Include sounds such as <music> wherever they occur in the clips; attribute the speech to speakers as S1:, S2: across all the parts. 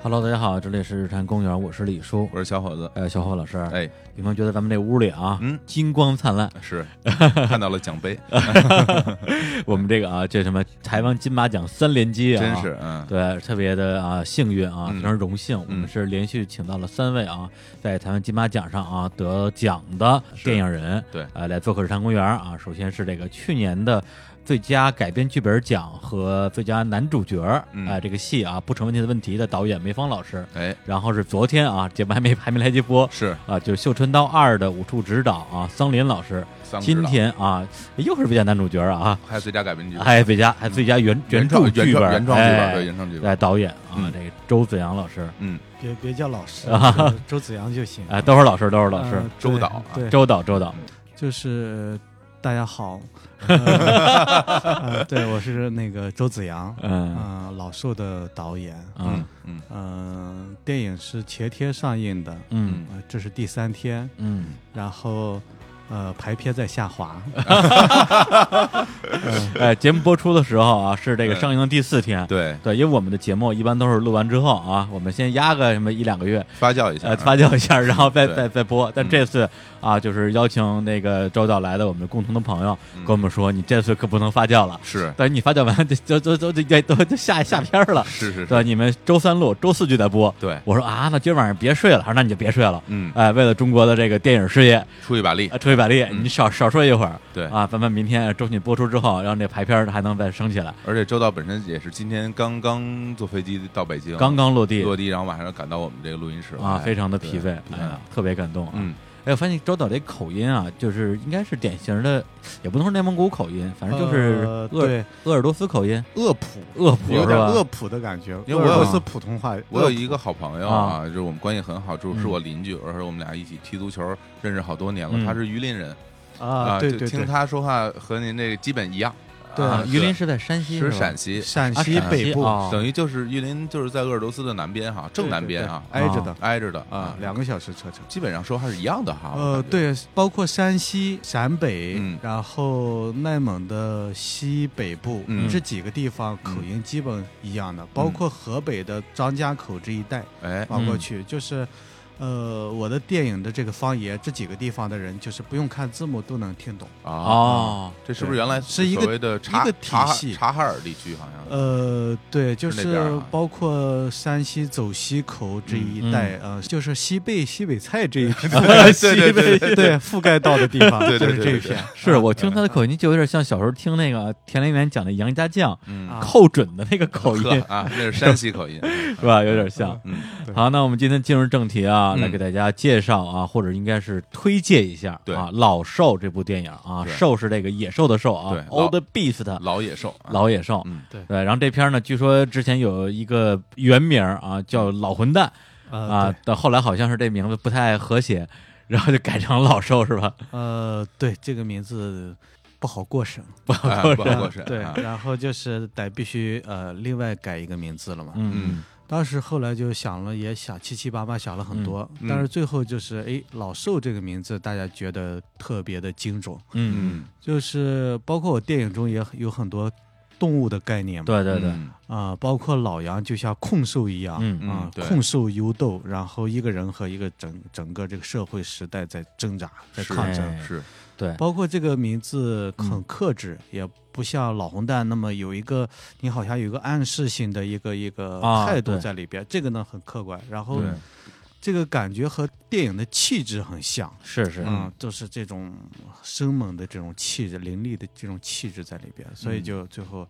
S1: Hello，大家好，这里是日坛公园，我是李叔，
S2: 我是小伙子。
S1: 呃，小伙老师，
S2: 哎，
S1: 有没有觉得咱们这屋里啊，
S2: 嗯
S1: 金光灿
S2: <laughs>
S1: 烂？ <laughs>
S2: 是看到了奖杯，
S1: 哎
S2: 啊
S1: 我们这个啊，这什么台湾金马奖三连击啊，
S2: 真是嗯，
S1: 对，特别的啊幸运啊，
S2: 嗯
S1: 非常荣幸，我们是连续请到了三位啊，在台湾金马奖上啊得奖的电影人，
S2: 对
S1: 呃，来做客日坛公园啊。首先是这个去年的最佳改编剧本奖和最佳男主角，啊、
S2: 嗯
S1: 这个戏啊不成问题的问题的导演梅芳老师，
S2: 哎
S1: 然后是昨天啊，节目还没还没来及播。
S2: 是
S1: 啊，就是《绣春刀二》的武术指导啊，桑林老师，
S2: 桑指
S1: 今
S2: 导
S1: 天啊，又是最佳男主角啊，
S2: 还有最佳改编剧本，
S1: 还最佳还最佳原
S2: 原
S1: 著
S2: 创
S1: 剧本，
S2: 原创原创剧本
S1: 哎
S2: 对原创剧本
S1: 哎，导演啊
S2: 嗯，
S1: 这个周子阳老师，
S2: 嗯，
S3: 别别叫老师，
S1: 啊
S3: 就是周子阳就行。
S1: 哎，都是老师，都是老师
S3: 呃，
S2: 周
S3: 对
S2: 导啊
S3: 对，
S1: 周导，周导，
S3: 就是大
S1: <laughs>
S3: 家好，呃呃对我是那个周子阳，
S1: 嗯
S3: 嗯，老寿的导演，
S1: 嗯
S2: 嗯
S3: 嗯，电影是前天上映的，
S1: 嗯
S3: 呃这是第三天，
S1: 嗯，
S3: 然后呃排片在下滑，
S1: 哎，节目播出的时候啊，是这个
S2: 嗯
S1: 上映的第四天，
S2: 对，
S1: 对，因为我们的节目一般都是录完之后啊，我们先压个什么一两个月，
S2: 发酵一下
S1: 呃，
S2: 啊，
S1: 发酵一下，然后再
S2: 对嗯
S1: 再再播。但这次啊，就是邀请那个周导来的我们共同的朋友，跟我们说，你这次可不能发酵了。
S2: 嗯是
S1: 对，你发酵完，就都都都都都下下片儿了。
S2: 嗯是是
S1: 对，
S2: 是，
S1: 你们周三录，周四就得播。
S2: 对
S1: 我说啊，那今儿晚上别睡了。他说那你就别睡了。
S2: 嗯
S1: 哎，为了中国的这个电影事业，
S2: 出一把力
S1: 啊，，出一把力，你少少睡一会儿。
S2: 嗯对
S1: 啊，咱们明天争取播出之后，让这排片儿还能再升起来。
S2: 而且周导本身也是今天刚刚坐飞机到北京，
S1: 刚刚落地
S2: 落地，然后马上赶到我们这个录音室
S1: 啊，非常的疲惫，哎
S2: 哎
S1: 呀
S2: 呀，，
S1: 特别感动啊。
S2: 嗯
S1: 哎，我发现周导这口音啊，就是应该是典型的，也不能说内蒙古口音，反正就是
S3: 呃
S1: 鄂、
S3: 对
S1: 鄂尔多斯口音，
S3: 恶普
S1: 鄂普
S2: 有
S1: 是
S3: 有点恶
S1: 吧？
S3: 普的感觉，
S2: 因为我有
S3: 俄罗斯普通话，
S2: 我有
S3: 恶
S2: 一个好朋友
S1: 啊
S2: 啊，就是我们关系很好，就是是
S1: 嗯
S2: 我邻居，而且我们俩一起踢足球，认识好多年
S1: 嗯
S2: 了。他是榆林人
S3: 普啊，对
S2: 就
S3: 对
S2: 听
S3: 对，
S2: 他说话和您这个基本一样。
S3: 对
S2: 啊
S1: 啊，榆林
S2: 对
S1: 是在山西
S2: 是
S1: 吧
S2: 陕西，哦
S3: 陕
S1: 啊
S3: 西
S1: 陕
S3: 北部
S1: 啊
S2: 等于就是榆林就是在鄂尔多斯的南边哈，正南边哈，
S3: 对对对挨着的
S2: 挨着的
S3: 啊，两个小时车程。
S2: 基本上说话是一样的哈。
S3: 呃
S2: 我，感觉，
S3: 对，包括山西、陕北，
S2: 嗯
S3: 然后内蒙的西北部、
S2: 嗯
S3: 这几个地方口音基本一样的，包括河北的张家口这一带
S2: 哎，
S3: 包括去，就是。呃，我的电影的这个方言，这几个地方的人就是不用看字幕都能听懂。
S2: 啊，
S1: 哦，
S2: 这是不是原来
S3: 是一个
S2: 所谓的察
S3: 一个体
S2: 察哈
S3: 系
S2: 察哈尔地区好像？
S3: 呃，对，就是
S2: 那边
S3: 是
S2: 啊
S3: 包括山西走西口这一带，呃，就是西贝西北菜这
S2: <laughs>
S3: 一片，
S2: 对嗯对对
S3: 西北对覆盖到的地方，
S2: 对对
S3: 就是
S2: 对
S3: 这
S2: 对
S3: 一
S2: 对
S3: 片。
S1: 是我听他的口音就有点像小时候听那个田连元讲的杨家将
S2: 嗯，
S3: 啊
S1: 寇准的那个口音，
S2: 呵啊，那是山西
S3: <laughs>
S2: 口音，
S1: 是吧？有点像。
S2: 嗯，
S3: 对
S1: 好，那我们今天进入正题啊，
S2: 嗯
S1: 来给大家介绍啊，或者应该是推荐一下
S2: 对
S1: 啊，《老兽》这部电影啊，
S2: 对
S1: 兽是这个野兽的兽啊
S2: 对老
S1: ，Old Beast
S2: 老野兽，啊，
S1: 老野兽，
S2: 嗯，
S1: 对，然后这片儿呢，据说之前有一个原名儿啊，叫《老混蛋》啊
S3: 呃，，
S1: 但后来好像是这名字不太和谐，然后就改成老兽是吧？
S3: 对呃，对，这个名字不好过审。
S2: 哎不好过审，
S3: 对，
S2: 啊
S3: 然后就是得必须呃另外改一个名字了嘛。
S1: 嗯
S2: 嗯，
S3: 当时后来就想了，也想七七八八想了很多，
S2: 嗯嗯
S3: 但是最后就是哎，老寿这个名字大家觉得特别的精准，
S1: 嗯，
S2: 嗯，
S3: 就是包括我电影中也有很多动物的概念嘛。
S1: 对对对，
S2: 嗯
S3: 啊、包括老羊就像控兽一样。
S1: 嗯
S3: 啊
S2: 嗯，对
S3: 控兽犹斗，然后一个人和一个整整个这个社会时代在挣扎，在
S2: 是
S3: 抗争。
S1: 哎
S2: 是，
S1: 对，
S3: 包括这个名字很
S1: 嗯
S3: 克制，也不像老红蛋那么有一个你好像有一个暗示性的一个一个
S1: 啊
S3: 态度
S1: 对
S3: 在里边，这个呢很客观，然
S1: 哎
S3: 后
S2: 对，
S3: 这个感觉和电影的气质很像。
S1: 是是，
S3: 嗯，就是这种生猛的这种气质、凌厉的这种气质在里边，所以
S2: 嗯
S3: 就最后，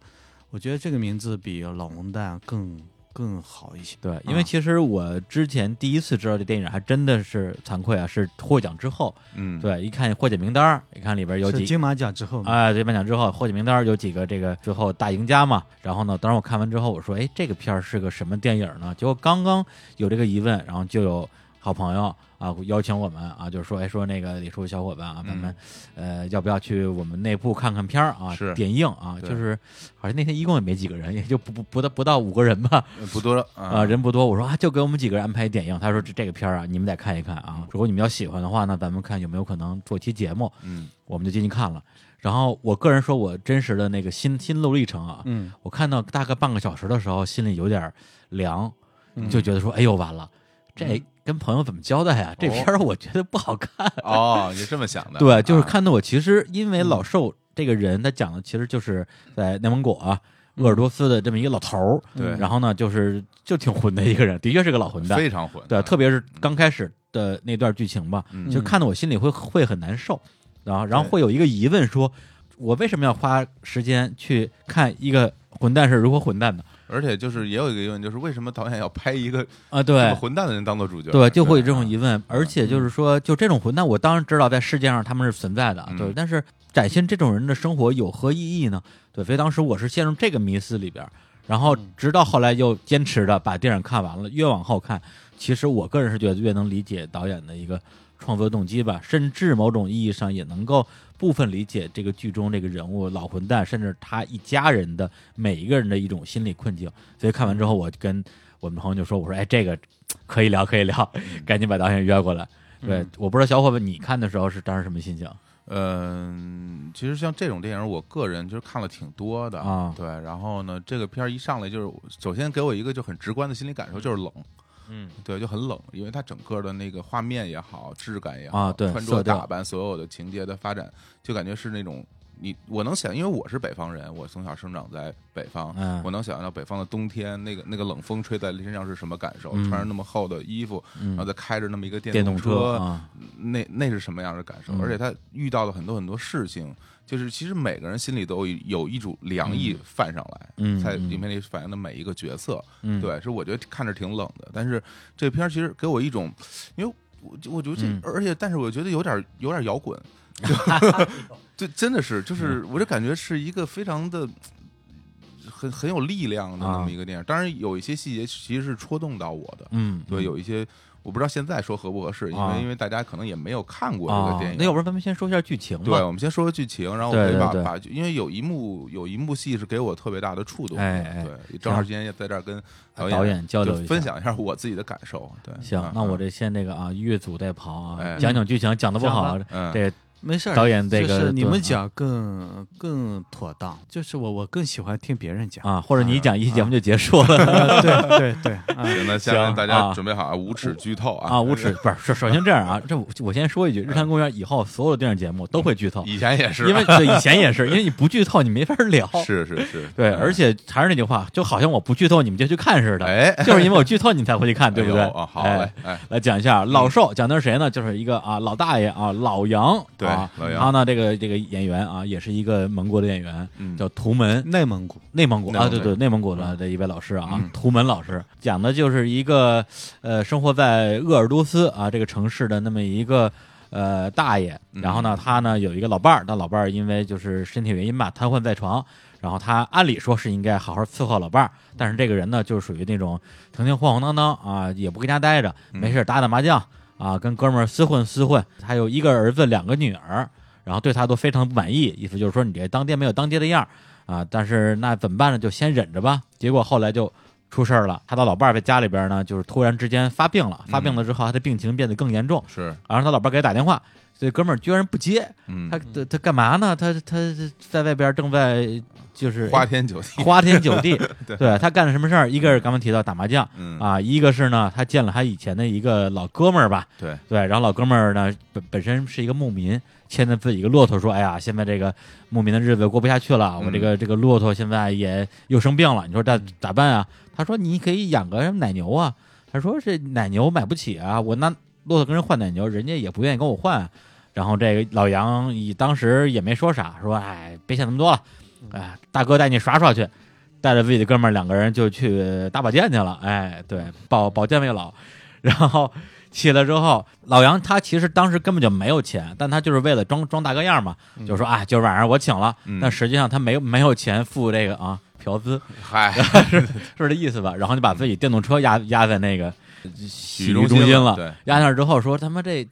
S3: 我觉得这个名字比老红蛋更更好一些。
S2: 啊
S1: 对，因为其实我之前第一次知道这电影，还真的是惭愧啊，是获奖之后，
S2: 嗯，
S1: 对，一看获奖名单儿，一看里边有
S3: 是
S1: 几。
S3: 金马奖之后嘛，
S1: 哎，对，颁奖之后获奖名单儿有几个这个最后大赢家嘛？然后呢，当时我看完之后，我说，哎，这个片儿是个什么电影呢？结果刚刚有这个疑问，然后就有好朋友啊邀请我们啊，就说，哎，说那个李叔小伙伴啊，咱们、呃要不要去我们内部看看片儿啊？
S2: 是
S1: 点映啊，
S2: 对
S1: 就是好像那天一共也没几个人，也就不不不到不到五个人吧，
S2: 呃不多了
S1: 啊、人不多。我说啊，就给我们几个人安排一点映。他说这这个片儿啊，你们得看一看啊。如果你们要喜欢的话呢，咱们看有没有可能做期节目，
S2: 嗯，
S1: 我们就进去看了。然后我个人说我真实的那个心心路历程啊，
S3: 嗯，
S1: 我看到大概半个小时的时候，心里有点凉，
S3: 嗯
S1: 就觉得说，哎呦完了，这
S2: 嗯
S1: 跟朋友怎么交代呀？这片儿我觉得不好看。啊
S2: 哦，你是这么想的？
S1: 哦对，就是
S2: 啊
S1: 看得我其实因为老寿这个人，他讲的其实就是在内蒙古啊。鄂尔多斯的这么一个老头儿，
S2: 对
S1: 然后呢，就是就挺混的一个人，的确是个老混蛋，
S2: 非常混，啊
S1: 对，特别是刚开始的那段剧情吧，
S2: 嗯
S1: 就看得我心里会会很难受，然后然后
S2: 对
S1: 会有一个疑问说，我为什么要花时间去看一个混蛋是如何混蛋的
S2: 而且就是也有一个疑问，就是为什么导演要拍一个
S1: 啊？
S2: 这么
S1: 对
S2: 混蛋的人当做主角？
S1: 对，就会有这种
S2: 啊
S1: 疑问，而且就是说，就这种混蛋，我当然知道在世界上他们是存在的啊，
S2: 嗯
S1: 对，但是展现这种人的生活有何意义呢？对，所以当时我是陷入这个迷思里边儿，然后直到后来又坚持的把电影看完了，越往后看，其实我个人是觉得越能理解导演的一个创作动机吧，甚至某种意义上也能够部分理解这个剧中这个人物老混蛋，甚至他一家人的每一个人的一种心理困境。所以看完之后，我跟我们朋友就说：“我说，哎，这个可以聊，可以聊，赶紧把导演约过来。”对，我不知道小伙伴你看的时候是当时什么心情
S2: 啊嗯，其实像这种电影，我个人就是看了挺多的
S1: 啊
S2: 对，然后呢，这个片儿一上来就是，首先给我一个就很直观的心理感受，就是冷。
S1: 嗯，
S2: 对，就很冷，因为它整个的那个画面也好，质感也好，
S1: 啊对
S2: 穿
S1: 色
S2: 着
S1: 调
S2: 打扮，所有的情节的发展，就感觉是那种你我能想，因为我是北方人，我从小生长在北方，
S1: 嗯
S2: 我能想象到北方的冬天，那个那个冷风吹在身上是什么感受，
S1: 嗯
S2: 穿着那么厚的衣服，然后
S1: 嗯，
S2: 再开着那么一个啊电
S1: 电动
S2: 车
S1: 啊，
S2: 那那是什么样的感受？
S1: 嗯
S2: 而且他遇到了很多很多事情，就是其实每个人心里都有有一股凉意泛上来，
S1: 嗯
S2: 在
S1: 嗯
S2: 里面里反映的每一个角色，
S1: 嗯，
S2: 对，是我觉得看着挺冷的，但是这片儿其实给我一种，因为我就我觉得这，
S1: 嗯
S2: 而且但是我觉得有点有点
S1: <laughs>
S2: 摇滚，就就真的是
S1: 嗯
S2: 就是我就感觉是一个非常的。很很有力量的那
S1: 啊
S2: 么一个电影，当然有一些细节其实是戳动到我的，
S1: 嗯，嗯，
S2: 对，有一些我不知道现在说合不合适，因
S1: 啊
S2: 为因为大家可能也没有看过这
S1: 啊
S2: 个电，
S1: 那要
S2: 影。
S1: 不然咱们先说一下剧情
S2: 对，
S1: 吧。
S2: 我们先说说剧情，然后我
S1: 对
S2: 可以
S1: 对
S2: 把
S1: 对
S2: 把，因为有一幕有一幕戏是给我特别大的触动的。
S1: 哎哎
S2: 对，正好今天也在这儿跟导
S1: 导演交流
S2: 就
S1: 一下
S2: 分享一下我自己的感受。对，
S1: 行
S2: 嗯，
S1: 那我
S2: 嗯
S1: 这先这个啊，越俎代庖啊，
S2: 哎
S1: 讲讲剧情，讲的不好，
S2: 嗯
S1: 这
S3: 没事儿，
S1: 导演这个
S3: 就是你
S1: 对
S3: 们
S1: 啊
S3: 讲更更妥当，就是我我更喜欢听别人讲。
S1: 啊，或
S2: 哎
S1: 者你讲一期节目就结束
S2: <laughs>
S1: 了
S3: 呃对对对，啊，
S2: 行，那下
S1: 行
S2: 面大家
S1: 啊
S2: 准备好啊，无耻剧透
S1: 啊，
S2: 啊！
S1: 无耻不是，首首先这样啊，这我我先说一句，日坛公园以后所有的电影节目都会剧透，
S2: 以前也嗯是，
S1: 啊
S2: 啊
S1: 因为对以前也是，因为你不剧透你没法
S2: <laughs>
S1: 聊，
S2: 是是是，
S1: 对，
S2: 嗯
S1: 而且还是那句话，就好像我不剧透你们就去看似的，
S2: 哎，
S1: 就是因为我剧透你才会去
S2: <laughs>
S1: 看，对不对？
S2: 哎呦啊，好嘞
S1: 哎，，
S2: 哎，
S1: 来讲一下老寿，讲的是谁呢？就是一个啊老大爷啊老杨，
S2: 嗯
S1: 啊
S2: 对老杨
S1: 他呢这个这个演员啊，也是一个蒙古的演员，
S2: 嗯
S1: 叫图门，
S3: 内蒙古，
S1: 内蒙古
S2: 内
S1: 啊，
S2: 蒙
S1: 对
S2: 古
S1: 对，内蒙古的的一位老师啊
S2: 嗯，
S1: 图门老师讲的就是一个呃，生活在鄂尔多斯啊这个城市的那么一个呃大爷，
S2: 嗯
S1: 然后呢，他呢有一个老伴儿，那老伴儿因为就是身体原因吧，瘫痪在床。然后他按理说是应该好好伺候老伴儿，但是这个人呢，就是属于那种成天晃晃荡荡啊，也不跟家待着，
S2: 嗯
S1: 没事儿打打麻将啊，跟哥们儿厮混厮混。他有一个儿子，两个女儿，然后对他都非常不满意，意思就是说你这当爹没有当爹的样儿啊。但是那怎么办呢？就先忍着吧。结果后来就出事儿了，他的老伴儿在家里边呢，就是突然之间发病了，发
S2: 嗯
S1: 病了之后，他的病情变得更严重，
S2: 是，
S1: 然后他老伴儿给他打电话，这哥们儿居然不接，
S2: 嗯
S1: 他，他他干嘛呢？他他在外边正在就是
S2: 花天酒地，
S1: 花天酒地，
S2: <laughs> 对
S1: 他干了什么事儿？一个是刚刚提到打麻将。
S2: 嗯，
S1: 啊，一个是呢，他见了他以前的一个老哥们儿吧，
S2: 对，
S1: 对，然后老哥们儿呢本本身是一个牧民，牵着自己一个骆驼说：“哎呀，现在这个牧民的日子过不下去了，我这个这个骆驼现在也又生病了，你说这咋办啊？”他说：“你可以养个什么奶牛啊？”他说：“这奶牛买不起啊，我拿骆驼跟人换奶牛，人家也不愿意跟我换。”然后这个老杨以当时也没说啥，说：“哎，别想那么多了，哎，大哥带你耍耍去。”带着自己的哥们儿两个人就去打保健去了，哎，对，保保健为老， <laughs> 然后起来之后，老杨他其实当时根本就没有钱，但他就是为了装装大哥样嘛，就说啊，今儿晚上我请了，
S2: 嗯
S1: 但实际上他没有没有钱付这个啊嫖资， <laughs>
S2: 嗨，
S1: 是这意思吧？然后就把自己电动车压压在那个洗
S2: 浴
S1: 浴
S2: 中
S1: 中
S2: 心
S1: 心
S2: 了
S1: 了，
S2: 对
S1: 压那儿之后说他妈这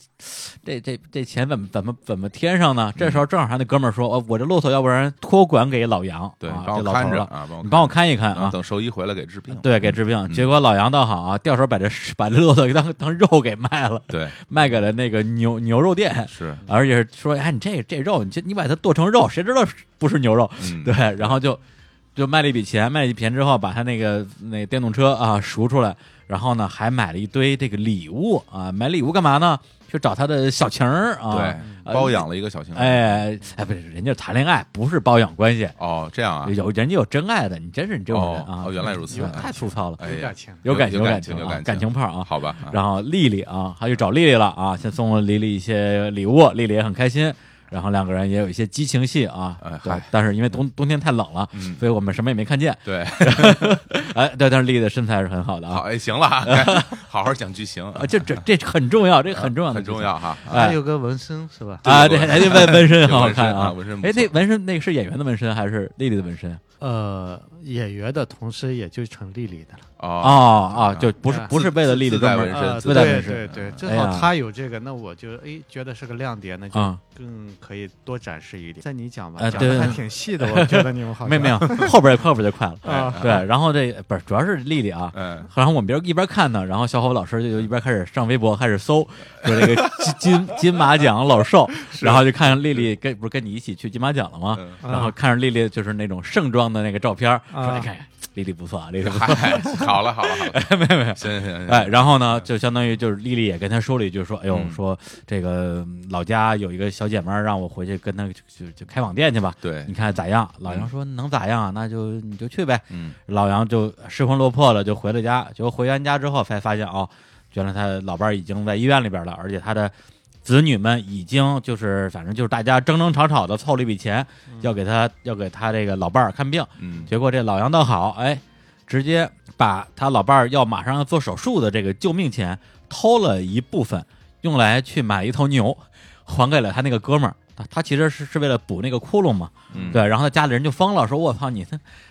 S1: 这这这钱怎么怎么怎么添上呢？这时候
S2: 嗯
S1: 正好他那哥们儿说，哦，我这骆驼要不然托管给老杨，
S2: 对，
S1: 啊、
S2: 帮
S1: 这
S2: 我
S1: 老
S2: 看
S1: 头
S2: 着
S1: 了，
S2: 啊，帮我
S1: 你帮我
S2: 看
S1: 看一看
S2: 着，然后
S1: 啊。
S2: 等兽医回来
S1: <laughs>
S2: 给治病，嗯
S1: 对，给治病。结果老杨倒好啊，掉手把这 <laughs> 把这骆驼当当肉给卖了，
S2: 对，
S1: 卖给了那个牛牛肉店。 <laughs>
S2: 是，
S1: 而且是说，哎，你这这肉，你这你把它剁成肉，谁知道是不是牛肉？
S2: 嗯，
S1: 对，然后就就卖了一笔钱，卖了一笔钱之后，把他那个那电动车啊赎出来，然后呢还买了一堆这个礼物啊，买礼物干嘛呢？去找他的小情儿啊，
S2: 对，
S1: 呃
S2: 包养了一个小情人，
S1: 哎哎，不是，人家谈恋爱不是包养关系，
S2: 哦，这样啊，
S1: 有人家有真爱的，你真是你这种人
S2: 哦
S1: 啊！
S2: 哦原来如此
S1: 你太粗糙了，
S2: 哎呀
S3: 有点钱
S1: 有感
S2: 有
S1: 感
S2: 感情有
S1: 啊
S2: 感情
S1: 感情炮啊！
S2: 好吧，啊嗯
S1: 然后丽丽啊，他就找丽丽了啊，先送了丽丽一些礼物，丽丽也很开心。然后两个人也有一些激情戏啊
S2: 哎，
S1: 对
S2: 嗨，
S1: 但是因为冬冬天太冷了，
S2: 嗯，
S1: 所以我们什么也没看见。
S2: 对，
S1: 哎，对，但是丽丽的身材是很好的
S2: 好，
S1: 啊，
S2: 哎，行了啊，该好好讲剧情，
S1: 啊，这这这很重要，这很重要，
S2: 啊很重。要哈。
S1: 哎
S3: 还有个纹身是吧？
S1: 啊，
S2: <laughs> 对
S1: 这
S2: 对
S1: 还得纹纹身
S2: 有
S1: 好好
S2: 纹身
S1: 看
S2: 啊纹身不
S1: 哎，那
S2: 错啊
S1: 纹身那个是演员的纹身还是丽丽的纹身？
S4: 呃，演员的同时也就成丽丽的了。
S2: 哦，
S1: 哦啊，
S2: 嗯
S1: 就不是
S4: 哎
S1: 不是为了丽丽
S2: 自带
S1: 专门
S2: 纹身
S1: 啊
S2: 自
S1: 自带
S2: 带
S1: 纹
S4: 纹
S1: 身
S4: 身
S3: 对对，正
S1: 哎呀
S3: 好他有这个，那我就哎觉得是个亮点，那就
S1: 啊，
S3: 更可以多展示一点。在你讲吧，
S1: 呃
S3: 讲
S1: 对
S3: 的还
S1: 对
S3: 挺细的，我觉得你们好像。
S1: 没有没有，后边后边就快了。
S3: 啊，
S1: 对，然后这不是主要是丽丽啊。
S2: 嗯，
S1: 然后我们边一边看呢，然后小伙老师就就一边开始上微博开始搜，说这个金金金马奖老寿，然后就看着丽丽跟不是跟你一起去金马奖了吗？
S2: 嗯
S1: 然后看着丽丽就是那种盛装的那个照片，说
S3: 啊
S1: 你看丽丽不错啊，丽丽不错，
S2: 嗨，好了好了好了，
S1: <laughs> 没有没有，
S2: 行行行，
S1: 哎，，然后呢，就相当于就是丽丽也跟他说了一句，说，哎呦，
S2: 嗯
S1: 说这个嗯老家有一个小姐妹儿让我回去跟她就就就开网店去吧，
S2: 对
S1: 你，看咋样？老杨说能咋样啊？那就你就去呗。
S2: 嗯，
S1: 老杨就失魂落魄了，就回了家。结果回完家之后，才发现哦，原来他老伴儿已经在医院里边了，而且他的子女们已经就是反正就是大家争争吵吵的凑了一笔钱，要给他要给他这个老伴儿看病。
S2: 嗯，
S1: 结果这老杨倒好，哎，直接把他老伴儿要马上要做手术的这个救命钱偷了一部分，用来去买一头牛，还给了他那个哥们儿。他他其实是是为了补那个窟窿嘛，
S2: 嗯，
S1: 对。然后他家里人就疯了，说：“我操你，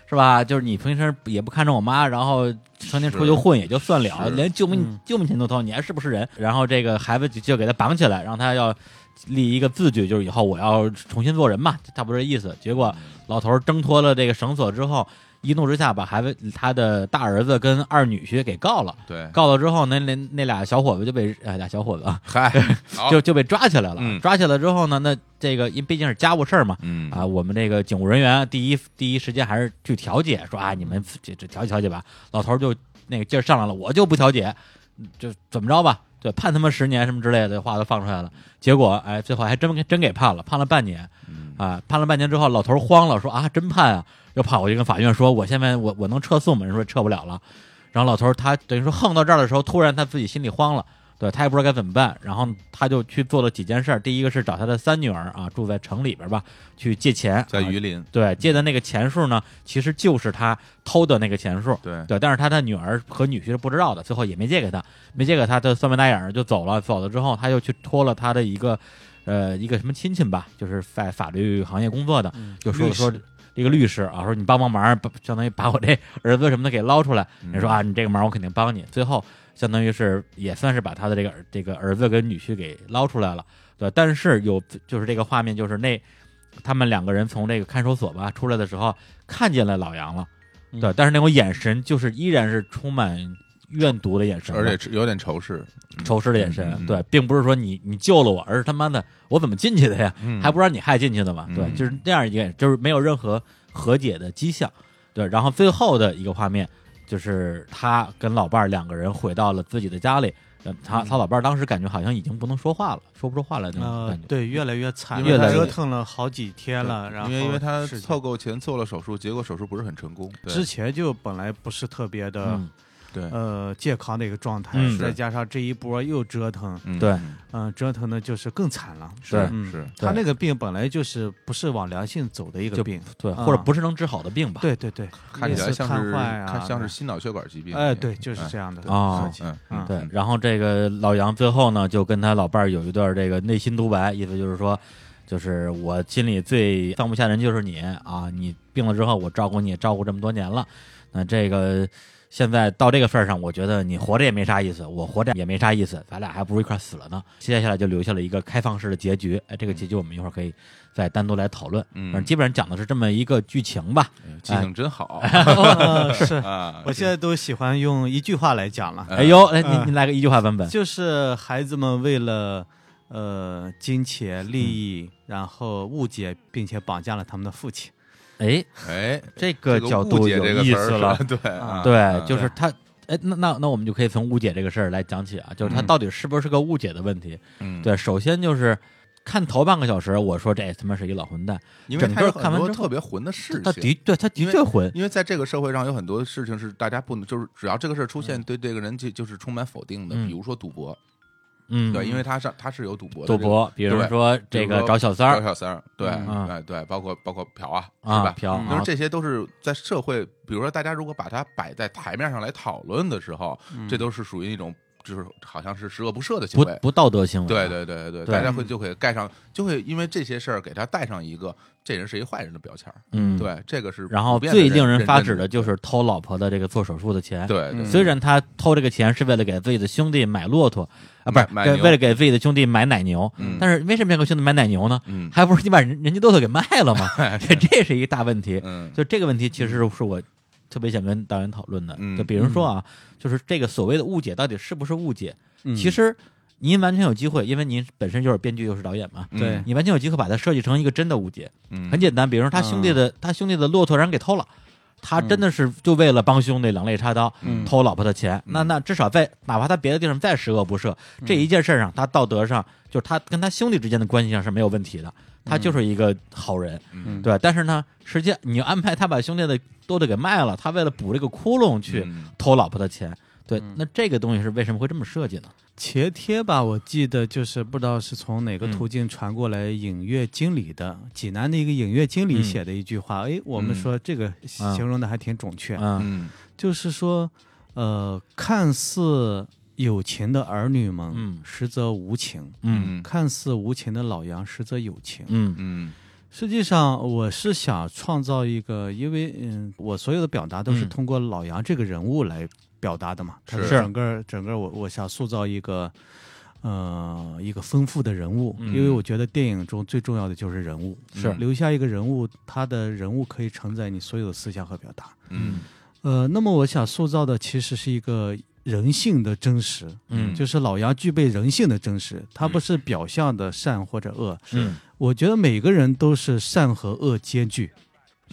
S1: 是吧？就是你平时也不看着我妈，然后成天出去
S2: 是
S1: 混也就算了，
S2: 是
S1: 连救命、
S3: 嗯
S1: 救命钱都偷，你还是不是人？”然后这个孩子就就给他绑起来，让他要立一个字据，就是以后我要重新做人嘛，差不多这意思。结果老头儿挣脱了这个绳索之后，一怒之下把孩子他的大儿子跟二女婿给告了。
S2: 对，
S1: 告了之后，那那那俩小伙子就被呃俩小伙子啊， <laughs>
S2: 嗨，好
S1: 就就被抓起来了。
S2: 哦嗯
S1: 抓起来之后呢，那这个因毕竟是家务事儿嘛，
S2: 嗯
S1: 啊，我们这个警务人员第一第一时间还是去调解，说啊，你们这这调解调解吧。老头儿就那个劲儿上来了，我就不调解，嗯就怎么着吧，对，判他们十年什么之类的话都放出来了。结果哎，最后还真给真给判了，判了半年
S2: 嗯
S1: 啊，判了半年之后，老头儿慌了，说啊，真判啊，又跑过去跟法院说，我现在我我能撤诉吗？人说撤不了了。然后老头儿他等于说横到这儿的时候，突然他自己心里慌了。对他也不知道该怎么办，然后他就去做了几件事儿。第一个是找他的三女儿啊，住在城里边儿吧，去借钱，
S2: 在
S1: 啊
S2: 榆林，
S1: 对，借的那个钱数呢，其实就是他偷的那个钱数。
S2: 对，
S1: 对，但是他的女儿和女婿是不知道的，最后也没借给他，没借给他，他就酸眉大眼儿就走了。走了之后，他又去托了他的一个，呃，一个什么亲戚吧，就是在法律行业工作的，就说
S3: 律
S1: 说
S3: 师
S1: 这个律师啊，说你帮帮忙，把相当于把我这儿子什么的给捞出来。
S2: 嗯
S1: 人说啊，你这个忙我肯定帮你。最后相当于是也算是把他的这个儿这个儿子跟女婿给捞出来了，对。但是有就是这个画面，就是那他们两个人从这个看守所吧出来的时候，看见了老杨了，
S3: 嗯
S1: 对。但是那种眼神就是依然是充满怨毒的眼神吧，
S2: 而且是有点仇视，
S1: 仇视的眼神，
S2: 嗯嗯嗯
S1: 对，并不是说你你救了我，而是他妈的我怎么进去的呀？
S2: 嗯
S1: 还不让你害进去的嘛？
S2: 嗯
S1: 对，就是这样一个，就是没有任何和解的迹象。对，然后最后的一个画面就是他跟老伴儿两个人回到了自己的家里，呃他
S3: 嗯
S1: 他老伴儿当时感觉好像已经不能说话了，说不出话来那种
S3: 呃
S1: 感觉。，
S3: 对，越来越惨，
S2: 因为
S1: 他
S3: 折腾了好几天了，然后
S2: 因为因为他
S3: 是
S2: 凑够钱做了手术，结果手术不是很成功，
S3: 之
S2: 对
S3: 前就本来不是特别的
S1: 嗯，
S2: 对
S3: 呃健康的一个状态
S1: 嗯，
S3: 再
S2: 是
S3: 加上这一波又折腾，
S2: 嗯
S1: 对
S2: 嗯
S3: 嗯，折腾的就是更惨了。
S1: 对
S2: 是
S3: 嗯
S2: 是，
S1: 对
S3: 他那个病本来就是不是往良性走的一
S1: 就
S3: 个病，
S1: 对，
S3: 嗯
S1: 或者不是能治好的病吧？
S3: 对对对，
S2: 看起来
S3: 类似
S2: 像
S3: 瘫
S2: 是
S3: 痪啊，
S2: 看像是心脑血管疾病，
S3: 哎，对，就是这样的
S1: 啊
S3: 设计
S2: 嗯
S3: 嗯
S1: 对
S2: 嗯，
S1: 然后这个老杨最后呢，就跟他老伴儿有一段这个内心独白，意思就是说，就是我心里最放不下人就是你啊，你病了之后我照顾你也照顾这么多年了，那这个现在到这个份儿上，我觉得你活着也没啥意思，我活着也没啥意思，咱俩还不如一块儿死了
S2: 嗯
S1: 呢。接下来就留下了一个开放式的结局，哎，这个结局我们一会儿可以再单独来讨论。
S2: 嗯
S1: 反正基本上讲的是这么一个剧情吧。
S2: 哎呦记性真
S1: <laughs>
S2: 好
S3: 啊
S1: 哦
S3: 是，
S2: 啊！
S3: 我现在都喜欢用一句话来讲了，
S2: 嗯
S1: 哎呦，哎，你
S3: 嗯
S1: 你来个一句话版本，
S3: 就是孩子们为了
S2: 嗯
S3: 呃金钱利益，然后误解并且绑架了他们的父亲。
S1: 哎，
S2: 哎，
S1: 这
S2: 这
S1: 个角
S2: 误
S1: 度
S2: 解这
S1: 有
S2: 个
S1: 意
S2: 词
S1: 思
S2: 儿
S1: 了
S2: 是吧，
S1: <laughs>
S2: 对啊
S1: 对，
S2: 嗯
S1: 就是他，哎，那那那我们就可以从误解这个事儿来讲起啊，就是他
S2: 嗯
S1: 到底是不是个误解的问题？
S2: 嗯，
S1: 对，首先就是看头半个小时，我说这他妈是一老混蛋，
S2: 因为
S1: 整
S2: 他有
S1: 个看
S2: 很
S1: 完
S2: 多
S1: 之后
S2: 特别混的事
S1: 他
S2: 情。
S1: 的对他的
S2: 因为
S1: 确混，
S2: 因为在这个社会上有很多事情是大家不能，就是只要这个事儿出现，对这个人就就是充满否定的，
S1: 嗯
S2: 比如说赌博，
S1: 嗯，
S2: 对，因为他上他是有赌博的
S1: 赌
S2: 这个
S1: 博，比如
S2: 对
S1: 说
S2: 比
S1: 这
S2: 如
S1: 个
S2: 说
S1: 找小三
S2: 小
S1: 儿
S2: 小三儿，对，
S1: 嗯
S2: 哎对，包括包括嫖啊，是
S1: 啊，
S2: 吧？
S1: 嫖，
S3: 嗯
S2: 就是
S1: 啊
S2: 这些都是在社会，比如说大家如果把它摆在台面上来讨论的时候，这都是属于一种就是好像是十恶不赦的
S1: 嗯
S2: 行
S1: 不
S2: 为。
S1: 不道德行为，
S2: 对，对对对，
S1: 嗯对
S2: 大家会
S3: 嗯
S2: 就会盖上，就会因为这些事儿给他带上一个这人是一坏人的标签儿。
S1: 嗯，。
S2: 对，这个是
S1: 然后
S2: 普遍的
S1: 最令
S2: 认
S1: 人
S2: 认
S1: 发
S2: 真
S1: 指的就是偷老婆的这个做手术的钱，
S2: 对，对
S3: 嗯
S1: 虽然他偷这个钱是为了给自己的兄弟买骆驼啊，不是
S2: 买买
S1: 给
S2: 牛
S1: 为了给自己的兄弟买奶牛，
S2: 嗯
S1: 但是为什么要给兄弟买奶牛呢？
S2: 嗯
S1: 还不是你把人人家骆驼给卖了
S2: <laughs>
S1: 吗？ <laughs> 这这是一个大问题。
S2: 哎嗯
S1: 就这个问题，其实是我特别想跟导演讨论的。
S2: 嗯
S1: 就比如说啊，就是这个所谓的误解到底是不是误解？
S3: 嗯
S1: 其实您完全有机会，因为您本身就是编剧又是导演嘛，
S2: 嗯
S3: 对
S1: 你完全有机会把它设计成一个真的误解。
S2: 嗯
S1: 很简单，比如说他兄弟的、他兄弟的骆驼让人给偷了，他真的是就为了帮兄弟两肋插刀，
S3: 嗯
S1: 偷老婆的钱。那那至少在哪怕他别的地方再十恶不赦，这一件事儿上，他道德上就是他跟他兄弟之间的关系上是没有问题的，他就是一个好人，
S2: 嗯
S1: 对吧。但是呢，实际你要安排他把兄弟的多的给卖了，他为了补这个窟窿去
S2: 嗯
S1: 偷老婆的钱。对，那这个东西是为什么会这么设计呢？
S3: 茄贴吧，我记得就是不知道是从哪个
S1: 嗯
S3: 途径传过来，影乐经理的、济南的一个影乐经理写的一句话，哎，我们说这个形容的还挺准确，
S1: 嗯
S2: 嗯
S3: 就是说，呃，看似有情的儿女们，
S1: 嗯
S3: 实则无情；
S1: 嗯
S3: 看似无情的老杨，实则有情。
S1: 嗯
S2: 嗯
S3: 实际上，我是想创造一个，因为嗯，我所有的表达都是
S1: 嗯
S3: 通过老杨这个人物来表达的嘛，他
S2: 是
S3: 整个整个我我想塑造一个。呃，一个丰富的人物，
S1: 嗯
S3: 因为我觉得电影中最重要的就是人物，嗯
S1: 是
S3: 留下一个人物，他的人物可以承载你所有的思想和表达。
S2: 嗯
S3: 呃，那么我想塑造的其实是一个人性的真实，
S1: 嗯
S3: 就是老杨具备人性的真实，他不是表象的善或者恶，
S1: 嗯
S3: 我觉得每个人都是善和恶兼具，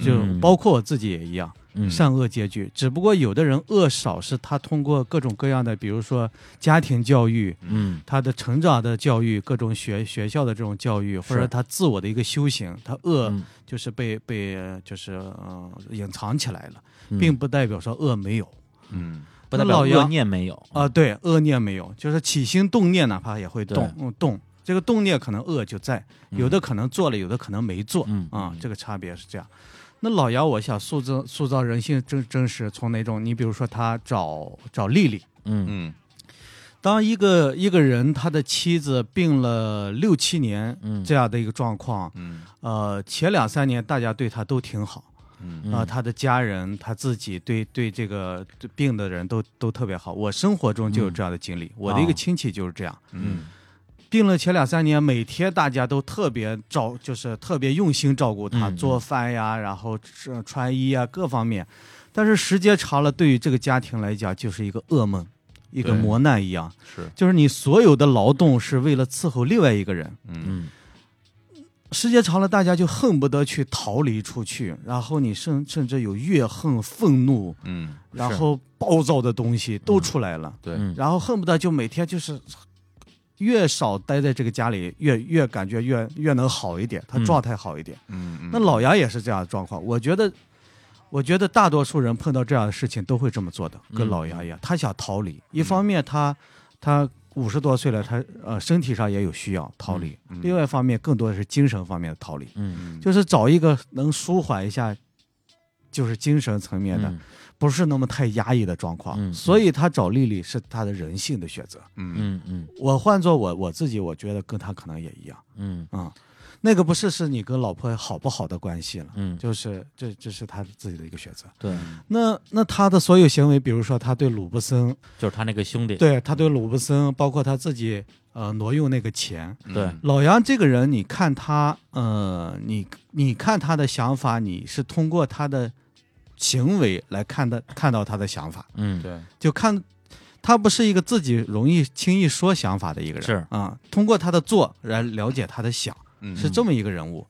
S3: 就
S1: 嗯
S3: 包括我自己也一样，
S1: 嗯
S3: 善恶兼具。只不过有的人恶少，是他通过各种各样的，比如说家庭教育、
S1: 嗯
S3: 他的成长的教育、各种学学校的这种教育，或者
S1: 是
S3: 他自我的一个修行，他恶
S1: 嗯
S3: 就是被被呃就是呃隐藏起来了，
S1: 嗯
S3: 并不代表说恶没有。
S2: 嗯
S1: 不代
S3: 那
S1: 表
S3: 老
S1: 恶
S3: 杨
S1: 念没有
S3: 啊，对，恶念没有，就是起心动念，哪怕也会
S1: 嗯对
S3: 动，嗯动。这个动念可能恶就在，有的可能做了，有的可能没做，
S1: 嗯
S3: 啊，这个差别是这样。那老姚，我想塑造塑造人性真真实，从哪种？你比如说他找找丽丽，
S1: 嗯
S2: 嗯
S3: 当一个一个人他的妻子病了六七年
S1: 嗯
S3: 这样的一个状况，
S2: 嗯
S3: 呃，前两三年大家对他都挺好，
S2: 嗯
S3: 啊、他的家人、他自己对对这个对病的人都都特别好。我生活中就有这样的经历，我的一
S1: 啊
S3: 个亲戚就是这样，
S2: 嗯
S3: 病了前两三年，每天大家都特别照，就是特别用心照顾他，
S1: 嗯
S3: 做饭呀，然后吃穿衣啊各方面。但是时间长了，对于这个家庭来讲，就是一个噩梦，一个
S2: 对
S3: 磨难一样。
S2: 是
S3: 就是你所有的劳动是为了伺候另外一个人，
S2: 嗯
S1: 嗯
S3: 时间长了，大家就恨不得去逃离出去，然后你甚甚至有怨恨、愤怒，
S2: 嗯
S3: 然后暴躁的东西都出来了，
S2: 对
S1: 嗯
S3: 然后恨不得就每天就是越少待在这个家里，越越感觉越越能好一点，他
S1: 嗯
S3: 状态好一点。
S2: 嗯
S3: 那老杨也是这样的状况，我觉得，我觉得大多数人碰到这样的事情都会这么做的，跟
S1: 嗯
S3: 老杨一样，他想逃离，一方面他他五十多岁了，他呃身体上也有需要逃离，
S2: 嗯
S3: 另外一方面更多的是精神方面的逃离，
S1: 嗯
S3: 就是找一个能舒缓一下。就是精神层面的，
S1: 嗯
S3: 不是那么太压抑的状况，
S1: 嗯嗯
S3: 所以他找丽丽是他的人性的选择。
S2: 嗯
S1: 嗯嗯
S3: 我换做我我自己，我觉得跟他可能也一样
S1: 嗯
S3: 啊、那个不是是你跟老婆好不好的关系了，
S1: 嗯，
S3: 就是这这是他自己的一个选择。
S1: 对，
S3: 那那他的所有行为，比如说他对鲁布森，
S1: 嗯就是他那个兄弟，
S3: 对他对鲁布森，包括他自己呃挪用那个钱，
S1: 嗯对
S3: 老杨这个人，你看他呃，你你看他的想法，你是通过他的行为来看的，看到他的想法，
S1: 嗯
S2: 对
S3: 就看他不是一个自己容易轻易说想法的一个人，
S1: 是
S3: 啊、通过他的做来了解他的想，
S2: 嗯
S3: 是这么一个人物。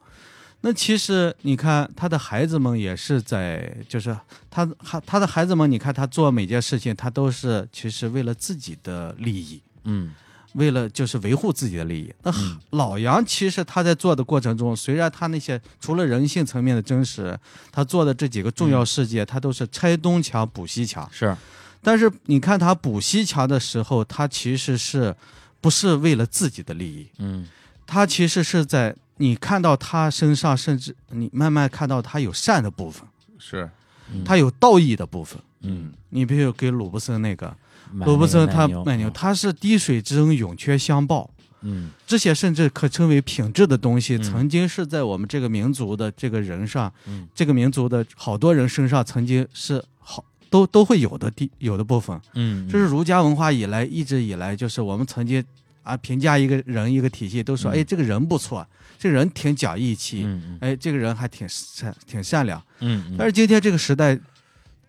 S3: 那其实你看他的孩子们也是在，就是他他他的孩子们，你看他做每件事情，他都是其实为了自己的利益，
S1: 嗯
S3: 为了就是维护自己的利益。那
S1: 嗯
S3: 老杨其实他在做的过程中，虽然他那些除了人性层面的真实，他做的这几个重要事件，他都是拆东墙补西墙。
S1: 是，
S3: 但是你看他补西墙的时候，他其实是不是为了自己的利益？
S1: 嗯
S3: 他其实是在你看到他身上，甚至你慢慢看到他有善的部分，
S2: 是，
S1: 嗯
S3: 他有道义的部分。
S1: 嗯，
S3: 你比如给鲁布森那个，
S1: 买
S3: 鲁布
S1: 那
S3: 森
S1: 个
S3: 他
S1: 奶
S3: 卖牛，，他是滴水之恩，涌泉相报。
S1: 嗯
S3: 这些甚至可称为品质的东西，
S1: 嗯
S3: 曾经是在我们这个民族的这个人上，
S1: 嗯
S3: 这个民族的好多人身上曾经是好都都会有的地有的部分。
S1: 嗯，
S3: 这是儒家文化以来一直以来，就是我们曾经啊评价一个人一个体系，都说、
S1: 嗯
S3: 哎这个人不错，这个人挺讲义气，
S1: 嗯嗯
S3: 哎这个人还挺善挺善良。
S1: 嗯，
S3: 但是今天这个时代，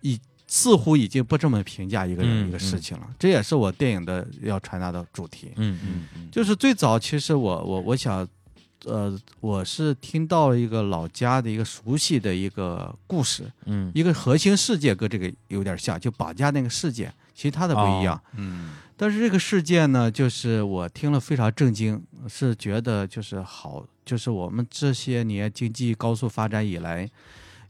S3: 已似乎已经不这么评价一个人、
S1: 嗯
S3: 一个事情了。这也是我电影的要传达的主题。
S1: 嗯嗯嗯
S3: 就是最早，其实我我我想，呃，我是听到了一个老家的一个熟悉的一个故事，
S1: 嗯
S3: 一个核心事件跟这个有点像，就绑架那个事件，其他的不
S1: 哦
S3: 一样。
S2: 嗯
S3: 但是这个事件呢，就是我听了非常震惊，是觉得就是好，就是我们这些年经济高速发展以来，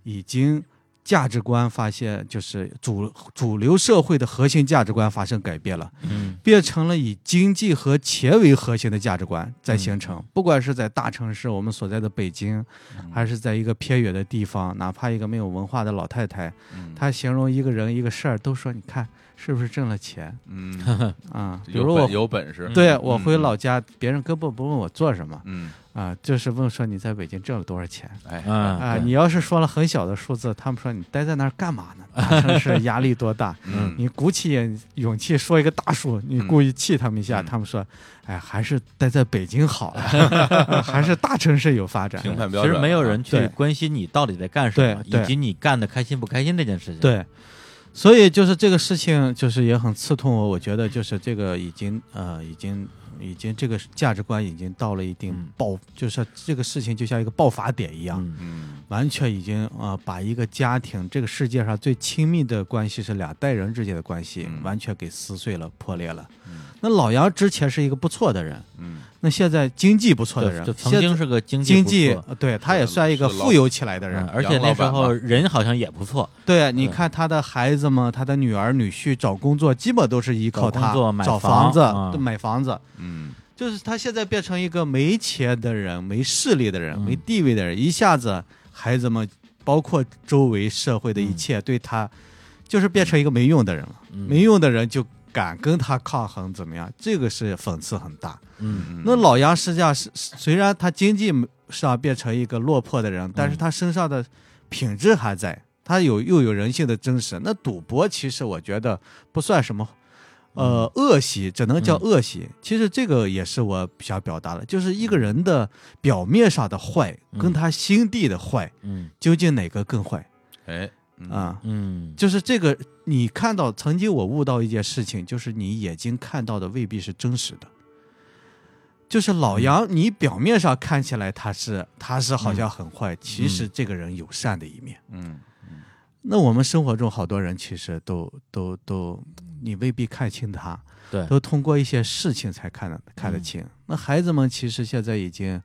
S3: 已经价值观发现就是主主流社会的核心价值观发生改变了。
S1: 嗯
S3: 变成了以经济和钱为核心的价值观在形成。嗯不管是在大城市，我们所在的北京，还是在一个偏远的地方，哪怕一个没有文化的老太太，
S2: 嗯
S3: 她形容一个人一个事儿，都说你看是不是挣了钱
S2: 嗯，
S3: 啊？比
S2: 有
S3: 如
S2: 本
S3: 我。
S2: 有本事，
S3: 对我回老家，别人根本不问我做什么
S2: 嗯，
S3: 啊，就是问说你在北京挣了多少钱
S2: 哎，
S1: 嗯
S3: 啊？
S1: 对
S3: 你要是说了很小的数字，他们说你待在那儿干嘛呢？ <laughs> 大城市压力多大？
S2: 嗯
S3: 你鼓起勇勇气说一个大数，你故意气他们一下，
S2: 嗯
S3: 他们说：“哎，还是待在北京好了， <laughs> 还是大城市有发展。
S2: 评判标
S1: 其
S2: 准，啊
S1: 实没有人去
S3: 对
S1: 关心你到底在干什么，
S3: 对对
S1: 以及你干的开心不开心这件事情。”，
S3: 对，所以就是这个事情，就是也很刺痛我。我觉得就是这个已经呃，已经已经这个价值观已经到了一定
S1: 嗯
S3: 爆，就是这个事情就像一个爆发点一样。
S1: 嗯
S2: 嗯，
S3: 完全已经呃，把一个家庭，这个世界上最亲密的关系是两代人之间的关系，
S2: 嗯
S3: 完全给撕碎了、破裂了。
S2: 嗯
S3: 那老杨之前是一个不错的人，
S2: 嗯
S3: 那现在经济不错的人，
S1: 就曾经
S3: 现在
S1: 是个经济
S3: 经
S1: 不
S3: 济
S1: 错，，
S3: 呃对他也算一个
S2: 是老
S3: 富有起来的人
S1: 嗯。而且那时候人好像也不错，
S3: 对，你看他的孩子们，他的女儿女婿找工作，基本都是依靠
S1: 找工
S3: 他
S1: 作买
S3: 找
S1: 房
S3: 房子、
S1: 嗯
S3: 对买房子。
S2: 嗯
S3: 就是他现在变成一个没钱的人、没势力的人、
S1: 嗯
S3: 没地位的人，一下子孩子们，包括周围社会的一切，对他就是变成一个没用的人了。
S1: 嗯
S3: 没用的人就敢跟他抗衡，怎么样？这个是讽刺很大。
S1: 嗯
S2: 嗯，
S3: 那老杨实际上是虽然他经济上变成一个落魄的
S1: 嗯
S3: 人，但是他身上的品质还在，他有又有人性的真实。那赌博其实我觉得不算什么。呃，
S1: 嗯
S3: 恶习只能叫恶习。其实这个也是我想表达的，就是一个人的表面上的坏，
S1: 嗯
S3: 跟他心地的坏，
S1: 嗯
S3: 究竟哪个更坏
S2: 哎
S3: 啊？
S1: 嗯
S3: 就是这个，你看到曾经我悟到一件事情，就是你眼睛看到的未必是真实的。就是老杨，你表面上看起来他是他是好像很坏，其实这个人有善的一面。
S2: 嗯
S3: 那我们生活中好多人其实都都都，你未必看清他，
S1: 对嗯
S3: 都通过一些事情才看得看得清。那孩子们其实现在已经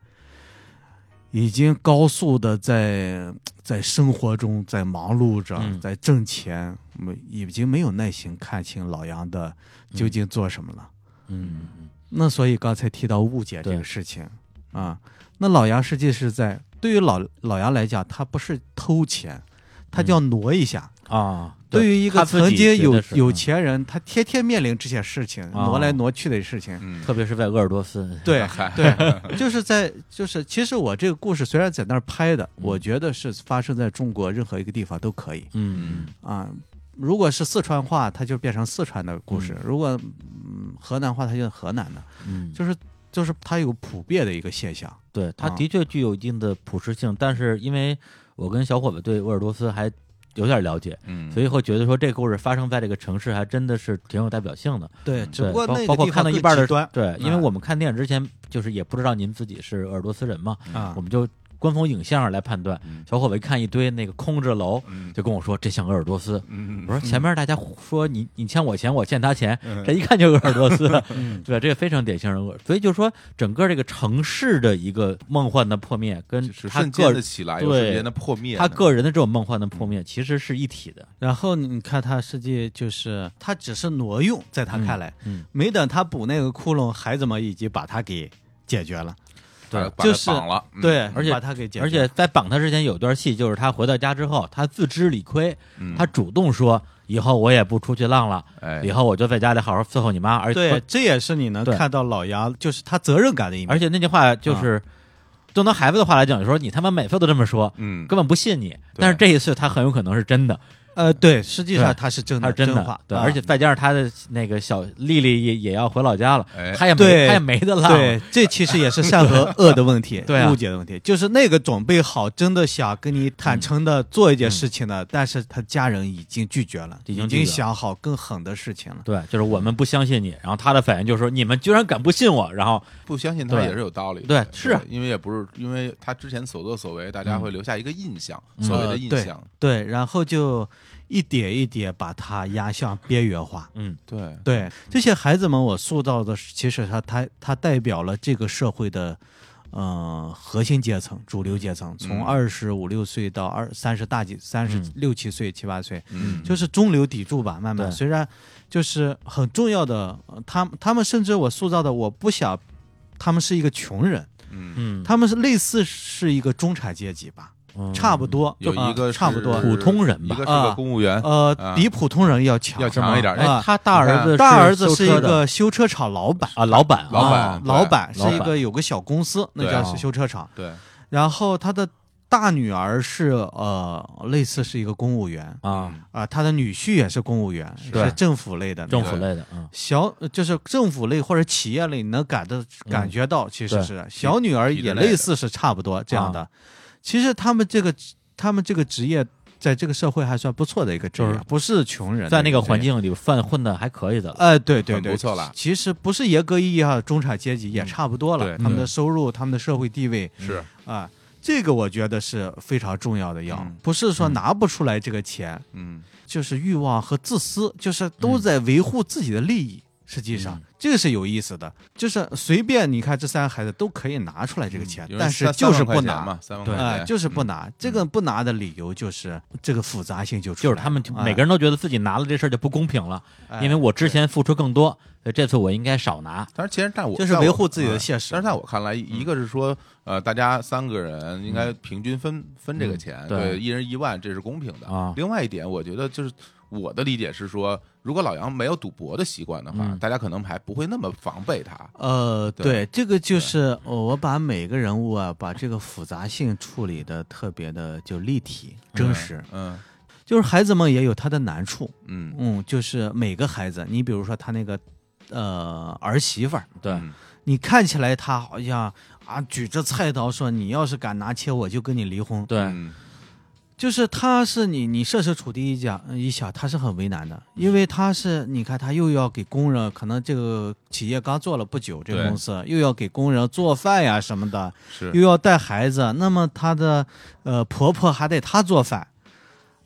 S3: 已经高速的在在生活中在忙碌着，
S1: 嗯
S3: 在挣钱，没已经没有耐心看清老杨的究竟做什么了。
S1: 嗯嗯
S3: 那所以刚才提到误解这
S1: 对
S3: 个事情啊，那老杨实际是在对于老老杨来讲，他不是偷钱，他叫
S1: 嗯
S3: 挪一下。
S1: 啊，
S3: 对于一
S1: 他
S3: 个
S1: 自己
S3: 曾经
S1: 觉
S3: 有
S1: 得是
S3: 有
S1: 嗯哦
S3: 钱人，他天天面临这些事情，挪来挪去的事情，
S2: 嗯，
S1: 特别是在鄂尔多斯，
S3: 对
S2: 嗨
S3: 对，就是在就是，其实我这个故事虽然在那儿拍的，我觉得是发生在中国任何一个地方都可以
S1: 嗯
S3: 啊。如果是四川话，它就变成四川的故事；如果嗯河南话，它就是河南的，
S1: 嗯，
S3: 就是就是它有普遍的一个现象。
S1: 对，它
S3: 啊
S1: 的确具有一定的普适性，但是因为我跟小伙子对鄂尔多斯还有点了解，
S2: 嗯，
S1: 所以会觉得说这故事发生在这个城市还真的是挺有代表性的。
S3: 对，只不
S1: 对
S3: 过
S1: 包
S3: 那
S1: 包
S3: 个
S1: 括
S3: 地
S1: 看
S3: 方
S1: 到
S3: 更
S1: 一半的
S3: 极端
S1: 对，因为
S3: 嗯
S1: 我们看电影之前就是也不知道您自己是鄂尔多斯人嘛，
S3: 啊
S1: 我，们就官方影像上来判断。
S2: 嗯
S1: 小伙子一看一堆那个空着楼，
S2: 嗯
S1: 就跟我说这像鄂尔多斯。
S2: 嗯，
S1: 我说前面大家说你你欠我钱，我欠他钱，
S2: 嗯
S1: 这一看就鄂尔多斯，
S4: 嗯
S1: 对，这个非常典型人物。所以就说整个这个城市的一个梦幻的破灭，跟
S2: 就是
S1: 他
S2: 瞬
S1: 个
S2: 间的
S1: 人
S2: 起来，
S1: 对
S2: 有瞬间的嗯破灭呢，
S1: 他个人的这种梦幻的破灭其实是一体的。
S3: 然后你看他实际就是他只是挪用，在他看来，
S1: 嗯，
S3: 没等他补那个窟窿，孩子们已经把他给解决了，
S2: 把
S1: 对
S2: 把他
S3: 就是
S2: 绑了，嗯
S3: 对，
S1: 而且
S3: 把他给解决，
S1: 而且在绑他之前有一段戏，就是他回到家之后，他自知理亏，
S2: 嗯
S1: 他主动说以后我也不出去浪了，
S2: 哎
S1: 以，后我就在家里好好伺候你妈。而
S3: 对，这也是你能
S1: 对
S3: 看到老杨就是他责任感的一面，
S1: 而且那句话
S2: 嗯
S1: 就是，就拿孩子的话来讲，就说你他妈每次都这么说，
S2: 嗯，
S1: 根本不信你。但是这一次他很有可能是真的，
S3: 呃，对，实际
S1: 对
S3: 上他是真
S1: 他
S3: 的
S1: 是真的，
S3: 话，
S1: 对，
S3: 啊
S1: 而且再加上他的那个小丽丽也也要回老家了，
S2: 哎
S1: 他也没
S3: 对
S1: 他也没得浪，，
S3: 对，这其实也是善和恶的问题
S1: <laughs> 对啊
S3: 误解的问题，就是那个准备好，真的想跟你
S1: 嗯
S3: 坦诚的做一件事情的，但是他家人已经拒绝了，
S1: 已
S3: 已
S1: 经
S3: 经
S1: 拒绝了
S3: 想好更狠的事情了。
S1: 对就是我们不相信你，然后他的反应就是说你们居然敢不信我，然后
S2: 不相信他
S1: 对
S2: 也是有道理的，
S1: 对是啊
S2: 因为也不是因为他之前所作所为，大家会留下一个印象，
S1: 嗯
S2: 所谓的
S3: 呃
S2: 印
S3: 对
S2: 象，
S3: 对，然后就一点一点把它压向边缘化。
S1: 嗯
S2: 对，
S3: 对这些孩子们，我塑造的是其实他他他代表了这个社会的，呃，核心阶层、主流阶层，
S2: 嗯
S3: 从二十五六岁到二三十大几三十六七岁、七八岁，
S2: 嗯，
S3: 就是中流砥柱吧。慢慢，
S1: 对
S3: 虽然就是很重要的，呃他们他们甚至我塑造的，我不想他们是一个穷人，
S2: 嗯，
S1: 嗯，
S3: 他们是类似是一个中产阶级吧，
S1: 嗯
S3: 差不多，
S2: 有
S3: 啊
S2: 一个
S3: 差不
S2: 是
S3: 多，
S1: 普通人吧
S2: 一个是个
S3: 啊
S2: 公务员，啊
S3: 呃，比普通人要强，
S2: 要
S3: 是吗
S2: 强一点
S1: 哎
S3: 啊，
S1: 他大儿子
S3: 大儿子
S1: 修
S3: 是
S1: 车的
S3: 一个修车厂老板，
S1: 啊老板
S2: 老板
S3: 啊
S2: 对
S3: 老板是
S1: 老板
S3: 一个有个小公司，那
S2: 对
S3: 叫
S1: 哦
S3: 修车厂。
S2: 对，
S3: 然后他的大女儿是呃，类似是一个公务员
S2: 嗯
S1: 啊
S3: 啊，他的女婿也是公务员，
S1: 对
S3: 是政府类的那
S1: 政
S3: 种。
S1: 府类的啊
S3: 小呃就是政府类或者企业类，你能感的感觉到，其实
S1: 嗯对
S3: 是小女儿也类似是差不多这
S1: 啊
S3: 样的。其实他们这个他们这个职业，在这个社会还算不错的一个职
S1: 就
S3: 业
S1: 是，
S3: 不是穷人的
S1: 在那
S3: 一
S1: 个
S3: 职
S1: 环
S3: 业
S1: 境里算混的还可以的了，
S3: 哎，对对
S2: 很
S3: 对，
S2: 不错了
S3: 其实不是严格意义上的中产阶
S1: 嗯
S3: 级也差不多
S2: 对
S3: 了，他们的收入、他们的社会地位
S2: 是，
S3: 啊，这个我觉得是非常重要的要，
S2: 嗯
S3: 不是说拿不出来这个钱，
S2: 嗯，
S3: 就是欲望和自私，就是都在维护自己的利益。实际上
S1: 嗯，
S3: 这个是有意思的，就是随便你看这三个孩子都可以拿出来这个钱
S2: 因，为
S3: 但是
S2: 嗯三
S3: 就是不，
S2: 三万块钱
S3: 拿
S2: 嘛，三万
S1: 对
S2: 块
S3: 哎，
S2: 钱，
S3: 就是不拿。这个不拿的理由就是这个复杂性就出
S1: 就
S3: 来
S1: 是
S3: 了
S1: 他们就
S3: 哎
S1: 每个人都觉得自己拿了这事儿就不公平了，
S3: 哎
S1: 因为我之前付出更多，所以这次我应该少拿，
S2: 但是其实在我
S3: 就是
S2: 在我
S3: 维护自己的
S2: 嗯
S3: 现实
S2: 但是在我看来，一个是说，呃，大家三个人应该平均分分这个钱，
S1: 对
S2: 对，一人一万，这是公平的
S1: 啊
S2: 另外一点，我觉得就是我的理解是说，如果老杨没有赌博的习惯的话
S1: 嗯，
S2: 大家可能还不会那么防备他。
S3: 呃，
S2: 对
S3: 对，这个就是呃我把每个人物啊，把这个复杂性处理的特别的就立体、真实。
S2: 嗯
S3: 就是孩子们也有他的难处，
S2: 嗯，
S3: 嗯，就是每个孩子，你比如说他那个呃儿媳妇儿，
S1: 对，
S2: 嗯
S3: 你看起来他好像啊举着菜刀说你要是敢拿钱我就跟你离婚，
S1: 对，
S2: 嗯
S3: 就是他是你你设身处地一讲一想，他是很为难的，因为他是你看他又要给工人，可能这个企业刚做了不久，这个
S2: 对
S3: 公司又要给工人做饭呀什么的，
S2: 是
S3: 又要带孩子，那么她的呃婆婆还得她做饭。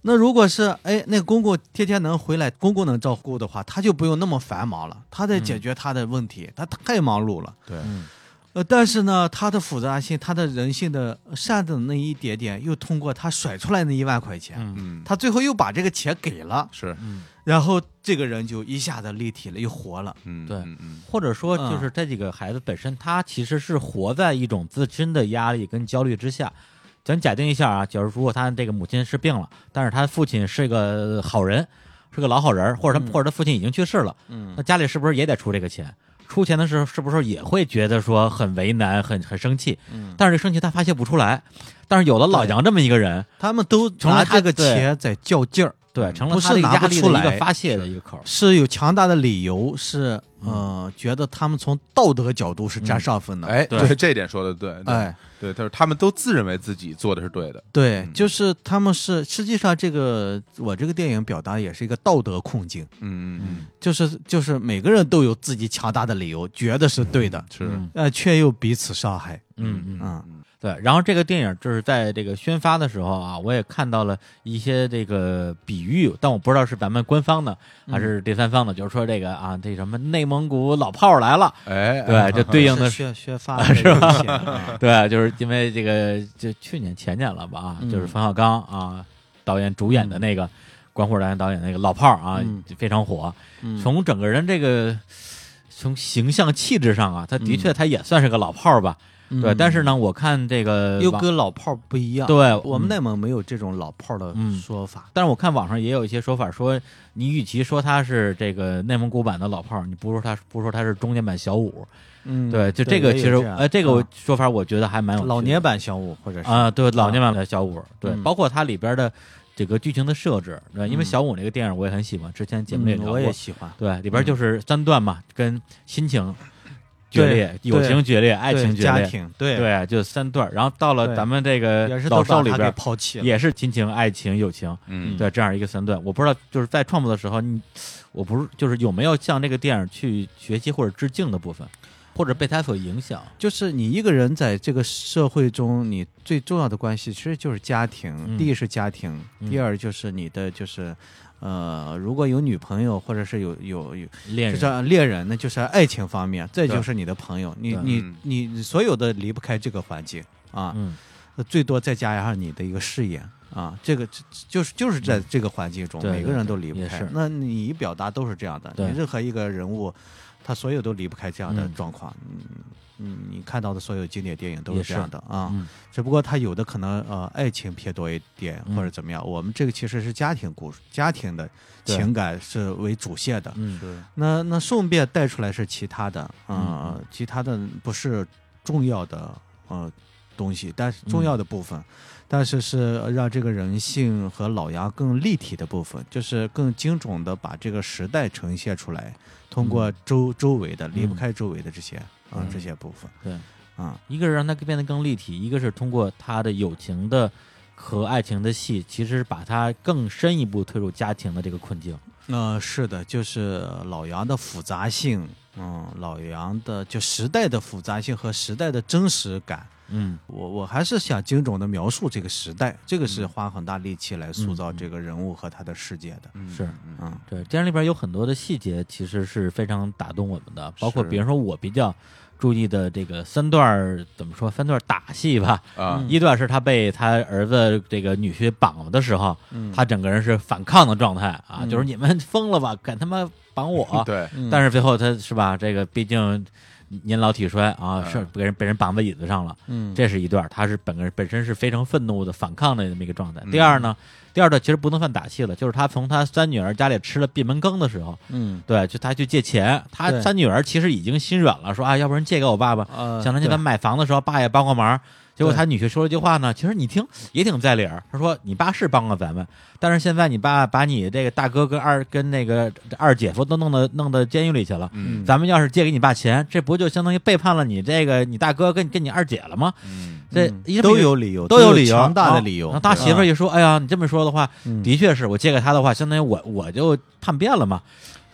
S3: 那如果是哎，那公公天天能回来，公公能照顾的话，她就不用那么繁忙了，她在解决她的问题，她太忙碌了。
S2: 对
S1: 嗯
S3: 呃，但是呢，她的复杂性，她的人性的善的那一点点，又通过她甩出来那一万块钱，
S1: 嗯
S2: 嗯，
S3: 她最后又把这个钱给了，
S2: 是
S1: 嗯，
S3: 然后这个人就一下子立体了，又活了。
S2: 嗯
S1: 对
S2: 嗯嗯
S1: 或者说，就是这几个孩子本身，他其实是活在一种自身的压力跟焦虑之下。咱假定一下啊，假如如果他这个母亲是病了，但是他父亲是个好人，是个老好人，或者他、
S3: 嗯
S1: 或者他父亲已经去世了，
S3: 嗯，
S1: 那家里是不是也得出这个钱？出钱的时候是不是也会觉得说很为难、很很生气？
S3: 嗯
S1: 但是这生气他发泄不出来。但是有了老杨这么一个人，
S3: 他们都
S1: 成了
S3: 拿
S1: 她
S3: 这个
S1: 对
S3: 钱在较劲儿。
S1: 对，成了
S3: 不是
S1: 他的
S3: 拿
S1: 压
S3: 嗯不
S1: 力的
S3: 出
S1: 一个
S3: 来
S1: 发泄的一个口儿。
S3: 是有强大的理由，是
S1: 嗯
S3: 呃，觉得他们从道德角度是占上风的。
S2: 哎，
S1: 对
S2: 对这一点说的对，对
S3: 哎，
S2: 对，他说他们都自认为自己做的是对的，
S3: 对
S2: 嗯，
S3: 就是他们是实际上这个我这个电影表达也是一个道德困境，
S2: 嗯嗯
S3: 就是就是每个人都有自己强大的理由，觉得是对的
S2: 嗯，，是，
S1: 嗯
S3: 呃，却又彼此伤害。
S1: 嗯嗯。
S3: 嗯，
S1: 对，然后这个电影就是在这个宣发的时候啊，我也看到了一些这个比喻，但我不知道是咱们官方的
S3: 嗯
S1: 还是第三方的，就是说这个啊，这什么内蒙古老炮儿来了，
S2: 哎，
S1: 对，这对应的是。
S4: 学学发的是
S1: <laughs>
S4: 吧？
S1: 对，就是因为这个，就去年前年了吧啊，
S3: 嗯
S1: 就是冯小刚啊导演主演的那个，关虎导演导演那个老炮儿啊，
S3: 嗯
S1: 非常火。
S3: 嗯
S1: 从整个人这个从形象气质上啊，他的确
S3: 嗯
S1: 他也算是个老炮儿吧，对。但是呢，我看这个
S3: 又
S1: 网
S3: 跟老炮儿不一样，
S1: 对
S3: 我们内蒙没有这种老炮儿的
S1: 嗯
S3: 说法。
S1: 但是我看网上也有一些说法说，你与其说他是这个内蒙古版的老炮儿，你不如说他不如说他是中年版小五。
S3: 嗯
S1: 对，就
S4: 对
S1: 这个
S4: 也
S1: 其
S4: 有
S1: 实
S4: 这样
S1: 呃，这个我
S4: 啊
S1: 说法我觉得还蛮有趣的
S3: 老年版小五或者是
S1: 啊，对，老年版的小五，对，
S3: 嗯
S1: 包括它里边的这个剧情的设置，对，因为
S3: 嗯
S1: 小五那个电影我也很喜欢，之前节目里也
S3: 嗯
S1: 聊
S3: 我
S1: 过，
S3: 也喜欢。
S1: 对，里边就是三段嘛，跟亲情决裂、友
S4: 对
S1: 情决裂、爱情
S3: 对
S1: 决
S3: 家
S1: 裂，
S3: 庭对
S1: 对，就三段。然后到了
S4: 对
S1: 咱们这
S3: 也
S1: 个
S3: 是
S1: 老
S3: 都
S1: 少
S3: 把
S1: 里
S3: 他给
S1: 边，
S3: 抛弃了。
S1: 也是亲情、爱情、友情，
S2: 嗯，
S1: 对，这样一个三段。我不知道就是在创作的时候，你我不是就是有没有向这个电影去学习或者致敬的部分，或者被它所影响？
S3: 就是你一个人在这个社会中，你最重要的关系其实就是家庭。
S1: 嗯
S3: 第一是家庭，
S1: 嗯
S3: 第二就是你的就是，呃，如果有女朋友或者是有有有，
S1: 恋
S3: 就
S1: 人，
S3: 是恋人，那就是爱情方面，再
S1: 对
S3: 就是你的朋友，你
S1: 对
S3: 你
S2: 嗯
S3: 你你所有的离不开这个环境啊，
S1: 嗯，
S3: 最多再加上你的一个事业。啊，这个这就是就是在这个环境
S1: 嗯
S3: 中，
S1: 对
S3: 每个
S1: 对
S3: 人都
S1: 对
S3: 离不
S1: 也
S3: 开
S1: 是。
S3: 那你表达都是这样的，
S1: 对
S3: 你任何一个人物，他所有都离不开这样的
S1: 嗯
S3: 状况。嗯嗯，你看到的所有经典电影都
S1: 也
S3: 是这
S1: 是
S3: 样的啊。
S1: 嗯
S3: 只不过他有的可能呃爱情偏多一点，
S1: 嗯
S3: 或者怎么样。我们这个其实是家庭故事，家庭的
S1: 对
S3: 情感是为主线的。
S1: 嗯，
S3: 那那顺便带出来是其他的，呃
S1: 嗯，
S3: 其他的不是重要的呃东西，但是重要的部分，但是是让这个人性和老杨更立体的部分，就是更精准的把这个时代呈现出来，通过周、周围的离不开周围的这些啊、呃
S1: 嗯
S3: 这些部分，
S1: 对。
S3: 啊、
S1: 一个是让它变得更立体，一个是通过他的友情的和爱情的戏，其实把它更深一步推入家庭的这个困境。
S3: 呃，是的，就是老杨的复杂性，嗯，老杨的就时代的复杂性和时代的真实感。
S1: 嗯
S3: 我我还是想精准的描述这个时代，这个
S1: 嗯
S3: 是花很大力气来塑造这个人物和他的世界的。
S2: 嗯
S1: 是
S2: 嗯
S3: 嗯，
S1: 对，电影里边有很多的细节其实是非常打动我们的，包括
S2: 是
S1: 比如说我比较注意的这个三段儿怎么说三段儿打戏吧，
S2: 啊，
S1: 一段是他被他儿子这个女婿绑了的时候，
S3: 嗯
S1: 他整个人是反抗的状态啊，
S3: 嗯
S1: 就是你们疯了吧，敢他妈绑我，
S2: <laughs> 对，
S1: 但
S3: 是，
S1: 是最后他是吧，这个毕竟年老体衰啊，
S2: 嗯
S1: 是被人被人绑在椅子上了，
S3: 嗯，
S1: 这是一段儿，他是本个人本身是非常愤怒的反抗的那么一个状态。
S2: 嗯
S1: 第二呢，第二段其实不能算打戏了，就是他从他三女儿家里吃了闭门羹的时候，
S3: 嗯，
S1: 对，就他去借钱，他
S3: 对
S1: 三女儿其实已经心软了，说啊，要不然借给我爸爸，
S3: 呃，
S1: 想当年咱买房的时候，爸也帮过忙。结果他女婿说了句话呢，其实你听也挺在理儿。他说：“你爸是帮过咱们，但是现在你爸把你这个大哥跟二跟那个二姐夫都弄到弄到监狱里去了。
S2: 嗯
S1: 咱们要是借给你爸钱，这不就相当于背叛了你这个你大哥跟跟你二姐了吗？
S2: 嗯
S1: 这
S3: 嗯
S1: 一这么
S3: 都
S1: 一
S3: 有理由，
S1: 都有
S3: 有
S1: 理由，
S3: 强大的
S1: 啊
S3: 理由
S1: 然后。他媳妇儿
S3: 对
S1: 一说：“哎呀，你这么说的话，
S3: 嗯
S1: 的确是我借给他的话，相当于我我就叛变了嘛。”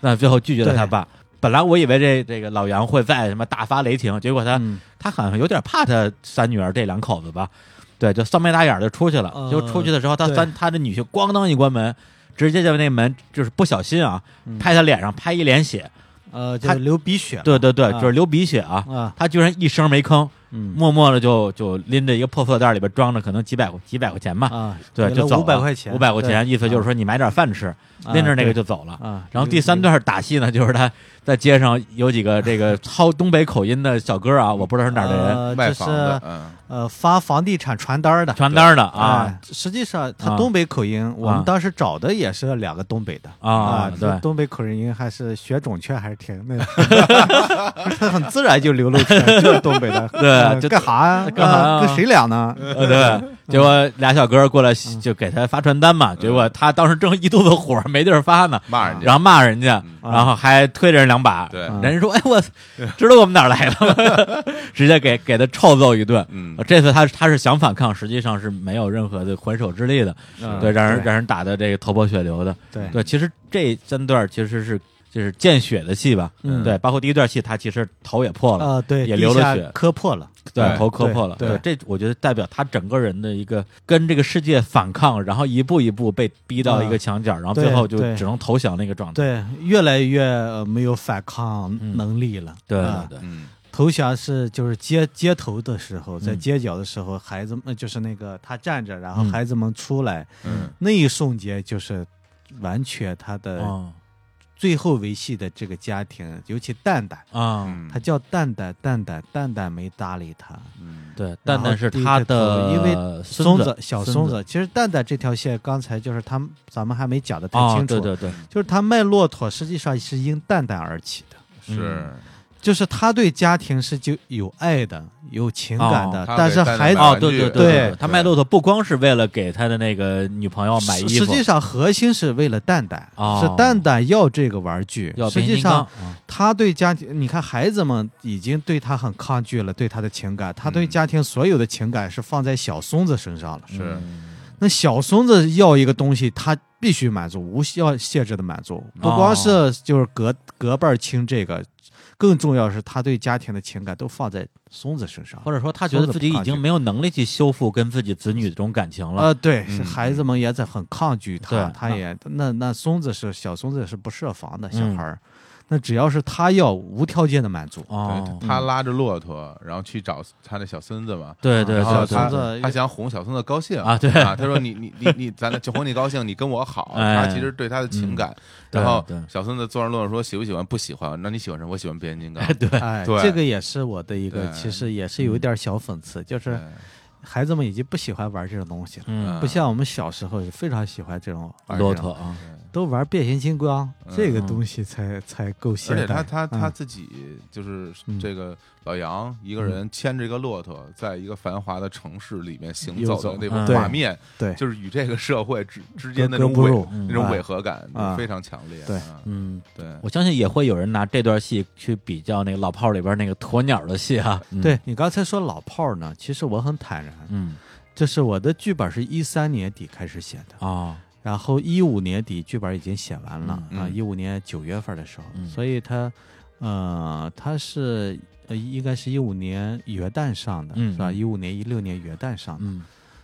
S1: 那最后拒绝了他
S3: 对
S1: 爸。本来我以为这这个老杨会再什么大发雷霆，结果他
S3: 嗯
S1: 他好像有点怕他三女儿这两口子吧，对，就三眉打眼儿就出去了。
S3: 呃
S1: 就出去的时候，他三他的女婿咣当一关门，直接就那门就是不小心啊，
S3: 嗯
S1: 拍他脸上拍一脸血，
S3: 呃，就
S1: 他
S3: 流鼻血了，
S1: 对对对，
S3: 啊
S1: 就是流鼻血啊。
S3: 啊，
S1: 他居然一声没吭，
S3: 嗯
S1: 默默的就就拎着一个破塑料袋，里边装着可能几百几百块钱吧，
S3: 啊，
S1: 对，就走
S3: 五百块钱，嗯啊
S1: 五百块钱，意思就是
S3: 说
S1: 说你买点饭吃，拎着那个就走了。
S3: 啊。
S1: 然后第三段打戏呢，就是他在街上有几个这个操东北口音的小哥啊，我不知道是哪儿的人，
S3: 呃
S2: 卖
S3: 就
S2: 房
S3: 是
S2: 的，嗯，
S3: 呃发房地产传单儿的
S1: 传单的
S3: 啊
S1: 啊，，
S3: 实际上他
S1: 啊
S3: 东北口音，我
S1: 啊
S3: 们当时找的也是两个东北的
S1: 啊
S3: 这
S1: 对
S3: 东北口音还是学准确，还是挺
S1: <laughs>
S3: 那个，他很自然就流露出来，就是东北的，
S1: <laughs> 对啊
S3: 呃
S1: 就
S3: 干啥呀？
S1: 干啥呀
S3: 啊跟谁俩呢？
S1: 呃，对，结果俩小哥过来
S3: 嗯
S1: 就给他发传单嘛，结果他当时正一肚子火，没地儿发呢，
S2: 骂人家，
S1: 然后骂人家，
S3: 嗯
S1: 然后还推着人两把，
S2: 对，
S3: 嗯
S1: 人家说：“哎，我 <laughs> 知道我们哪儿来的， <laughs> 直接给给他臭揍一顿。”
S2: 嗯
S1: 这次他他是想反抗，实际上是没有任何的还手之力的，
S3: 嗯
S1: 对，让人
S3: 对
S1: 让人打的这个头破血流的。
S3: 对
S1: 对，其实这三段其实是就是见血的戏吧，
S3: 嗯
S1: 对，包括第一段戏，他其实头也破了，
S3: 啊，对，
S1: 也
S3: 地
S1: 流了
S3: 下
S1: 血嗯
S3: 磕破了，
S1: 对
S2: 对
S1: 头磕破了。
S3: 对
S1: 这我觉得代表他整个人的一个跟这个世界反抗，然后一步一步被逼到一个墙角，然后最
S3: 啊对
S1: 后就
S3: 对
S1: 只能投降那个状态。
S3: 对，越来越呃没有反抗
S1: 嗯
S3: 能力了。
S1: 对
S3: 啊
S1: 对对，
S2: 嗯
S3: 投降是就是街街头的时候，在
S1: 嗯
S3: 街角的时候，孩子们呃就是那个他站着，然后
S1: 嗯
S3: 孩子们出来，
S2: 嗯
S3: 那一瞬间就是完全他的
S1: 啊
S3: 最后维系的这个家庭，尤其蛋蛋，
S1: 啊，
S2: 嗯，
S3: 他叫蛋蛋，蛋蛋，蛋蛋没搭理他。
S2: 嗯
S1: 对，
S3: 然
S1: 蛋
S3: 后
S1: 蛋是
S3: 低
S1: 他
S3: 着头
S1: 的
S3: 因为
S1: 孙
S3: 子小松
S1: 子
S3: 子，其实蛋蛋这条线刚才就是他们咱们还没讲的太
S1: 啊，
S3: 清楚，
S1: 对对对，
S3: 就是他卖骆驼实际上是因蛋蛋而起的，
S2: 是
S3: 就是他对家庭是就有爱的、有情感的，
S2: 哦他
S3: 但是
S2: 给蛋蛋
S3: 孩子
S2: 买
S1: 哦，
S2: 玩
S1: 对对
S2: 具
S1: 对
S3: 对，
S1: 他卖骆驼不光是为了给他的那个女朋友哦买
S3: 实
S1: 衣
S3: 实
S1: 服
S3: 际，上核心是为了蛋蛋，
S1: 哦
S3: 是蛋蛋要这个玩具
S1: 要。
S3: 实
S1: 变形
S3: 际
S1: 金刚
S3: 上，他对家庭，你看孩子们已经对他很抗拒了，对他的情感，他对
S2: 嗯
S3: 家庭所有的情感是放在小松子身上了。
S1: 嗯
S2: 是
S1: 嗯
S3: 那小松子要一个东西，他必须满足，无需要限制的满足，不光是就是隔隔辈儿亲这个，更重要是他对家庭的情感都放在松子身上。
S1: 或者说他觉得自己已经没有能力去修复跟自己子女的这种感情了。
S3: 呃，对，
S2: 嗯
S3: 是孩子们也在很抗拒他，
S1: 对
S3: 他
S1: 那
S3: 也那那松子是小松子是不设防的小
S1: 嗯
S3: 孩儿，那只要是他要无条件的满足，
S1: 哦
S2: 对，他拉着骆驼，然后去找他的小孙子嘛。
S1: 对对
S2: 然
S3: 小
S2: 后
S1: 对对
S3: 松
S2: 他
S3: 子
S2: 他想哄小孙子高兴
S1: 啊对
S2: 啊，他说你你你你，咱俩就哄你高兴，你跟我好。
S1: 哎
S2: 他其实对他的情感，
S1: 对
S2: 然后
S1: 对
S2: 小孙子坐上骆驼说喜不喜欢？不喜欢，那你喜欢什么？我喜欢变形金刚。
S1: <laughs> <laughs> 对
S3: 哎，
S2: 对
S3: 这个也是我的一个，
S2: 对嗯
S3: 其实也是有一点小讽刺，就是
S2: 对
S3: 孩子们已经不喜欢玩这种东西了。
S1: 嗯，
S3: 不像我们小时候非常喜欢这种玩
S1: 骆
S3: 这种
S1: 驼，啊，
S3: 都玩变形金刚，
S2: 嗯
S3: 这个东西才才够现
S2: 而
S3: 代。
S2: 且他他他
S3: 嗯
S2: 自己就是
S3: 嗯
S2: 这个老杨一个人牵着一个骆驼，在一个繁华的城市里面行
S3: 游
S2: 走
S3: 走
S2: 的那种
S1: 嗯
S2: 画面，
S3: 对
S2: 就是与这个社会之之间那
S3: 格格
S2: 种
S3: 不
S2: 违
S3: 入，
S1: 嗯
S2: 那种
S3: 啊
S2: 违和感
S3: 啊
S2: 非常强烈。
S3: 对
S2: 啊
S1: 嗯，
S2: 对，
S1: 我相信也会有人拿这段戏去比较那个老炮儿里边那个鸵鸟的戏啊。嗯
S3: 对，你刚才说老炮儿呢，其实我很坦然，
S1: 嗯
S3: 这是我的剧本是一三年底开始写的，
S1: 哦，
S3: 然后一五年底剧本已经写完了
S2: 嗯
S3: 啊，
S2: 嗯
S3: 一五年九月份的时候，
S1: 嗯
S3: 所以他，呃，他是呃应该是一五年元旦上的，
S1: 嗯
S3: 是吧？
S1: 嗯
S3: 一五年一六年元旦上的，
S1: 嗯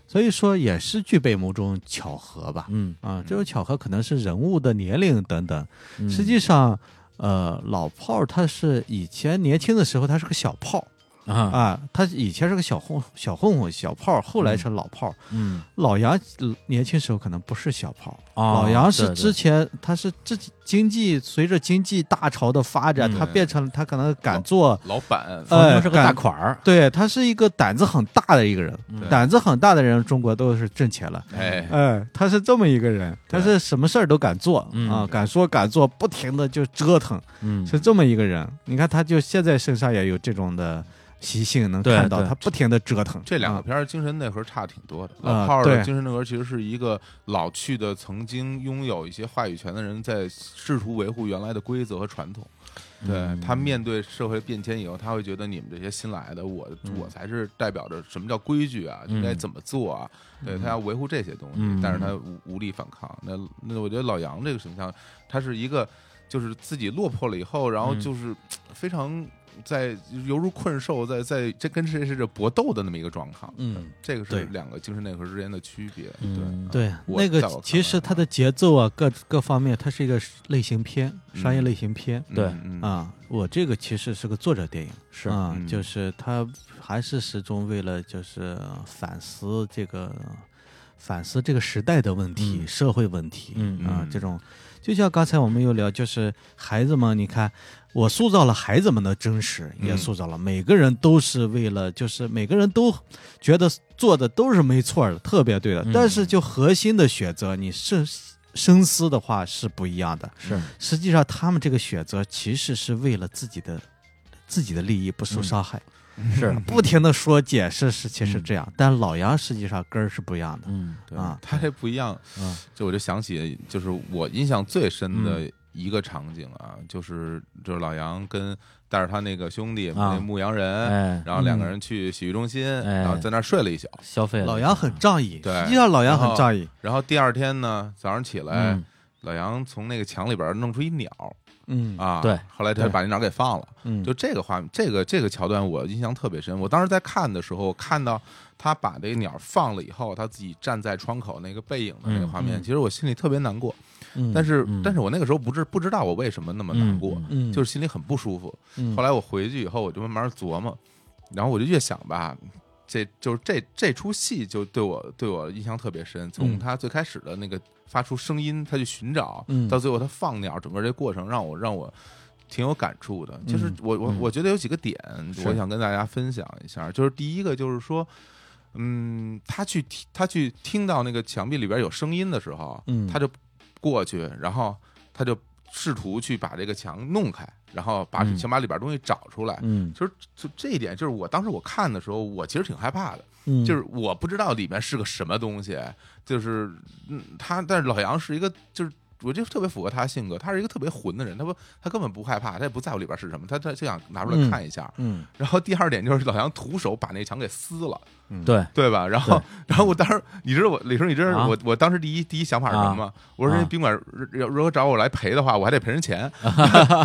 S3: 所以说也是具备某种巧合吧。
S1: 嗯，
S3: 啊，这种巧合可能是人物的年龄等等，
S1: 嗯
S3: 实际上，呃，老炮儿他是以前年轻的时候他是个小炮儿
S1: 啊
S3: 啊，他以前是个小混小混混小炮儿，后来是老炮儿。
S1: 嗯
S3: 老杨呃年轻时候可能不是小炮儿，
S1: 哦
S3: 老杨
S1: 对
S3: 是
S1: 对
S3: 之前他是自己经济随着经济大潮的发展，
S1: 嗯
S3: 他变成了他可能敢做，
S2: 老板
S3: 呃
S1: 冯程是个大
S3: 干
S1: 款儿，
S3: 对他是一个胆子很大的一个人，
S1: 嗯
S3: 胆子很大的人，中国都是挣钱了。
S2: 哎，
S3: 哎，他是这么一个人，他是什么事儿都敢做、
S1: 嗯
S3: 啊，敢说敢做，不停的就折腾，
S1: 嗯
S3: 是这么一个人。你看，他就现在身上也有这种的习性，能看到
S1: 对对
S3: 他不停的折腾。
S2: 这两个
S3: 啊
S2: 片儿精神内核差挺多的。
S3: 啊
S2: 老炮儿的
S3: 对
S2: 精神内核其实是一个老去的、曾经拥有一些话语权的人，在试图维护原来的规则和传统。对
S1: 嗯
S2: 他面对社会变迁以后，他会觉得你们这些新来的，我我才是代表着什么叫规矩啊，
S1: 嗯
S2: 应该怎么做啊？对他要维护这些东西
S1: 嗯，
S2: 但是他无无力反抗。那那我觉得老杨这个形象，他是一个就是自己落魄了以后，然后
S1: 嗯
S2: 就是嘖非常在犹如困兽，在在这跟谁是这搏斗的那么一个状况。
S3: 嗯，
S2: 这个
S3: 对
S2: 是两个精神内核之间的区别。
S1: 嗯
S2: 对
S3: 对
S2: 啊，我
S3: 那个
S2: 在我看来
S3: 其实他的节奏啊，各各方面，它是一个类型片，
S2: 嗯
S3: 商业类型片。
S2: 嗯
S1: 对
S2: 嗯
S3: 啊，我这个其实是个作者电影，
S1: 是
S3: 啊，
S2: 嗯
S3: 就是他还是始终为了就是反思这个反思这个时代的问题、
S1: 嗯
S3: 社会问题，
S1: 嗯
S3: 啊
S2: 嗯，
S3: 这种就像刚才我们又聊，就是孩子们，你看我塑造了孩子们的真实，也
S2: 嗯
S3: 塑造了、每个人都是为了，就是每个人都觉得做的都是没错的，特别对的，
S1: 嗯
S3: 但是就核心的选择，你深深思的话是不一样的。 <laughs>
S1: 是
S3: 实际上，他们这个选择其实是为了自己的自己的利益不受伤害，
S2: 嗯
S1: 是
S3: 不停的说解释是其实这样，但老杨实际上根儿是不一样的。
S1: 嗯
S2: 对
S3: 啊
S2: 他这不一样
S1: 嗯，
S2: 就我就想起，就是我印象最深的一个场景啊，就是就是老杨跟带着他那个兄弟
S1: 啊
S2: 那牧羊人，
S1: 哎
S2: 呃然后两个人去洗浴中心，
S1: 哎
S2: 然后在那儿睡了一宿，
S1: 消费了
S3: 老杨很仗义，
S2: 对哦
S3: 实际上老杨很仗义，
S2: 然后第二天呢，早上起来
S1: 嗯
S2: 老杨从那个墙里边弄出一鸟
S5: 嗯
S2: 啊，
S1: 对，
S2: 后来他
S1: 对
S2: 把那鸟给放了。
S5: 嗯，
S2: 就这个画面，这个这个桥段我印象特别深。我当时在看的时候，看到他把这个鸟放了以后，他自己站在窗口那个背影的那个画面，
S5: 嗯嗯
S2: 其实我心里特别难过。
S5: 嗯
S2: 但是，
S1: 嗯
S2: 但是我那个时候不知不知道我为什么那么难过，
S1: 嗯
S5: 嗯
S2: 就是心里很不舒服。
S5: 嗯
S2: 后来我回去以后，我就慢慢琢磨，然后我就越想吧，这就是这这出戏就对我对我印象特别深。从
S5: 嗯
S2: 他最开始的那个发出声音，他去寻找，
S5: 嗯
S2: 到最后他放鸟，整个这过程让我让我挺有感触的。就是
S5: 嗯
S2: 我我
S1: 嗯
S2: 我觉得有几个点，
S5: 是
S2: 我想跟大家分享一下。就是第一个就是说。嗯，他去听他去听到那个墙壁里边有声音的时候，
S5: 嗯
S2: 他就过去，然后他就试图去把这个墙弄开，然后把
S1: 嗯
S2: 想把里边东西找出来。
S5: 嗯
S2: 其实就这一点，就是我当时我看的时候，我其实挺害怕的，
S5: 嗯
S2: 就是我不知道里面是个什么东西，就是嗯，他，但是老杨是一个就是。我觉得特别符合他性格，他是一个特别混的人，他不，他根本不害怕，他也不在乎里边是什么，他他就想拿出来
S5: 嗯
S2: 看一下。
S5: 嗯
S2: 然后第二点就是老杨徒手把那墙给撕了，
S3: 嗯
S1: 对，
S2: 对吧？然后，然后我当时，你知道我李叔，你知道
S1: 啊
S2: 我我当时第一第一想法是什么吗？我说
S1: 啊
S2: 这宾馆如如果找我来赔的话，我还得赔人
S5: <laughs>
S2: 钱，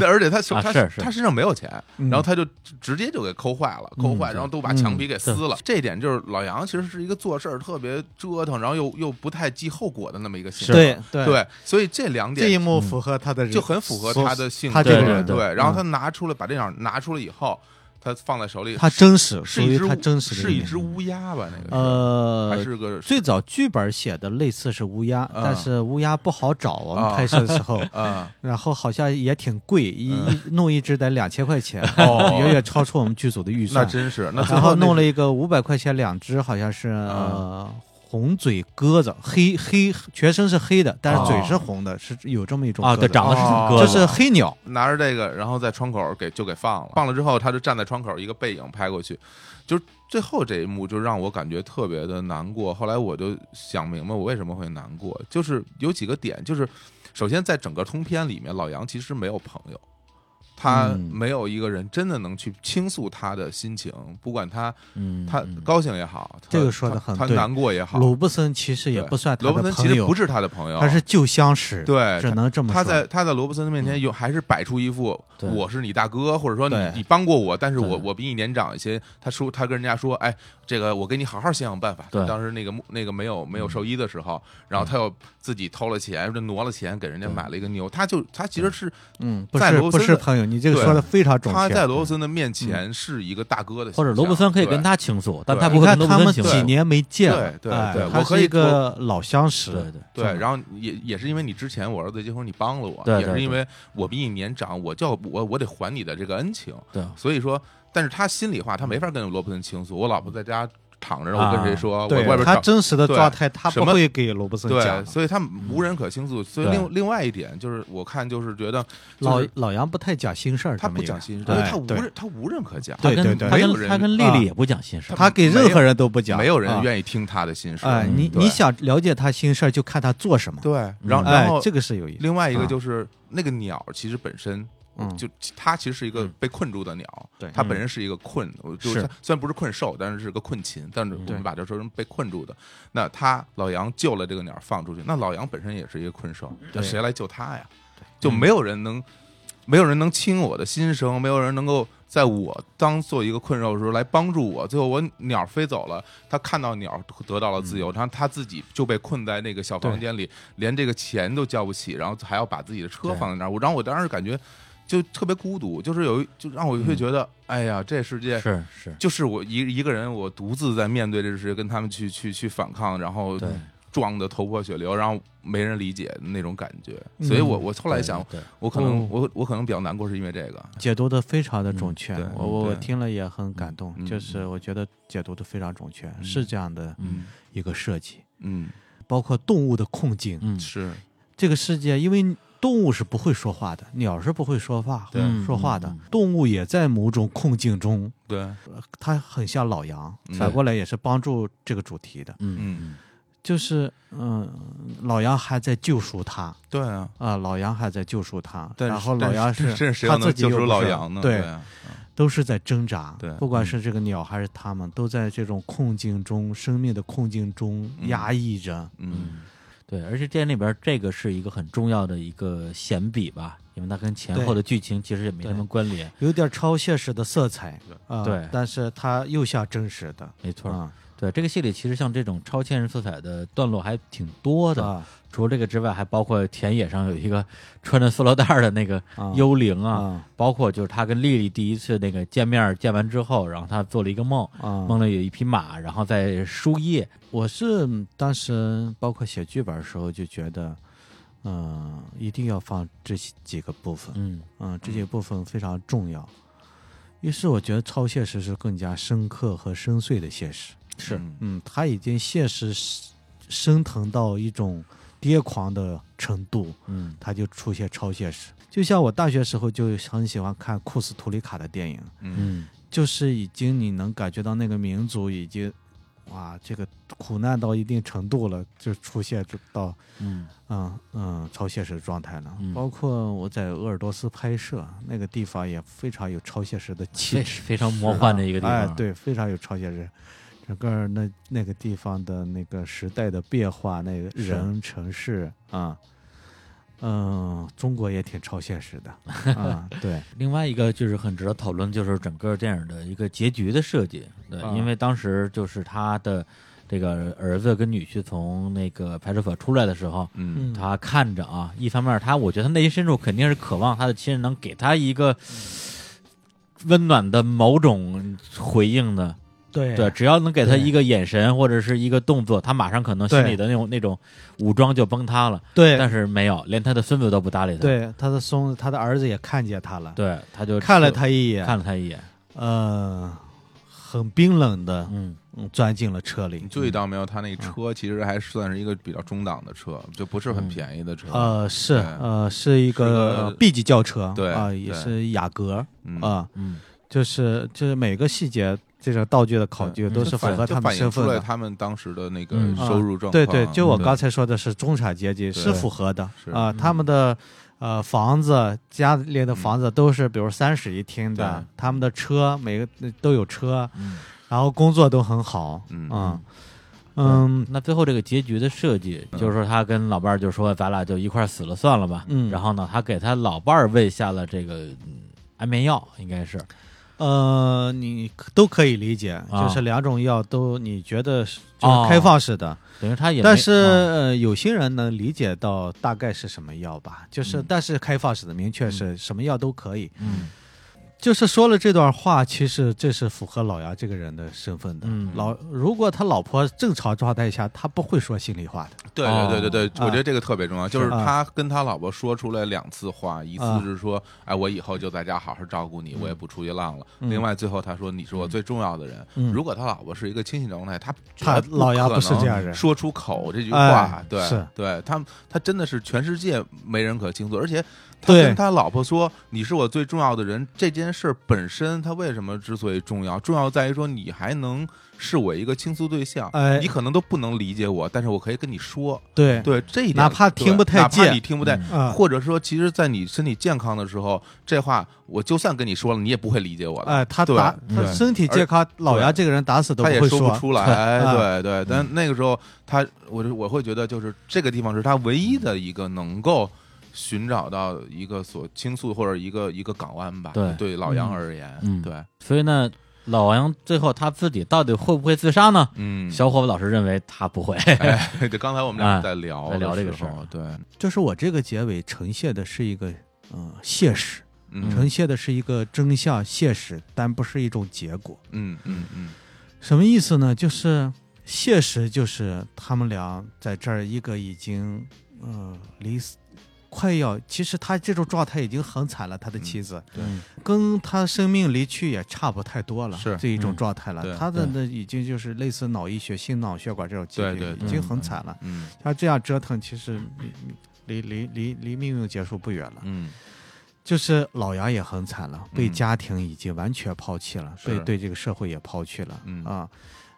S2: 对而且他手
S1: 啊
S2: 他
S1: 是是
S2: 他身上没有钱，
S5: 嗯
S2: 然后他就直直接就给抠坏了，抠坏，
S1: 嗯
S2: 然后都把
S5: 嗯
S2: 墙皮给撕了。这一点就是老杨其实是一个做事儿特别折腾，然后又又不太计后果的那么一个性格，
S5: 对对，
S2: 对，所以这两
S5: 这一
S2: 点
S5: 幕符合他的人，
S2: 就很符合他的性
S5: 他
S2: 格，
S1: 这个
S2: 对
S1: 人对
S2: 然后他
S5: 嗯
S2: 拿出了把这鸟拿出来以后，他放在手里，
S5: 他真实，属
S2: 是一
S5: 于
S2: 只
S5: 他
S2: 乌
S5: 真实的
S2: 是
S5: 一
S2: 一
S5: 面嗯
S2: 只乌鸦吧？那个是
S3: 呃
S2: 还是个
S3: 最早剧本写的类似是乌鸦，
S2: 啊
S3: 但是乌鸦不好找。我们
S2: 啊
S3: 拍摄的
S2: <laughs>
S3: 时候， <laughs>
S2: 啊。
S3: 然后好像也挺贵，一
S2: 嗯
S3: 一弄一只得两千块钱，
S2: 哦
S3: <laughs> 远远超出我们剧组的预
S2: 那
S3: 算。
S2: 真是，那最
S3: 啊然后
S2: 那啊
S3: 弄了一个五百块钱两只，好像是呃红嘴鸽子，黑黑全身是黑的，但是嘴是红的，是有这么一种
S1: 啊，对，
S3: 鸽子
S1: 长得是挺
S2: 哦
S1: 鸽
S3: 这
S1: 子
S3: 是黑鸟。
S2: 拿着这个，然后在窗口给就给放了，放了之后，他就站在窗口，一个背影拍过去，就是最后这一幕就让我感觉特别的难过。后来我就想明白我为什么会难过，就是有几个点，就是首先在整个通篇里面，老杨其实没有朋友，他
S1: 嗯
S2: 没有一个人真的能去倾诉他的心情，不管他
S1: 嗯，
S2: 他
S1: 嗯
S2: 高兴也好，他
S3: 这个说得很
S2: 他他
S3: 对
S2: 难过也好，
S3: 鲁布森其实也
S2: 对
S3: 不算他
S2: 罗伯
S3: 的
S2: 森其
S3: 朋
S2: 实
S3: 友
S2: 不，是他的朋友，
S3: 他是旧相识，
S2: 对
S3: 只能这么说。
S2: 他在他在罗伯森的面前有还是摆出一副
S1: 嗯对
S2: 我是你大哥，或者说你
S3: 对
S2: 你帮过我，但是我
S1: 对
S2: 我比你年长一些。他说他跟人家说，哎，这个我给你好好想想办法。
S1: 对嗯
S2: 当时那个木那个没有没有兽医的时候，然后他又自己偷了钱，就挪了钱给人家
S1: 对
S2: 买了一个牛。他就他其实是
S3: 嗯，不
S2: 在
S3: 是
S2: 罗伯
S3: 不
S2: 森
S3: 是
S2: 的
S3: 朋友，你这个
S2: 对
S3: 说的非常准
S2: 他
S3: 确。
S2: 在罗伯森的面前是一个大哥的形象，
S1: 嗯或者罗伯森可以跟
S2: 对
S1: 他倾诉，但
S2: 对
S1: 他不
S3: 你
S1: 会
S3: 看
S1: 跟罗
S3: 他
S1: 伯
S3: 们
S1: 森倾
S3: 几
S1: 诉。
S3: 年没见了，
S2: 对对
S3: 哎
S2: 对
S3: 他
S2: 我可
S3: 是
S2: 以
S3: 一个老相识，
S1: 对对
S2: 对，然后也也是因为你之前我儿子结婚，你帮了我，
S1: 嗯对
S2: 也
S1: 对
S2: 是因
S1: 对
S2: 为我比你年长，我叫我我得还你的这个恩情。
S1: 对
S2: 所以说，但是他心里话，他没法跟罗伯森倾诉。我老婆在家躺着呢，我跟谁说？我
S3: 啊对
S2: 啊外边
S3: 他
S2: 找
S3: 真实的
S2: 对
S3: 状态，他
S2: 什
S3: 不
S2: 么
S3: 会给罗伯森讲嗯
S2: 对，
S3: 的。
S2: 所以他无人可倾诉。所以
S1: 对
S2: 另另外一点就是，我看就是觉得
S3: 老
S2: 就是
S3: 老杨不太讲心事儿，
S2: 他
S3: 这么
S2: 不
S3: 一个
S2: 讲心事，
S3: 对
S2: 因为他无
S3: 对
S2: 人他无人可讲，
S1: 他
S3: 对对
S1: 跟
S3: 对
S1: 他
S2: 没有
S1: 跟
S2: 人
S1: 他跟丽
S3: 啊
S1: 丽也不讲心事，
S2: 他
S5: 他给
S2: 没有
S5: 任何人都不讲，
S2: 没有人
S5: 啊
S2: 愿意听他的心事。嗯
S3: 哎，你
S2: 对
S3: 你想了解他心事儿，就看他做什么。
S2: 对，然后
S1: 嗯
S2: 然
S3: 哎
S2: 后，
S3: 这个是有意思。
S2: 另外一个
S3: 啊
S2: 就是那个鸟，其实本身
S3: 嗯
S2: 就它其实是一个
S1: 嗯
S2: 被困住的鸟，
S3: 对嗯
S2: 它本身是一个困，我就是它虽然不是困兽，但是是个困禽，但是我
S3: 对
S2: 们把它说成被困住的。那他老杨救了这个鸟放出去，那老杨本身也是一个困兽，那
S3: 对嗯
S2: 谁来救他呀？就没有人能，没有人能听我的心声，没有人能够。在我当做一个困兽的时候来帮助我，最后我鸟飞走了，他看到鸟得到了自
S1: 嗯
S2: 由，然后他自己就被困在那个小房
S3: 对
S2: 间里，连这个钱都交不起，然后还要把自己的车
S1: 对
S2: 放在那儿，我然后我当时感觉就特别孤独，就是有一就让我会觉得，哎呀，这世界
S1: 嗯是是，
S2: 就是我一一个人，我独自在面对这世界，跟他们去去去反抗，然后
S1: 对，
S2: 撞得头破血流，然后没人理解的那种感觉。所以我我后来
S1: 嗯对
S2: 想，，
S1: 对
S2: 我可能
S3: 嗯
S2: 我我可能比较难过，是因为这个。
S3: 解读的非常的准确，
S2: 嗯对
S3: 我我我
S2: 对
S3: 听了也很感动，
S2: 嗯
S3: 就是我觉得解读的非常准确，是这样的
S1: 嗯
S3: 一个设计，
S2: 嗯，
S3: 包括动物的困境。
S1: 嗯
S2: 是
S3: 这个世界因为动物是不会说话的，鸟是不会说话
S2: 对
S3: 说话的
S1: 嗯嗯，
S3: 动物也在某种困境中，
S2: 对，
S3: 它很像老杨
S2: 嗯，
S3: 反过来也是帮助这个主题的，
S1: 嗯
S2: 嗯，
S3: 就是嗯，老杨还在救赎他，
S2: 对啊。
S3: 啊，老杨还在救赎他，
S2: <laughs> 但是
S3: 然后老杨
S2: 但这谁
S3: 他
S2: 又能
S3: 自己
S2: 救
S3: 又
S2: 出
S3: 不
S2: 老
S3: 是
S2: 杨呢？
S3: 对，
S2: 啊
S3: 都是在挣扎，
S2: 对
S3: 不管是这个鸟还是他们，都在这种困境中，生命的困境中
S2: 嗯
S3: 压抑着。
S2: 嗯，
S1: 对，而且电影里边这个是一个很重要的一个显笔吧，因为它跟前
S3: 对
S1: 后的剧情其实也没什么关联。
S3: 有点超现实的色彩
S2: 对，
S3: 啊，
S1: 对
S3: 但是它又像真实的，
S1: 没错，
S3: 啊，
S1: 对这个戏里其实像这种超现实色彩的段落还挺多的。
S3: 啊
S1: 除了这个之外，还包括田野上有一个穿着塑料袋儿的那个
S3: 啊
S1: 幽灵啊，
S3: 啊
S1: 包括就是他跟丽丽第一次那个见面儿见完之后，然后他做了一个梦，
S3: 啊，
S1: 梦里有一匹马，然后在输液，
S3: 我是当时包括写剧本的时候就觉得，嗯、一定要放这些几个部分，
S1: 嗯，
S3: 嗯、这些部分非常重要。于是我觉得超现实是更加深刻和深邃的现实，
S1: 是
S2: 嗯
S3: 嗯，它已经现实是升腾到一种癫狂的程度，
S1: 嗯
S3: 它就出现超现实。就像我大学时候就很喜欢看库斯图里卡的电影，
S2: 嗯
S1: 嗯
S3: 就是已经你能感觉到那个民族已经，哇，这个苦难到一定程度了，就出现到
S1: 嗯
S3: 嗯嗯超现实状态了。
S1: 嗯
S3: 包括我在鄂尔多斯拍摄，那个地方也非常有超现实的气
S1: 非
S3: 质，
S1: 非常魔幻的一个地方，
S3: 哎，对，非常有超现实。整个儿那那个地方的那个时代的变化，那个
S1: 是
S3: 人、城市啊，嗯、中国也挺超现实的啊，对，
S1: 另外一个就是很值得讨论，就是整个电影的一个结局的设计。对，
S3: 啊
S1: 因为当时就是他的这个儿子跟女婿从那个派出所出来的时候，
S2: 嗯
S3: 嗯
S1: 他看着啊，一方面他我觉得他内心深处肯定是渴望他的亲人能给他一个
S3: 嗯
S1: 温暖的某种回应的。
S3: 对
S1: 对，只要能给他
S3: 对
S1: 一个眼神或者是一个动作，他马上可能心
S3: 对
S1: 里的那种那种武装就崩塌了。
S3: 对
S1: 但是没有，连他的孙子都不搭理他。
S3: 对，他的孙，他的儿子也看见他了，
S1: 对，他就
S3: 看了他一眼，
S1: 看了他一眼，
S3: 呃，很冰冷的、
S1: 嗯。
S3: 嗯钻进了车里
S2: 你。注意到没有？
S3: 嗯
S2: 他那个车其实还算是一个比较中档的车，就不是很便宜的车。
S3: 嗯呃，是
S2: 对
S3: 呃，是一
S2: 是
S3: 个
S2: 个
S3: B 级轿车，
S2: 对
S3: 啊、也
S2: 对
S3: 是雅阁
S2: 嗯
S3: 啊、
S1: 嗯，
S3: 就是就是每个细节，这种道具的考据
S1: 对
S3: 都
S1: 嗯
S3: 是
S1: 就
S3: 符
S1: 反
S3: 合
S2: 就
S3: 他们
S2: 反映
S3: 身
S2: 出
S3: 份
S2: 来
S3: 的。啊
S2: 他们当时的那个
S1: 嗯
S2: 收入状况。
S3: 对对，就我
S2: 嗯
S3: 刚才说的是中产阶级是
S2: 对
S3: 符合的
S2: 是
S3: 啊、
S1: 嗯
S3: 他们的呃房子家里的房子都是比如三室一厅的
S2: 对，
S3: 他们的车每个都有车，
S1: 嗯
S3: 然后工作都很好，
S2: 嗯
S3: 啊嗯
S1: 那最后这个结局的设计，
S2: 嗯
S1: 就是说他跟老伴儿就说：“咱俩就一块儿死了算了吧。”
S3: 嗯
S1: 然后呢，他给他老伴儿喂下了这个嗯安眠药，应该是
S3: 呃，你可都可以理解，
S1: 啊
S3: 就是两种药都你觉得是就
S1: 哦
S3: 是开放式的，
S1: 等于他也没
S3: 但是、
S1: 嗯
S3: 呃有些人能理解到大概是什么药吧，就是、
S2: 嗯
S3: 但是开放式的明确是什么药都可以。
S1: 嗯
S3: 就是说了这段话，其实这是符合老杨这个人的身份的。
S1: 嗯
S3: 老如果他老婆正常状态下，他不会说心里话的。
S2: 对
S1: 哦
S2: 对对对对，
S3: 啊
S2: 我觉得这个特别重要，就是
S3: 是啊
S2: 他跟他老婆说出来两次话，一
S3: 啊
S2: 次是说，哎，我以后就在家好好照顾你，我也不出去浪了。
S3: 嗯
S2: 另外，最后他说你是我最重要的人。
S3: 嗯
S2: 如果他老婆是一个清醒状态，他
S3: 他
S2: 绝不
S3: 老杨
S2: 可
S3: 不是
S2: 能
S3: 这样人。
S2: 说出口这句话
S3: 哎，
S2: 对
S3: 是
S2: 对，他他真的是全世界没人可倾诉，而且他
S3: 对
S2: 跟他老婆说你是我最重要的人这件事儿本身，他为什么之所以重要，重要在于说你还能是我一个倾诉对象，
S3: 哎
S2: 你可能都不能理解我，但是我可以跟你说，
S3: 对
S2: 呃对这一点，
S3: 哪怕听不太
S2: 对哪怕
S3: 见
S2: 你听不太。
S1: 嗯
S3: 啊，
S2: 或者说，其实，在你身体健康的时候，这话我就算跟你说了，你也不会理解我的。
S3: 哎，他
S2: 对
S3: 打
S1: 嗯
S3: 他身体健康，老杨这个人打死都
S2: 他也
S3: 会
S2: 说不出来，哎
S3: <laughs> 啊
S2: 对对。但那个时候，他我就我会觉得，就是这个地方是他唯一的一个能够寻找到一个所倾诉或者一个一个港湾吧。
S1: 对
S2: 对，老杨而言，
S1: 嗯
S2: 对，
S1: 所以呢，老杨最后他自己到底会不会自杀呢？
S2: 嗯。
S1: 小伙子老师认为他不会，
S2: 哎， <laughs> 对，刚才我们俩
S1: 哎
S2: 在聊
S1: 在聊
S2: 的
S1: 这个
S2: 时
S1: 事
S2: 候
S1: 儿
S2: 对，
S3: 就是我这个结尾呈现的是一个嗯现实，
S2: 嗯
S3: 呈现的是一个真相现实，但不是一种结果。
S2: 嗯嗯嗯
S3: 什么意思呢？就是现实就是他们俩在这儿，一个已经嗯、呃离死快要，其实他这种状态已经很惨了，他的妻子、
S1: <laughs> 嗯
S3: 跟他生命离去也差不太多了，
S2: 是
S3: 这一种
S1: 嗯
S3: 状态了。
S2: 对
S3: 他的
S1: 对
S3: 那已经就是类似脑溢血、心脑血管这种疾
S2: 对
S3: 病，
S2: 对
S3: 已
S1: 对
S3: 经很惨了。
S2: 嗯
S3: 他这样折腾，其实离离离离离命运结束不远了。
S2: 嗯
S3: 就是老杨也很惨了，被
S2: 嗯
S3: 家庭已经完全抛弃了，
S2: 是
S3: 被对这个社会也抛弃了，
S2: 嗯
S3: 啊。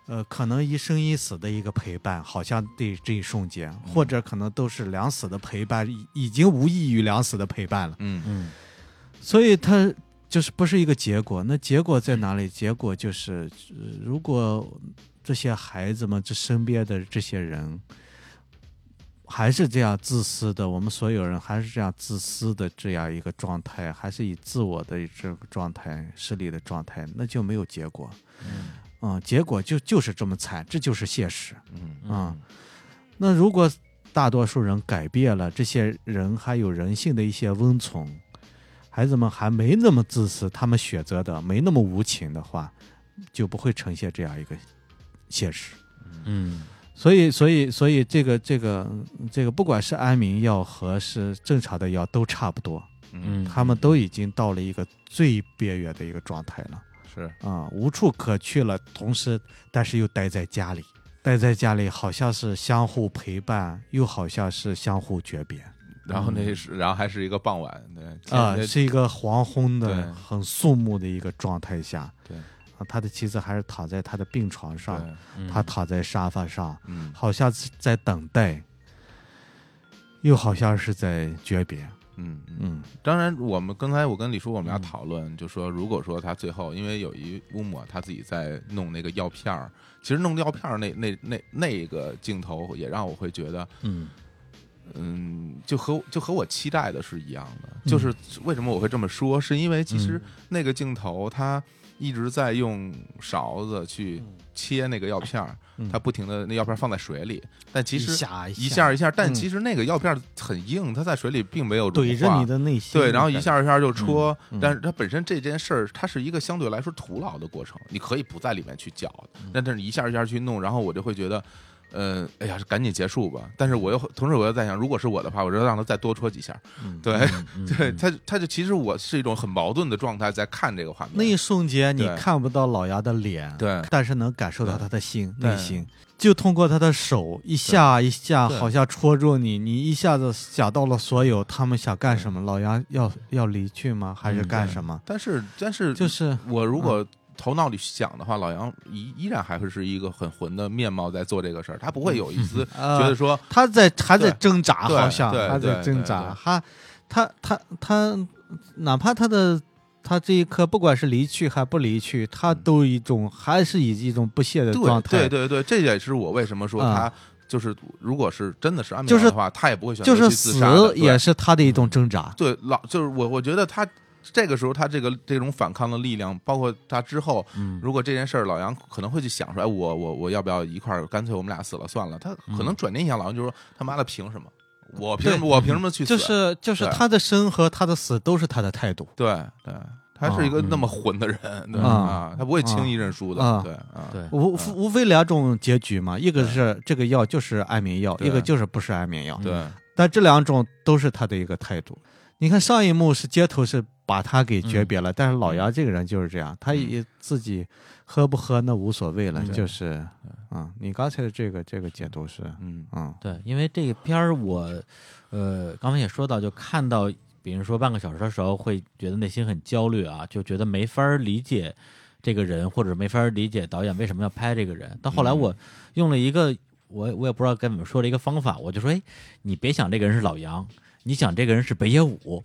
S3: 呃，可能一生一死的一个陪伴，好像对这一瞬间，
S2: 嗯
S3: 或者可能都是两死的陪伴，已已经无异于两死的陪伴了。
S2: 嗯
S1: 嗯
S3: 所以他就是不是一个结果。那结果在哪里？结果就是，呃如果这些孩子们这身边的这些人，还是这样自私的，我们所有人还是这样自私的这样一个状态，还是以自我的这个状态、势力的状态，那就没有结果。嗯，结果就就是这么惨，这就是现实。
S2: 嗯
S3: 啊那如果大多数人改变了，这些人还有人性的一些温存，孩子们还没那么自私，他们选择的没那么无情的话，就不会呈现这样一个现实。
S1: 嗯
S3: 所以，所以，所以，这个，这个，这个，不管是安眠药和是正常的药，都差不多，
S1: 嗯，
S3: 他们都已经到了一个最边缘的一个状态了。
S2: 是
S3: 啊、无处可去了，同时但是又待在家里，待在家里好像是相互陪伴，又好像是相互诀别，
S2: 然后那是，然后还是一个傍晚，对，
S3: 啊、
S2: 前
S3: 是一个黄昏
S2: 对
S3: 的、很肃穆的一个状态下，
S2: 对
S3: 啊，他的妻子还是躺在他的病床上，
S2: 对，
S3: 他躺在沙发上，
S2: 嗯
S3: 好像是在等待，又好像是在诀别，
S2: 嗯嗯。
S3: 嗯
S2: 当然，我们刚才我跟李叔我们俩讨论，就说如果说他最后，因为有一乌抹他自己在弄那个药片儿，其实弄药片儿那那那那个镜头也让我会觉得，
S1: 嗯
S2: 嗯，就和就和我期待的是一样的。
S3: 嗯
S2: 就是为什么我会这么说，是因为其实那个镜头他一直在用勺子去
S3: 嗯
S2: 切那个药片儿，他不停的那药片儿放在水里，但其实
S3: 下
S2: 一下儿一下儿，但
S3: 嗯
S2: 其实那个药片儿很硬，它在水里并没有
S3: 怼
S2: 融
S3: 着
S2: 化
S3: 你的内心的感觉，
S2: 对，然后一下一下就戳，
S3: 嗯嗯
S2: 但是它本身这件事儿，它是一个相对来说徒劳的过程，你可以不在里面去搅，
S3: 嗯
S2: 但是你一下一下去弄，然后我就会觉得。呃，哎呀，赶紧结束吧！
S3: 嗯
S2: 但是我又同时我又在想，如果是我的话，我就让他再多戳几下。
S3: 嗯
S2: 对，
S1: 嗯
S2: <laughs> 哎对，他他就其实我是一种很矛盾的状态，在看这个画面。
S3: 那一瞬间你
S2: 对
S3: 看不到老杨的脸，
S2: 对
S3: 但是能感受到
S2: 对
S3: 他的心
S2: 嗯对
S3: 内心，就通过他的手一下一下，
S2: 对
S3: 好像戳中你，你一下子想到了所有他们想干什么，老杨要要离去吗？还是
S1: 嗯
S3: 干什么？
S2: 但是但是
S3: 就是嗯
S2: 我如果头脑里想的话，老杨依依然还会是一个很混的面貌在做这个事儿，他不会有一丝
S3: 呃
S2: 觉得说
S3: 他在还在
S2: 对
S3: 挣扎，
S2: 对
S3: 好像
S2: 对
S3: 他在
S2: 对
S3: 挣
S2: 对
S3: 扎，
S2: 对
S3: 他他他他，哪怕他的他这一刻，不管是离去还不离去，他
S2: 嗯
S3: 都一种还是以一种不懈的状态，
S2: 对对对对，这也是我为什么说
S3: 啊
S2: 他就是，如果是真的是安眠
S3: 就
S2: 药
S3: 是
S2: 的话，他也不会选择
S3: 就是
S2: 去自杀的
S3: 死也是他的一种挣扎，
S2: 对对老就是我我觉得他。这个时候，他这个这种反抗的力量，包括他之后，
S1: 嗯
S2: 如果这件事儿老杨可能会去想说，哎，我我我要不要一块儿，干脆我们俩死了算了。他可
S3: 嗯
S2: 能转念一想，老杨就说他妈的凭什么？我凭什么？我凭什么去死？
S3: 就是就是
S2: 对
S3: 他的生和他的死都是他的态度
S2: 对对，他是一个
S1: 嗯
S2: 那么混的人，对
S3: 啊
S2: 啊，他不会轻易认输的，
S3: 啊
S2: 对啊，
S1: 对
S3: 无
S2: 嗯
S3: 无非两种结局嘛，一个是这个药就是安眠药，
S2: 对
S3: 一个就是不是安眠药，
S2: 对
S3: 但这两种都是他的一个态度。你看上一幕是街头是把他给诀别了，但是老杨这个人就是这样，他也自己喝不喝那无所谓了，
S2: 嗯
S3: 就是啊、嗯你刚才的这个这个解读是
S2: 嗯
S3: 嗯
S1: 对，因为这个片儿我呃刚才也说到，就看到比如说半个小时的时候，会觉得内心很焦虑啊，就觉得没法儿理解这个人，或者没法儿理解导演为什么要拍这个人。到
S2: 嗯
S1: 后来我用了一个我我也不知道跟你们说的一个方法，我就说，哎，你别想这个人是老杨。你想这个人是北野武，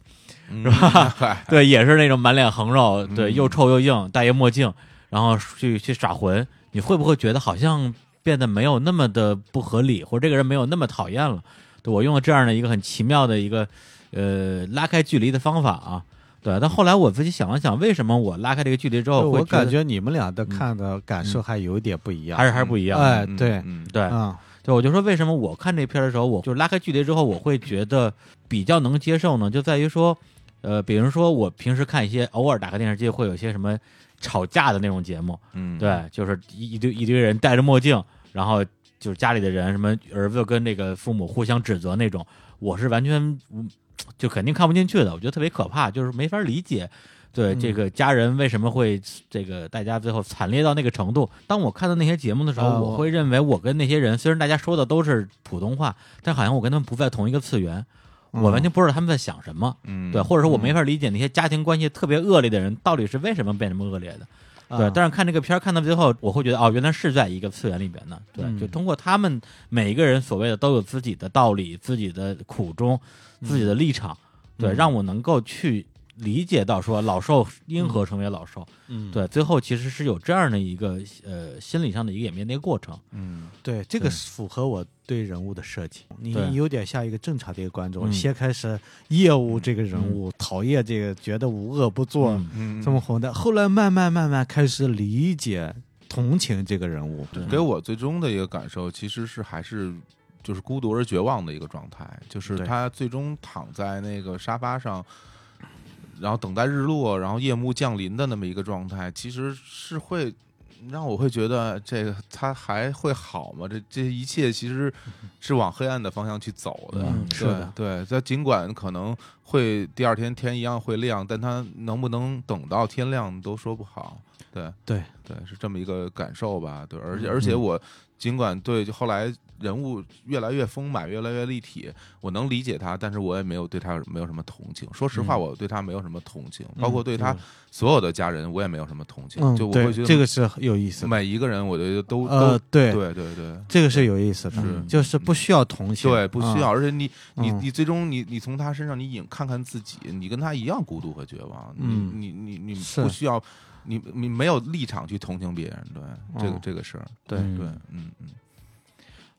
S2: 是吧？嗯嗨
S1: 对，也是那种满脸横肉，对，
S2: 嗯
S1: 又臭又硬，戴一墨镜，然后去去耍混，你会不会觉得好像变得没有那么的不合理，或者这个人没有那么讨厌了？对我用了这样的一个很奇妙的一个呃拉开距离的方法啊，对。但后来我自己想了想，为什么哦我拉开这个距离之后会
S3: 我
S1: 觉得
S3: 感觉你们俩的看的感受还有点不一样，
S1: 还是还是不一样？
S3: 哎
S2: 嗯
S3: 对
S2: 嗯
S1: 对，
S3: 啊
S1: 对，我就说为什么我看这片儿的时候，我就拉开距离之后，我会觉得比较能接受呢？就在于说，呃，比如说我平时看一些偶尔打开电视机会有一些什么吵架的那种节目，
S2: 嗯，
S1: 对，就是一一堆一堆人戴着墨镜，然后就是家里的人什么儿子跟这个父母互相指责那种，我是完全嗯就肯定看不进去的，我觉得特别可怕，就是没法理解。对
S3: 嗯
S1: 这个家人为什么会这个大家最后惨烈到那个程度？当我看到那些节目的时候，
S3: 啊
S1: 我
S2: 哦
S3: 我
S1: 会认为我跟那些人虽然大家说的都是普通话，但好像我跟他们不在同一个次元，我完全不知道他们在想什么。
S2: 哦嗯，
S1: 对，或者说我没法理解那些家庭关系特别恶劣的人到底是为什么变那么恶劣的。
S3: 啊嗯
S1: 对，但是看这个片儿看到最后，我会觉得哦，原来是在一个次元里边的。对，
S3: 嗯
S1: 就通过他们每一个人所谓的都有
S3: 嗯
S1: 自己的道理、自己的苦衷、自己的立场，对，让我能够去理解到说老兽因何成为老兽，
S3: 嗯，
S1: 对，最后其实是有这样的一个呃心理上的一个演变的一个过程，
S2: 嗯，
S3: 对，这
S1: 对
S3: 个是符合我对人物的设计。你
S1: 对
S3: 你有点像一个正常的一个观
S1: 嗯
S3: 众，<laughs> 先开始厌恶这个人物，讨厌这个，觉得无恶不作、
S1: 嗯
S2: 嗯
S3: 这么红的，后来慢慢慢慢开始理解、同情这个人物。
S1: 对
S2: 给我最终的一个感受，其实是还是就是孤独而绝望的一个状态，就是
S3: 对
S2: 他最终躺在那个沙发上，然后等待日落，然后夜幕降临的那么一个状态，其实是会。让我会觉得这个他还会好吗？这这一切其实是往黑暗的方向去走的。
S1: 嗯
S2: 对
S3: 是的
S2: 对。他尽管可能会第二天天一样会亮，但他能不能等到天亮都说不好。对
S3: 对
S2: 对，是这么一个感受吧？对，而
S3: 嗯
S2: 且而且我尽管对就后来人物越来越丰满，越来越立体，我能理解他，但是我也没有对他有没有什么同情。说实话，
S1: 嗯
S2: 我对他没有什么同情，包括对他
S3: 嗯
S2: 所有的家人，我也没有什么同情。
S3: 嗯，
S2: 就我
S3: 对
S2: 会觉得
S3: 这个是有意思的。
S2: 每一个人，我觉得都
S3: 呃
S2: 都，
S3: 对，
S2: 对对对。
S3: 这个是有意思的，
S2: 是
S3: 就是不需要同情，
S2: 对，不需要，
S3: 啊。
S2: 而且你你
S3: 嗯
S2: 你最终你你从他身上你引看看自己，你跟他一样孤独和绝望，你
S1: 嗯
S2: 你你你
S3: 是
S2: 不需要，你你没有立场去同情别人，对这个
S3: 嗯
S2: 这个是，
S3: 对
S2: 对
S1: 嗯，
S2: 嗯嗯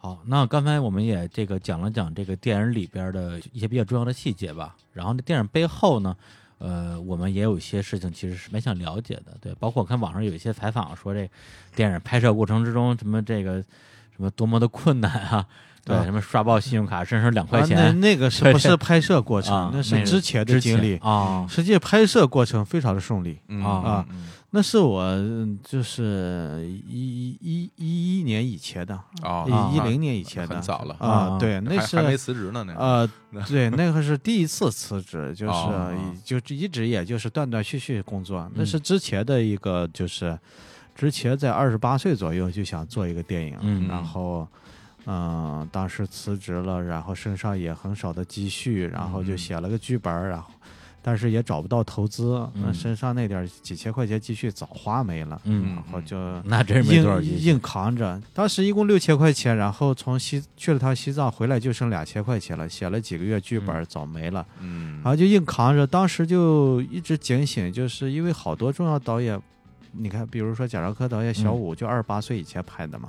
S1: 好，那刚才我们也这个讲了讲这个电影里边的一些比较重要的细节吧。然后这电影背后呢，呃，我们也有一些事情其实是蛮想了解的，对。包括我看网上有一些采访说，这电影拍摄过程之中什么这个什么多么的困难啊，对，
S3: 对
S1: 什么刷爆信用卡甚至两块
S3: 啊那
S1: 钱
S3: 那
S2: <laughs>
S3: 个是不是拍摄过
S1: 啊
S3: 程？，那
S1: 那
S3: 是之前的经历。
S1: 啊，
S3: 实际拍摄过程非常的顺利，
S2: 嗯
S1: 啊，
S2: 嗯嗯
S3: 那是我嗯就是一一一一年以前的，
S2: 哦，
S3: 一一
S2: 那
S3: 零年以前的
S2: 很早了
S3: 啊
S1: 啊，
S3: 对，那
S2: 还还没
S3: 是
S2: 辞职呢，那个
S3: 呃，对，那个是第一次辞职，就是
S2: 哦嗯
S3: 以就一直也就是断断续续工作，那是之前的一个就是之前在二十八岁左右就想做一个电影，
S1: 嗯
S3: 然后。嗯，当时辞职了，然后身上也很少的积蓄，然后就
S2: 嗯
S3: 写了个剧本儿，然后但是也找不到投资，那
S1: 嗯
S3: 身上那点儿几千块钱积蓄早花没了，
S1: 嗯，
S3: 然后就
S1: 那真是没多少
S3: 硬
S1: 钱，
S3: 硬扛着。当时一共六千块钱，然后从西去了趟西藏，回来就剩两千块钱了，写了几个月剧本儿早没了，
S2: 嗯
S3: 然后就硬扛着。当时就一直警醒，就是因为好多重要导演。你看，比如说贾樟柯导演小五，就二十八岁以前拍的嘛，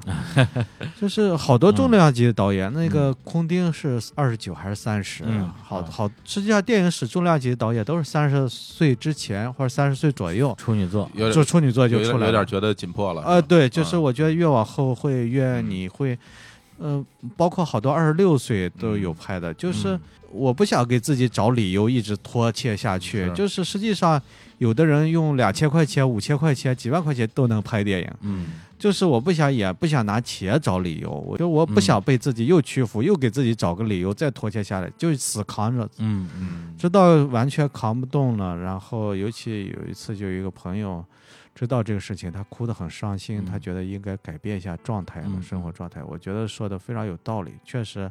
S3: 就是好多重量级的导演，那个昆汀是二十九还是三十、
S1: 嗯
S3: 好
S1: 啊
S3: 好，实际上电影史重量级的导演都是三十岁之前或者三十岁左右，
S1: 处女座，
S2: 有
S3: 就
S2: 点
S3: 处女座就
S2: 有
S3: 出
S2: 点
S3: 来
S2: 有点。
S3: 了
S2: 觉得紧迫了，
S3: 呃，
S2: 是吧
S3: 对，就是
S2: 啊
S3: 我觉得越往后会越
S2: 嗯
S3: 你会，嗯、包括好多二十六岁都有拍的，就是
S2: 嗯
S3: 我不想给自己找理由一直拖欠下去，
S2: 是
S3: 就是实际上有的人用两千块钱、五千块钱、几万块钱都能拍电影，
S1: 嗯
S3: 就是我不想也不想拿钱找理由，我就我不
S1: 嗯
S3: 想被自己又屈服，又给自己找个理由再拖欠下来，就死扛着，
S1: 嗯嗯
S2: 嗯
S3: 直到完全扛不动了，然后尤其有一次，就有一个朋友知道这个事情，他哭得很伤心，
S1: 嗯
S3: 他觉得应该改变一下状态
S1: 嗯
S3: 嘛，生活状态。我觉得说的非常有道理，确实，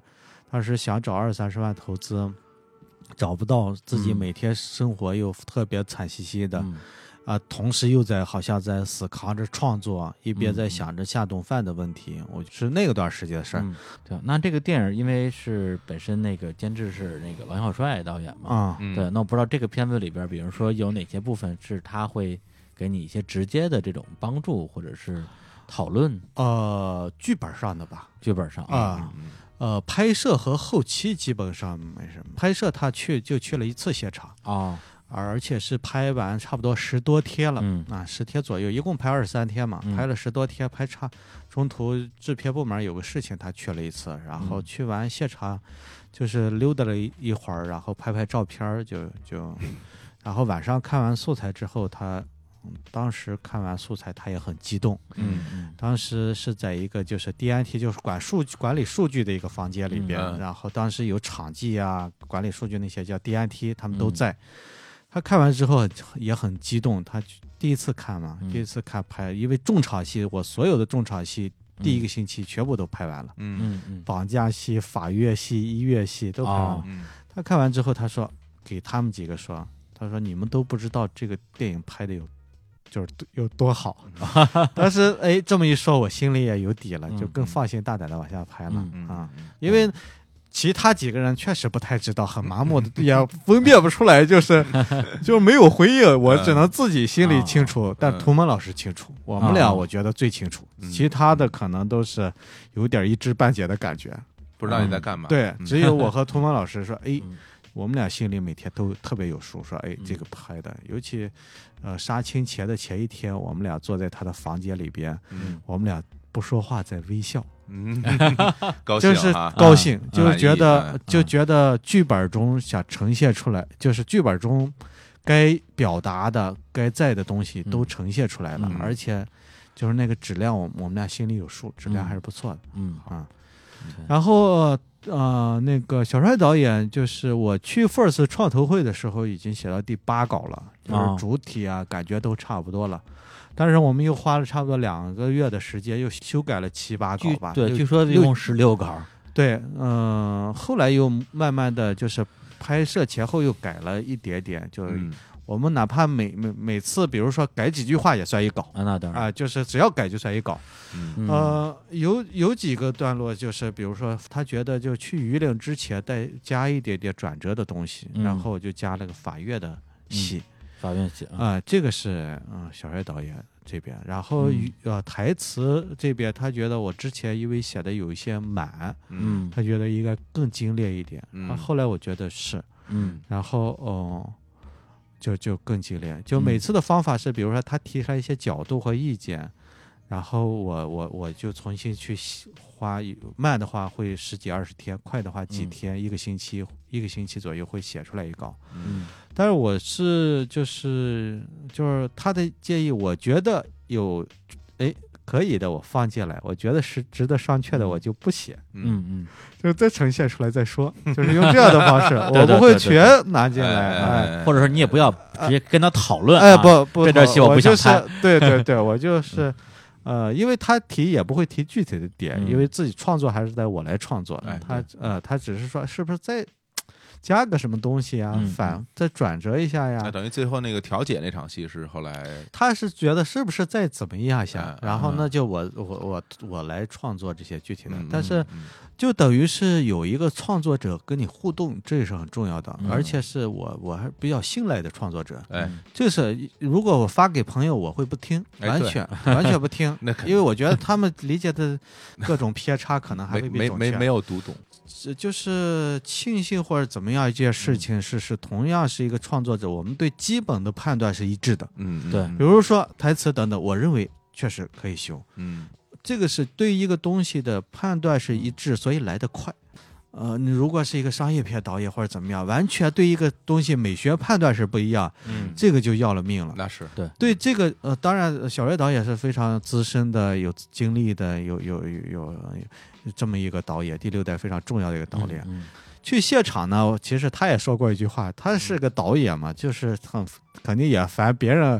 S3: 当时想找二三十万投资，找不到，自己
S1: 嗯
S3: 每天生活又特别惨兮兮的，
S1: 嗯
S3: 啊，同时又在好像在死扛着创作，一边
S1: 嗯
S3: 在想着下顿饭的问题。我是那个段时间的事儿
S1: 嗯，对。那这个电影因为是本身那个监制是那个王小帅导演嘛，
S3: 啊，
S2: 嗯
S1: 对，那我不知道这个片子里边，比如说有哪些部分是他会给你一些直接的这种帮助，或者是讨论
S3: 呃，剧本上的吧，
S1: 剧本上
S3: 啊
S2: 嗯
S3: 呃，拍摄和后期基本上没什么。拍摄他去就去了一次现场，
S1: 啊，
S3: 而且是拍完差不多十多天了，
S1: 嗯
S3: 啊，十天左右，一共拍二十三天嘛，
S1: 嗯
S3: 拍了十多天，拍差中途制片部门有个事情他去了一次，然后
S1: 嗯
S3: 去完现场就是溜达了一一会儿，然后拍拍照片儿就就，然后晚上看完素材之后，他嗯当时看完素材他也很激动，
S2: 嗯
S1: 嗯
S3: 当时是在一个就是 DNT，就是管数据管理数据的一个房间里边，
S2: 嗯
S3: 然后当时有场记啊、管理数据那些叫 DNT，他们都在。他看完之后也很激动，他第一次看嘛，
S1: 嗯
S3: 第一次看拍，因为重场戏，我所有的重场戏第一个星期全部都拍完了，
S2: 嗯
S1: 嗯嗯
S3: 绑架戏、法院戏、医院戏都拍完了。
S1: 哦
S2: 嗯
S3: 他看完之后，他说给他们几个说，他说你们都不知道这个电影拍的有，就是有多好。 <laughs> 当时哎这么一说，我心里也有底了，
S1: 嗯
S3: 就更放心大胆的往下拍了、
S1: 嗯
S2: 嗯
S3: 啊，
S2: 嗯
S3: 因为。其他几个人确实不太知道，很麻木的，也分辨不出来，就是
S1: <laughs>
S3: 就是没有回应，
S1: 嗯
S3: 我只能自己心里清楚，但涂蒙老师清楚，我们俩
S1: 啊
S3: 我觉得最清楚，
S2: 嗯
S3: 其他的可能都是有点一知半解的感觉。
S2: 不知道你在干嘛。
S3: 对
S2: 嗯，
S3: 只有我和涂蒙老
S2: <laughs>
S3: 师说，哎
S1: 嗯，
S3: 我们俩心里每天都特别有数，说，哎
S1: 嗯，
S3: 这个拍的，尤其，呃，杀青前的前一天，我们俩坐在他的房间里边，
S2: 嗯
S3: 我们俩不说话，在微笑， <laughs>
S2: 嗯，高兴
S3: 就是
S2: 啊，
S3: 高兴，就是
S2: 满意
S3: 觉得
S2: 嗯
S3: 就觉得剧本中想呈现出来，就是剧本中该表达的、该在的东西都
S1: 嗯
S3: 呈现出来了
S1: 嗯，
S3: 而且就是那个质量，我我们俩心里有数，质
S1: 嗯
S3: 量还是不错的。
S1: 嗯
S3: 啊然后呃，那个小帅导演，就是我去 First 创投会的时候，已经写到第八稿了，就
S1: 哦
S3: 是主体啊，感觉都差不多了。但是我们又花了差不多两个月的时间，又修改了七八稿
S1: 据
S3: 吧。
S1: 嗯对，
S3: 又
S1: 据说一
S3: 六
S1: 共十六稿，
S3: 对，嗯、后来又慢慢的就是拍摄前后又改了一点点，就是
S2: 嗯
S3: 我们哪怕每每每次，比如说改几句话也算一稿
S1: 啊，那当
S3: 啊、
S1: 然，
S3: 就是只要改就算一稿。
S2: 嗯
S1: 嗯
S3: 呃，有有几个段落就是，比如说他觉得就去榆岭之前再加一点点转折的东西，
S1: 嗯
S3: 然后就加了个法乐的戏
S1: 法院写啊，
S3: 啊、这个是嗯、小帅导演这边，然后、
S1: 嗯
S3: 呃台词这边他觉得我之前因为写的有一些满，
S2: 嗯
S1: 嗯
S3: 他觉得应该更精炼一点。
S2: 嗯
S3: 啊后来我觉得是，
S1: 嗯
S3: 然后哦、就就更精炼。就
S1: 嗯
S3: 每次的方法是，比如说他提出来一些角度和意见，然后我我我就重新去细花一，慢的话会十几二十天，快的话几
S1: 嗯
S3: 天，一个星期一个星期左右会写出来一稿。
S1: 嗯
S3: 但是我是就是就是他的建议，我觉得有，哎。可以的，我放进来。我觉得是值得商榷的，我就不写。
S2: 嗯，
S1: 嗯嗯，
S3: 就是再呈现出来再 <laughs> 说，就是用这样的方式，
S1: 对
S3: 我
S1: 对
S3: 不会
S1: 对对
S3: 全拿进来，哎
S2: 哎
S1: 嗯或者说你也不要直接跟他讨 <laughs> 论，啊
S3: 呃哎，，不不，
S1: 这段戏我
S3: 我
S1: 不想
S3: 就是
S1: 看
S3: 对
S1: <laughs>
S3: 对对，我就是，呃，因为他提也不会提具体的点，
S1: 嗯
S3: 因为自己创作还是在我来创作
S2: 哎，
S3: 他呃，他只是说是不是再加个什么东西啊
S1: 嗯，
S3: 反再转折一下
S2: 那
S3: 呀。
S2: 等于最后那个调解那场戏是后来
S3: 他是觉得是不是再怎么样一下
S2: 哎，
S3: 然后
S2: 嗯
S3: 那就我我我我来创作这些具体的
S2: 嗯，
S3: 但是
S2: 嗯
S3: 就等于是有一个创作者跟你互动，这是很重要的，
S1: 嗯
S3: 而且是我我还比较信赖的创作者。
S2: 哎，
S3: 就是如果我发给朋友，我会不听，
S2: 哎
S3: 完
S2: 对
S3: 全、完全不听
S2: 那 <laughs> 肯，定
S3: 因为我觉得他们理解的各种偏差可能 <laughs> 还
S2: 没
S3: 未必啊
S2: 没
S3: 准
S2: 没
S3: 确
S2: 没有读懂，
S3: 是就是庆幸或者怎么样一件
S2: 嗯
S3: 事情是是同样是一个创作者，我们对基本的判断是一致的，
S2: 嗯，
S1: 对
S3: 比如说台词等等，我认为确实可以修，
S2: 嗯
S3: 这个是对一个东西的判断是一致，所以来得快。呃，你如果是一个商业片导演或者怎么样，完全对一个东西美学判断是不一样，
S1: 嗯
S3: 这个就要了命了。
S2: 那是
S3: 对这个呃，当然呃小岳导演是非常资深的、有经历的、有有有有有这么一个导演，第六代非常重要的一个导演。
S1: 嗯
S3: 去现场呢，其实他也说过一句话，他是个导演嘛，就是很肯定也烦别人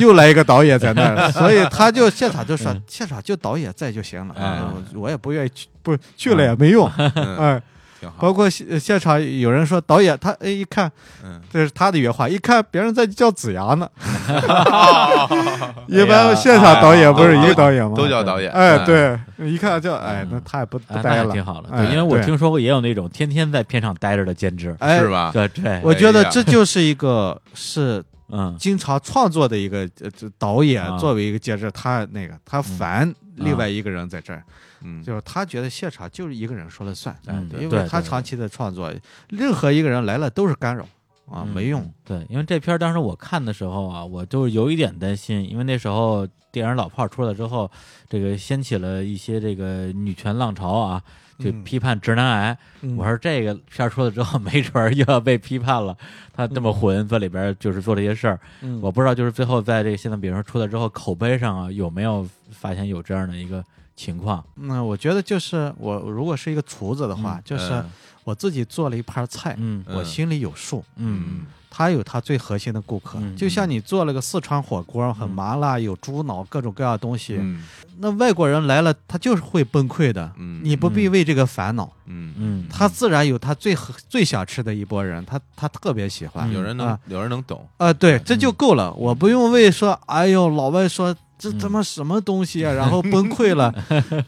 S3: 又来一个导演在那儿，所以他就现场就说，现场就导演在就行了，啊
S2: 哎
S3: 我我也不愿意去，不去了也没用，
S2: 嗯
S3: <laughs> 哎，
S2: 挺好，
S3: 包括现现场有人说导演他哎一看。
S2: 嗯，
S3: 这是他的原话。一看别人在叫子
S1: <laughs>
S3: 牙呢，一
S1: 哎呀
S3: 般现场导演不是一个导演吗？
S2: 都叫导演，嗯
S3: 哎，，对，一看就哎
S1: 嗯，
S3: 那他也不不
S1: 哎，嗯
S3: 待
S1: 那也
S3: 了
S1: 挺，好的，
S3: 哎
S1: 对，因为我
S3: 对
S1: 听说过也有那种天天在片场待着的兼职，
S3: 哎
S2: 是，吧？
S1: 对对，
S3: 我觉得这就是一个是
S1: 嗯
S3: 经常创作的一个呃这导演
S1: 啊
S3: 作为一个介质，他那个他烦另外一个人在这儿，
S2: 嗯，
S3: 就是他觉得现场就是一个人说了算，哎
S1: 嗯，对
S3: 因
S1: 对
S3: 为他
S1: 对
S3: 长期的创作，任何一个人来了都是干扰啊，
S1: 嗯
S3: 没用。
S1: 对，因为这片儿当时我看的时候啊，我就是有一点担心，因为那时候电影《老炮儿》出来之后，这个掀起了一些这个女权浪潮啊，就
S3: 嗯
S1: 批判直男癌。
S3: 嗯
S1: 我说这个片儿出来之后，没准儿又要被批判了。他这么混，在里边儿就是做这些事儿，
S3: 嗯
S1: 我不知道就是最后在这个现在，比如说出来之后，口碑上啊有没有发现有这样的一个情况？
S3: 那我觉得就是我如果是一个厨子的话，
S1: 嗯
S3: 就是
S2: 嗯
S3: 我自己做了一盘菜，
S1: 嗯
S2: 嗯
S3: 我心里有数。
S1: 嗯
S3: 他有他最核心的顾客，
S1: 嗯
S3: 就像你做了个四川火锅，很
S1: 嗯
S3: 麻辣，有猪脑，各种各样的东西，
S2: 嗯
S3: 那外国人来了，他就是会崩溃的。
S2: 嗯
S3: 你不必为这个烦恼，
S2: 嗯，
S1: 嗯，
S3: 他自然有他最合最想吃的一波人，他他特别喜欢。
S1: 嗯
S2: 有人能
S3: 啊
S2: 有人能懂，
S3: 啊，对，这就够了，我不用为说，哎呦，老外说
S1: 嗯
S3: 这他妈什么东西啊？然后崩
S1: <laughs>
S3: 溃了，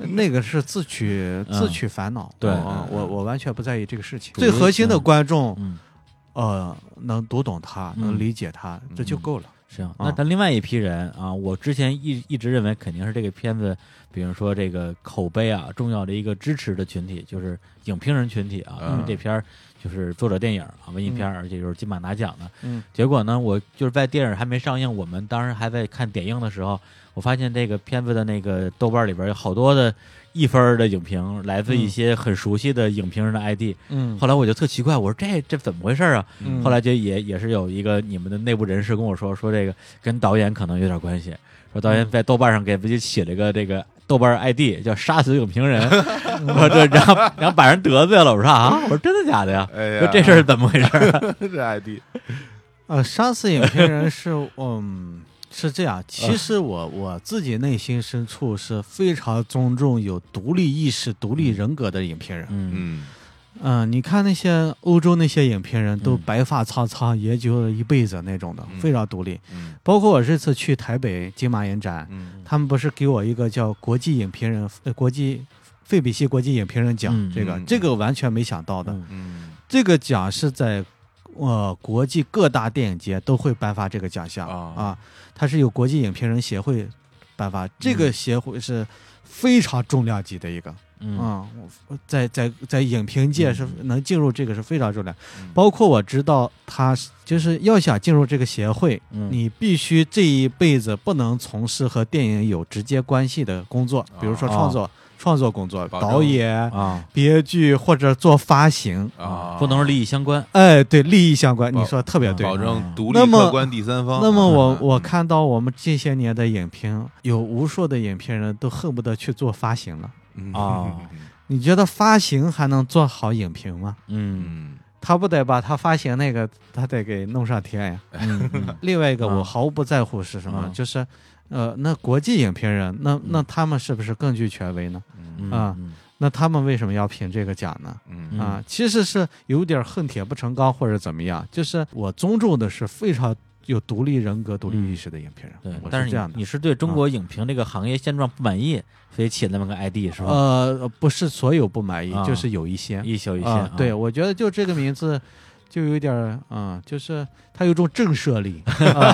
S3: 那个是自取自取烦恼。
S1: 嗯对
S3: 我我我完全不在意这个事情。
S1: 主
S3: 最核心的观众，
S1: 嗯，
S3: 呃，能读懂他，
S1: 嗯
S3: 能理解他，这就够了。
S1: 是啊。
S3: 啊
S1: 那咱另外一批人啊，我之前一一直认为肯定是这个片子，比如说这个口碑啊，重要的一个支持的群体就是影评人群体啊，
S2: 嗯
S1: 因为这片儿就是作者电影啊，文艺片儿，而且就是金马拿奖的。
S3: 嗯，
S1: 结果呢，我就是在电影还没上映，我们当时还在看点映的时候，我发现这个片子的那个豆瓣里边有好多的一分儿的影评，来自一些很熟悉的影评人的 ID。
S3: 嗯
S1: 后来我就特奇怪，我说这这怎么回事儿啊？
S3: 嗯
S1: 后来就也也是有一个你们的内部人士跟我说，说这个跟导演可能有点关系，说导
S3: 嗯
S1: 演在豆瓣上给自己起了一个这个豆瓣 ID 叫“杀死影评
S3: <laughs>
S1: 人”，我说这然后然后把人得罪了，我说啊，我说真的假的呀？
S2: 哎呀
S1: 说，这事儿怎么回事儿？啊
S2: 这 ID
S3: 呃，杀死影评人是，嗯，是这样。
S1: 呃
S3: 其实我我自己内心深处是非常尊重有独立意识、独立人格的影评人。
S1: 嗯
S2: 嗯，
S3: 嗯、你看那些欧洲那些影评人都
S1: 嗯
S3: 白发苍苍，研究了一辈子那种的，
S2: 嗯
S3: 非常独立。
S2: 嗯
S3: 包括我这次去台北金马影展，
S2: 嗯
S3: 他们不是给我一个叫国际影评人，呃、国际费比西国际影评人奖，
S1: 嗯
S3: 这个、
S2: 嗯
S3: 这个完全没想到的。
S1: 嗯
S2: 嗯
S3: 这个奖是在呃国际各大电影节都会颁发这个奖项、
S2: 啊
S3: 啊，它是由国际影评人协会颁发，这
S2: 嗯
S3: 个协会是非常重量级的一个
S1: 嗯
S3: 啊、我在在在影评界是
S1: 嗯
S3: 能进入这个是非常重量，
S2: 嗯
S3: 包括我知道他是就是要想进入这个协会，
S1: 嗯
S3: 你必须这一辈子不能从事和电影有直接关系的工作，比如说创作、创作工作、
S2: 保证
S3: 导演、
S1: 啊
S3: 编剧或者做发行。
S2: 啊，
S1: 不能是利益相关。
S3: 哎，对，利益相关，
S2: 保
S3: 你说得特别对。啊
S2: 保证独立
S3: 那么
S2: 客观第三方。
S3: 那么我
S2: 嗯
S3: 我，看到我们这些年的影评，有无数的影评人都恨不得去做发行了。
S2: 嗯
S1: 啊，
S3: 你觉得发行还能做好影评吗？
S1: 嗯
S2: 嗯
S3: 他不得把他发行那个，他得给弄上天呀。
S1: 嗯
S3: <laughs>
S1: 嗯
S3: 另外一个，
S1: 嗯
S3: 我毫不在乎是什么，
S1: 嗯
S3: 就是，呃，那国际影评人，那那他们是不是更具权威呢？
S1: 嗯
S2: 嗯
S3: 啊
S1: 嗯
S3: 那他们为什么要评这个奖呢？
S2: 嗯
S3: 啊
S1: 嗯，
S3: 其实是有点恨铁不成钢或者怎么样，就是我尊重的是非常有独立人格、独立意识的影评人，
S1: 对
S3: 我，
S1: 但
S3: 是这样
S1: 你
S3: 的。啊
S1: 你是对中国影评这个行业现状不满意，所以起了那么个 ID 是吧？
S3: 呃，不是所有不满意，
S1: 啊
S3: 就是有一些
S1: 一宿一
S3: 啊
S1: 线，
S3: 对，我觉得就这个名字。就有点儿啊、就是它有种震慑
S1: <laughs>
S3: 力啊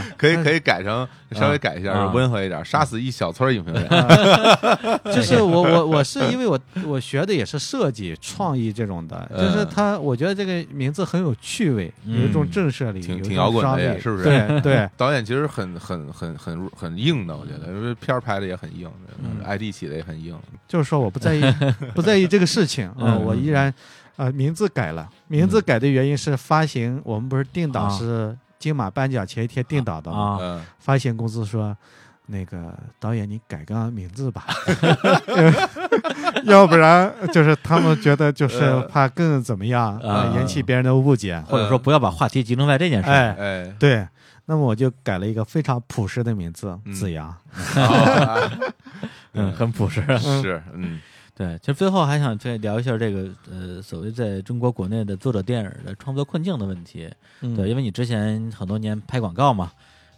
S3: 啊，
S2: 可以可
S3: 以，
S2: 以改成
S3: 嗯
S2: 稍微改一下，
S1: 啊
S2: 温和一点，杀死一小撮影评 <laughs>
S3: 哎
S2: 人。啊 <laughs>
S3: 就是我我我是因为我我学的也是设计创意这种的，就是
S2: 嗯
S3: 它，我觉得这个名字很有趣味，有一种
S2: 嗯
S3: 震慑力，
S2: 挺
S3: 有一
S2: 挺
S3: 种
S2: 摇滚的
S3: 张
S2: 也
S3: 力
S2: 是不是
S3: 对对，
S2: <laughs> 导演其实很很很很很硬的，我觉得因
S3: 嗯
S2: 为片儿拍的也很硬，ID 起的也很硬。
S3: 就是说我不
S2: <laughs>
S3: 在意，不在意这个事情啊、
S1: 嗯
S3: 我依然，呃，名字改了，名
S2: 嗯
S3: 字改的原因是发行，我们不是定档
S1: 啊
S3: 是金马颁奖前一天定档的吗？
S1: 啊，
S2: 嗯，
S3: 发行公司说，那个导演你改个名字吧， <laughs> 要不然就是他们觉得就是怕更怎么样，
S1: 啊
S3: 呃引起别人的误解，
S1: 或者说不要把话题集中在这件事儿。
S3: 哎， <laughs>
S2: 哎，
S3: 对。那么我就改了一个非常朴实的名字，
S2: 嗯
S3: 子阳。
S2: 好啊
S1: 嗯，很朴实。
S2: 是，嗯
S1: <laughs> 对，其实最后还想再聊一下这个呃，所谓在中国国内的作者电影的创作困境的问题。
S3: 嗯
S1: 对，因为你之前很多年拍广告嘛，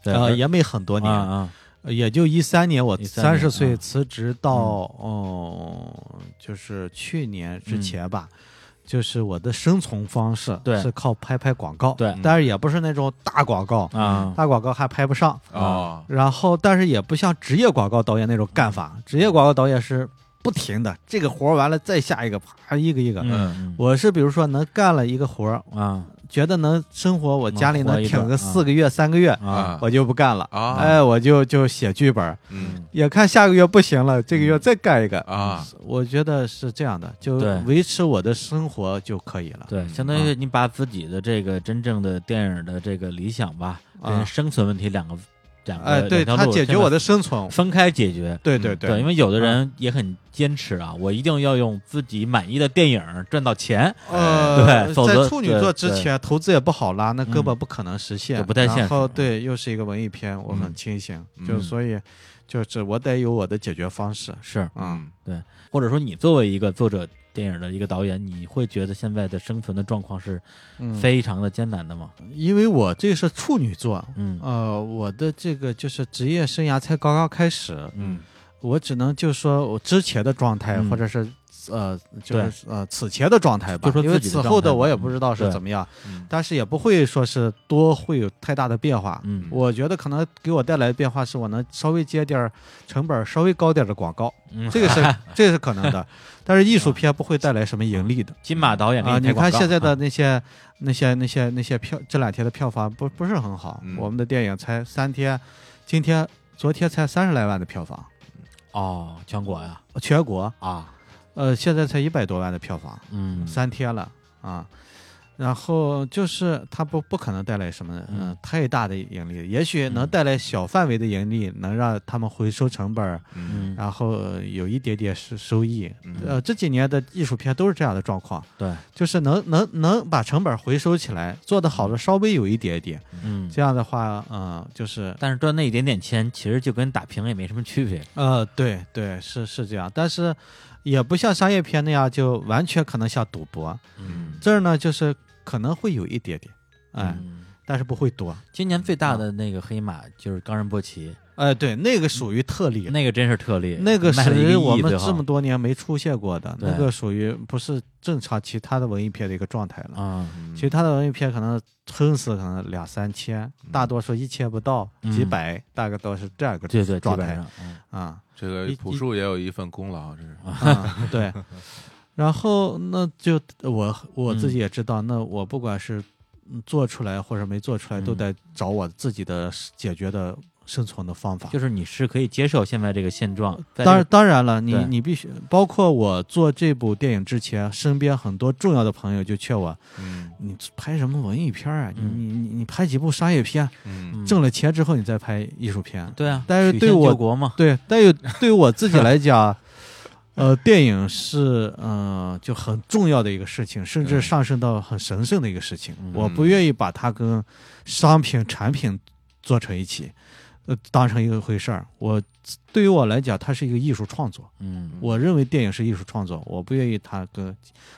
S1: 对，
S3: 呃，
S1: 而
S3: 也没很多年，
S1: 啊啊，
S3: 也就一三年，我
S1: 13
S3: 三
S1: 年
S3: 十岁
S1: 啊嗯
S3: 辞职到，哦、就是去年之前吧，就是我的生存方式
S1: 嗯对
S3: 是靠拍拍广告，
S1: 对嗯
S3: 但是也不是那种大广告，
S1: 啊，
S3: 大广告还拍不上。
S2: 哦，
S3: 然后，但是也不像职业广告导演那种干法，职业广告导演是不停的，这个活儿完了再下一个，啪一个一个。
S1: 嗯
S3: 我是比如说能干了一个活儿，
S1: 嗯啊
S3: 觉得能生活，我家里
S1: 能活
S3: 能
S1: 一
S3: 挺
S1: 段
S3: 个
S1: 啊
S3: 四个月、三个月，
S1: 啊，
S3: 我就不干了，
S2: 啊
S3: 哎，我就就写剧本儿，
S2: 嗯
S3: 也看下个月不行了，这个
S1: 嗯
S3: 月再干一个。
S2: 啊，
S3: 我觉得是这样的，就
S1: 对
S3: 维持我的生活就可以了。
S1: 对，相当于你把自己的这个真正的电影的这个理想吧，
S3: 啊
S1: 跟生存问题两个两个
S3: 哎，对
S1: 两条
S3: 他
S1: 路嗯
S3: 解决我的生存，
S1: 分开解决。
S3: 对对
S1: 对，因为有的人也很坚持啊，我一定要用自己满意的电影赚到钱，
S3: 呃，
S1: 对否则
S3: 在处女座之前投资也不好拉，那根本不可能实现，
S1: 就不太现实嗯
S3: 然后对，又是一个文艺片，我很清醒，
S2: 嗯
S3: 就所以就是我得有我的解决方式。
S1: 是，
S3: 嗯，
S1: 或者说你作为一个作者电影的一个导演，你会觉得现在的生存的状况是
S3: 嗯
S1: 非常的艰难的吗？
S3: 因为我这是处女座，
S1: 嗯
S3: 呃，我的这个就是职业生涯才刚刚开始，
S1: 嗯
S3: 我只能就说我之前的状态，
S1: 嗯
S3: 或者是呃，就
S1: 对
S3: 是呃此前的状态吧，
S1: 就说
S3: 因为
S1: 自己的
S3: 此
S1: 状
S3: 后
S1: 态
S3: 的
S1: 吧
S3: 我也不知道
S1: 嗯
S3: 是
S1: 对
S3: 怎么样，
S2: 嗯
S3: 但是也不会说是多会有太大的变化。
S1: 嗯
S3: 我觉得可能给我带来的变化是我能稍微接点儿成本稍微高点儿的广
S1: <laughs>
S3: 告，
S1: 嗯，
S3: 这个是这是可能
S1: <laughs>
S3: 的，但是艺术片不会带来什么盈利的。
S1: 金马导演给
S3: 啊，
S1: 拍
S3: 你看
S1: 广告
S3: 现在的
S1: 啊
S3: 那些、那些、那些、那些票，这两天的票房不不是很好。
S2: 嗯
S3: 我们的电影才三天，今天、昨天才三十来万的票房，
S1: 哦，全国呀
S3: 全国
S1: 啊，
S3: 呃，现在才一百多万的票房，
S1: 嗯
S3: 三天了啊。然后就是它不不可能带来什么嗯、
S1: 嗯
S3: 太大的盈利，也许能
S1: 嗯
S3: 带来小范围的盈利，能让他们回收成本儿，
S2: 嗯
S1: 嗯
S3: 然后呃有一点点收收益。
S2: 嗯
S3: 呃，这几年的艺术片都是这样的状况，
S1: 对，
S3: 就是能能能把成本回收起来，做得好了稍微有一点点，
S1: 嗯，
S3: 这样的话，嗯、就是
S1: 但是赚那一点点钱，其实就跟打平也没什么区别。
S3: 呃，对对，是是这样，但是也不像商业片那样就完全可能像赌博，
S2: 嗯
S3: 这儿呢就是可能会有一点点，哎，
S1: 嗯，
S3: 但是不会多，
S1: 今年最大的那个黑马就是冈仁波齐，
S3: 哎，对，那个属于特例。
S1: 那个真是特例，
S3: 那个
S1: 卖了一
S3: 是
S1: 个
S3: 我
S1: 亿
S3: 们
S1: 最后
S3: 这么多年没出现过的，
S1: 对
S3: 那个属于不是正常其他的文艺片的一个状态了。
S1: 啊，
S3: 其他的文艺片可能撑死可能两三千，大多数一千不到，
S1: 嗯
S3: 几百，大概都是这样一个
S1: 对对，基
S3: 状
S1: 本
S3: 态
S1: 上，嗯
S3: 啊
S2: 这个
S3: 一
S2: 朴
S3: 一
S2: 树也有一份功劳，这是
S3: 啊， <laughs> 对。然后那就我我自己也知道，那我不管是嗯做出来或者没做出来，
S1: 嗯
S3: 都得找我自己的解决的生存的方法。
S1: 就是你是可以接受现在这个现状，在这
S3: 当然，当然了，你
S1: 对
S3: 你必须包括我做这部电影之前，身边很多重要的朋友就劝我，
S2: 嗯
S3: 你拍什么文艺片啊？你
S1: 嗯
S3: 你你你拍几部商业片，
S2: 嗯
S1: 嗯
S3: 挣了钱之后你再拍艺术片。
S1: 对啊，
S3: 但是
S1: 曲
S3: 对
S1: 线
S3: 我
S1: 救国嘛，
S3: 对，但有 <laughs> 对于我自己来讲， <laughs> 呃，电影是嗯、呃就很重要的一个事情，甚至
S2: 对
S3: 上升到很神圣的一个事情。
S1: 嗯
S3: 我不愿意把它跟商品、产品做成一起，呃，当成一个回事儿。我对于我来讲，它是一个艺术创作。
S1: 嗯
S3: 我认为电影是艺术创作，我不愿意它跟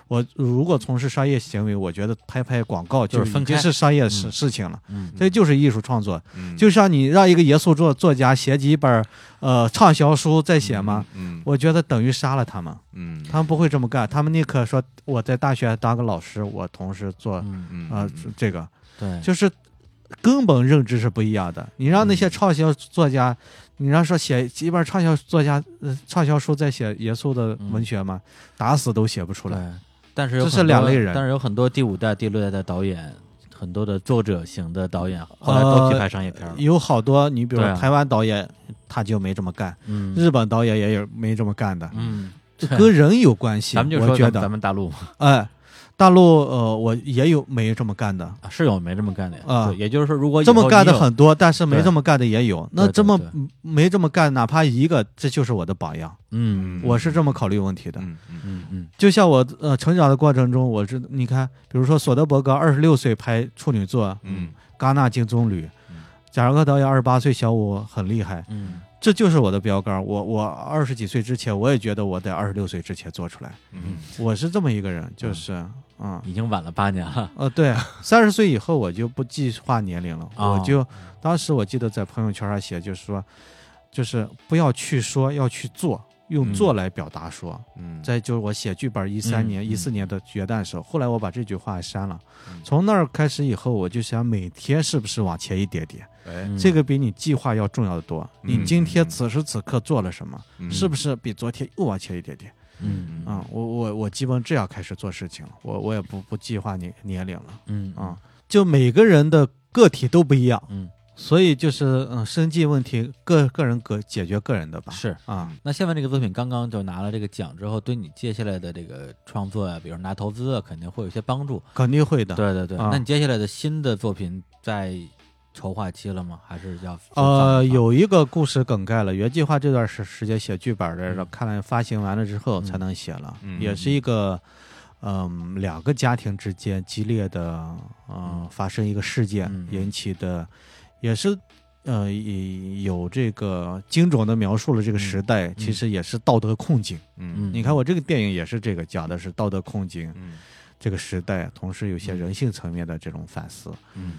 S3: 我如果从事商业行为，我觉得拍拍广告
S1: 就是分
S3: 已经
S1: 开
S3: 是商业事
S1: 嗯
S3: 事情了，
S1: 嗯
S3: 这就是艺术创作。
S2: 嗯
S3: 就像你让一个严肃作作家写几本呃畅销书再写吗？？
S2: 嗯
S3: 我觉得等于杀了他们，
S2: 嗯，
S3: 他们不会这么干，他们宁可说我在大学当个老师，我同时做啊、
S1: 嗯，
S2: 嗯
S3: 呃
S2: 嗯
S3: 这个，
S1: 对，
S3: 就是根本认知是不一样的。你让
S1: 嗯
S3: 那些畅销作家，你让说写几本畅销作家、呃、畅销书再写严肃的
S1: 嗯
S3: 文学吗？打死都写不出来。
S1: 对，但是有
S3: 这是
S1: 很多
S3: 两类人
S1: 但是有很多第五代、第六代的导演，很多的作者型的导演，后来都去
S3: 呃
S1: 拍商业片了。
S3: 有好多，你比如
S1: 对啊
S3: 台湾导演，他就没这么干；
S1: 嗯
S3: 日本导演也有没这么干的。
S1: 嗯，
S3: 这
S1: 对
S3: 跟人有关系，
S1: 咱们就说
S3: 我觉
S1: 咱
S3: 得
S1: 咱，们大陆嘛
S3: 哎，大陆呃，我也有没这么干的，
S1: 啊是有没这么干的
S3: 啊
S1: 对也就是说，如果以
S3: 这
S1: 后
S3: 么
S1: 你
S3: 干的
S1: 有，
S3: 很多，但是没
S1: 对
S3: 这么干的也有。那
S1: 对
S3: 这么
S1: 对
S3: 没这么干，哪怕一个，这就是我的榜样。
S1: 嗯
S3: 我是这么考虑问题的。
S2: 嗯嗯
S1: 嗯嗯
S3: 就像我呃成长的过程中，我知你看，比如说索德伯格二十六岁拍处女作
S2: 嗯
S3: 《戛纳金棕榈》
S2: 嗯，
S3: 贾樟柯导演二十八岁小五很厉害，
S1: 嗯
S3: 这就是我的标杆。我我二十几岁之前，我也觉得我在二十六岁之前做出来，
S2: 嗯
S3: 我是这么一个人，就是嗯
S1: 已经晚了八年
S3: <laughs>
S1: 了。
S3: 呃，对，三十岁以后我就不计划年龄了，
S1: 哦
S3: 我就当时我记得在朋友圈上写，就是说，就是不要去说，要去做，用
S1: 嗯
S3: 做来表达说。
S2: 嗯，
S3: 再就是我写剧本一三
S1: 嗯
S3: 年、一四、年的元旦时候，后来我把这句话删了。
S2: 嗯
S3: 从那儿开始以后，我就想每天是不是往前一点点，
S2: 哎，
S1: 嗯
S3: 这个比你计划要重要的多。你今
S2: 嗯
S3: 天此时此刻做了什么，
S2: 嗯
S3: 是不是比昨天又往前一点点？
S1: 嗯
S3: 啊、我我我基本这样开始做事情了，我我也不不计划年年龄了。
S1: 嗯
S3: 啊，就每个人的个体都不一样，
S1: 嗯
S3: 所以就是嗯，生计问题个个人个解决个人的吧。
S1: 是。
S3: 啊，
S1: 那下面这个作品刚刚就拿了这个奖之后，对你接下来的这个创作啊，比如拿投资啊，肯定会有一些帮助。
S3: 肯定会的。
S1: 对对对，
S3: 啊
S1: 那你接下来的新的作品在筹划期了吗？还是要
S3: 呃，有一个故事梗概了，原计划这段时时间写剧本的人，
S1: 嗯
S3: 看来发行完了之后才能写了，
S2: 嗯
S3: 也是一个，嗯、两个家庭之间激烈的，呃
S1: 嗯，
S3: 发生一个事件、
S1: 嗯
S3: 引起的，也是，呃，也有这个精准的描述了这个时代，其实也是道德困境。
S2: 嗯
S3: 你看我这个电影也是这个，讲的是道德困境，
S2: 嗯
S3: 这个时代，同时有些人性层面的这种反思。
S1: 嗯，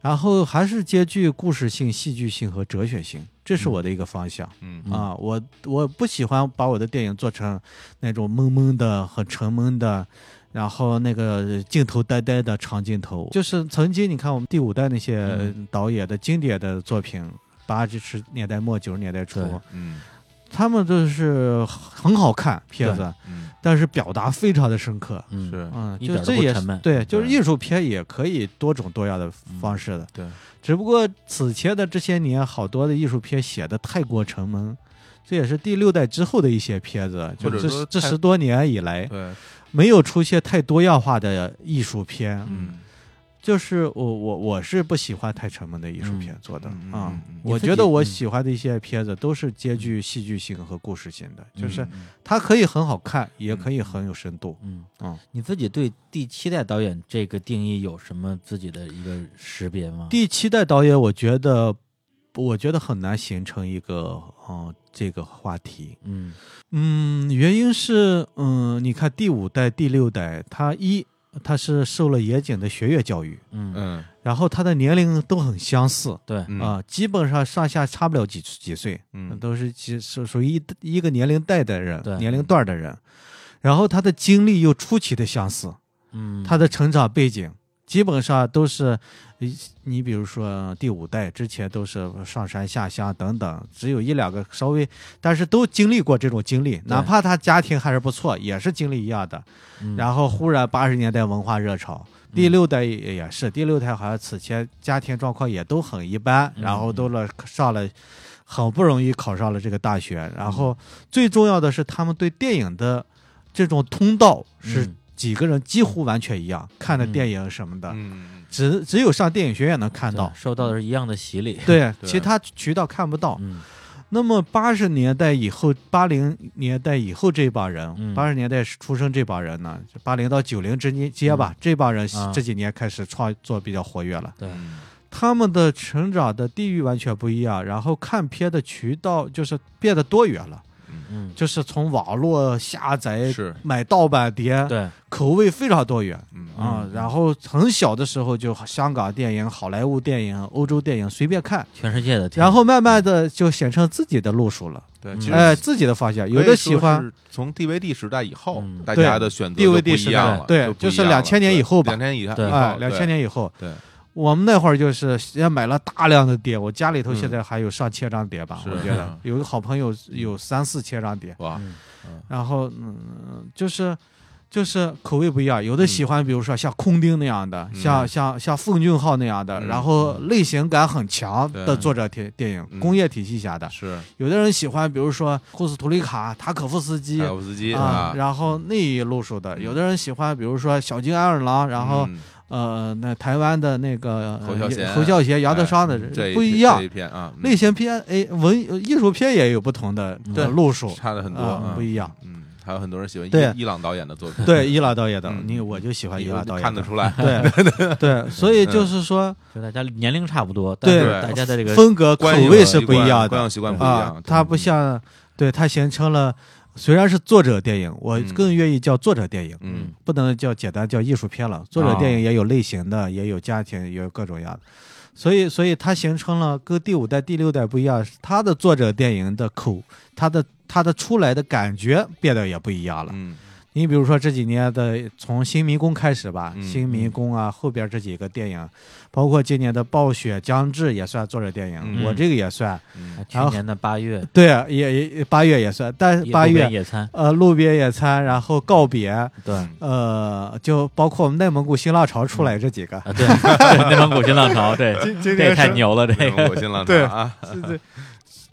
S3: 然后还是兼具故事性、戏剧性和哲学性，这是我的一个方向、
S2: 嗯
S3: 啊。我我不喜欢把我的电影做成那种懵懵的、很沉闷的，然后那个镜头呆呆的长镜头。就是曾经你看我们第五代那些呃
S1: 嗯
S3: 导演的经典的作品，八十年代末九十年代初，
S1: 对
S2: 嗯
S3: 他们都是很好看片子，
S2: 嗯
S3: 但是表达非常的深刻。
S1: 嗯
S2: 是
S3: 嗯，
S1: 一
S3: 就
S1: 点都
S3: 这
S1: 不
S3: 也
S1: 沉
S3: 是
S1: 闷嗯
S3: 对，就是
S2: 对
S3: 艺术片也可以多种多样的方式的。
S2: 对，
S3: 只不过此前的这些年，好多的艺术片写的太过沉闷，这也是第六代之后的一些片子，就
S2: 或者
S3: 这
S2: 说
S3: 这
S2: 太
S3: 十多年以来，
S2: 对
S3: 没有出现太多样化的艺术片。
S2: 嗯
S3: 就是我我我是不喜欢太沉闷的艺术片做的啊、
S2: 嗯嗯嗯嗯
S3: 我
S1: 你自
S3: 觉
S1: 己
S3: 得我
S1: 嗯
S3: 喜欢的一些片子都是兼具戏剧性和故事性的，就是
S2: 嗯
S3: 它可以很好看，也可以很有深度。
S1: 嗯
S3: 嗯
S1: 你自己对第七代导演这个定义有什么自己的一个识别吗？
S3: 第七代导演，我觉得，我觉得很难形成一个嗯、呃这个话题。
S1: 嗯
S3: 嗯，原因是嗯，你看第五代、第六代，他一他是受了野井的学院教育，
S1: 嗯
S2: 嗯
S3: 然后他的年龄都很相似啊、
S1: 对，
S2: 嗯
S3: 基本上上下差不了几几岁，
S2: 嗯
S3: 都是几属属于一一个年龄带的人
S1: 对，
S3: 年龄段的人。然后他的经历又出奇的相似，
S1: 嗯，
S3: 他的成长背景基本上都是，呃你比如说第五代之前都是上山下乡等等，只有一两个稍微，但是都经历过这种经历，哪怕他家庭还是不错，也是经历一样的。
S1: 嗯
S3: 然后忽然八十年代文化热潮。第六代也也是，第六代好像此前家庭状况也都很一般，
S1: 嗯
S3: 然后都了上了，很不容易考上了这个大学，
S1: 嗯
S3: 然后最重要的是他们对电影的这种通道是
S1: 嗯
S3: 几个人几乎完全一样，看的电影什么的，
S2: 嗯
S3: 只只有上电影学院能看
S1: 嗯对
S3: 到，嗯
S1: 受到的是一样的洗礼，
S3: 对，
S2: 对
S3: 其他渠道看不到。
S1: 嗯
S3: 那么八十年代以后，八零年代以后这帮
S1: 嗯
S3: 人，八十、年代出生这帮人呢，八零到九零之间吧，这帮人
S1: 啊
S3: 这几年开始创作比较活跃了。
S1: 对，
S3: 他们的成长的地域完全不一样，然后看片的渠道就是变得多元了，
S1: 嗯
S3: 就是从网络下载、
S2: 是
S3: 买盗版碟，
S1: 对，
S3: 口味非常多元。
S2: 嗯
S3: 啊、
S1: 嗯
S3: 然后很小的时候就香港电影、好莱坞电影、欧洲电影随便看，
S1: 全世界的天，
S3: 然后慢慢的就显成自己的路数了，
S2: 对，
S1: 嗯
S2: 其实
S3: 哎、自己的方向。有
S2: 可以
S3: 的喜
S2: 说
S3: 欢哎
S2: 是从 DVD 时代以后
S1: 嗯，
S2: 大
S3: 对
S2: 家的选择
S3: DVD 时代对
S2: 就
S3: 就是2000年以后吧
S2: 两千以后，
S1: 对
S3: 哎，两千
S2: 年
S3: 年以后，
S2: 对，
S3: 我们那会儿就是先买了大量的碟，我家里头
S2: 嗯
S3: 现在还有上千张碟吧，
S2: 是嗯
S3: 我觉得有个好朋友有三四千张碟，
S2: 哇，
S1: 嗯
S3: 然后嗯，就是。就是口味不一样，有的喜欢，比如说像空丁那样的，
S2: 嗯
S3: 像像像奉俊昊那样的，
S2: 嗯
S3: 然后类型感很强
S2: 对
S3: 的作者电电影，
S2: 嗯
S3: 工业体系下的，
S2: 是
S3: 有的人喜欢，比如说库斯图里卡、塔可夫斯基
S2: 海夫斯基
S3: 啊
S2: 啊，，
S3: 然后那一路数的；有的人喜欢，比如说小津安二郎，然后、
S2: 嗯
S3: 呃，那台湾的那个
S2: 侯孝贤哎
S3: 侯孝贤、杨德昌的
S2: 这
S3: 人
S2: 一
S3: 不
S2: 片
S3: 一
S2: 这
S3: 样
S2: 一。片啊，嗯
S3: 类型片哎，文艺术片也有不同的
S1: 嗯
S3: 呃路数，
S2: 差的很多
S3: 啊
S2: 嗯
S3: 不一样。
S2: 嗯，还有很多人喜欢
S3: 对
S2: 伊伊朗导演的作 <laughs> 品，
S3: 对，伊朗导演的
S2: 嗯，
S3: 你我就喜欢伊
S2: 你嗯
S3: 朗导演
S2: 看得
S3: 的。
S2: 出来，
S3: 对
S2: <laughs>
S3: 对，所以就是说
S1: 就大家年龄差不多，但是
S3: 对
S1: 大家的这个
S3: 风格口
S2: 观影
S3: 味是
S2: 习
S3: 不一
S2: 惯
S3: 样的
S2: 观影习惯不一
S3: 啊
S2: 样，，嗯
S3: 它不像，对它形成了，虽然是作者电影，我
S2: 嗯
S3: 更愿意叫作者电影。
S2: 嗯，哦
S3: 不能叫简单叫艺术片了，作者电影也有类型的，也有家庭，也有各种样的，所以所以它形成了跟第五代、第六代不一样，它的作者电影的口，它的它的出来的感觉变得也不一样了。
S2: 嗯
S3: 你比如说这几年的从新迷宫开始吧，
S2: 嗯
S3: 新迷宫啊，后边这几个电影，包括今年的暴雪将至也算作者电影，
S2: 嗯
S3: 我这个也算，
S2: 嗯
S1: 啊去
S3: 然后
S1: 年的八月，
S3: 对，啊也也八月也算，但是
S1: 夜
S3: 八
S1: 路边
S3: 月
S1: 野餐，
S3: 呃路边野餐，然后告别，
S1: 对啊，
S3: 呃，就包括我们内蒙古新浪潮出来这几个，
S1: 啊对，对内蒙古新浪潮，对，
S3: 今
S1: 这
S3: 年
S1: 太
S3: 是
S1: 牛了，这
S2: 嗯，
S1: 个
S2: 我新浪潮
S3: 对
S2: 啊，
S3: 这这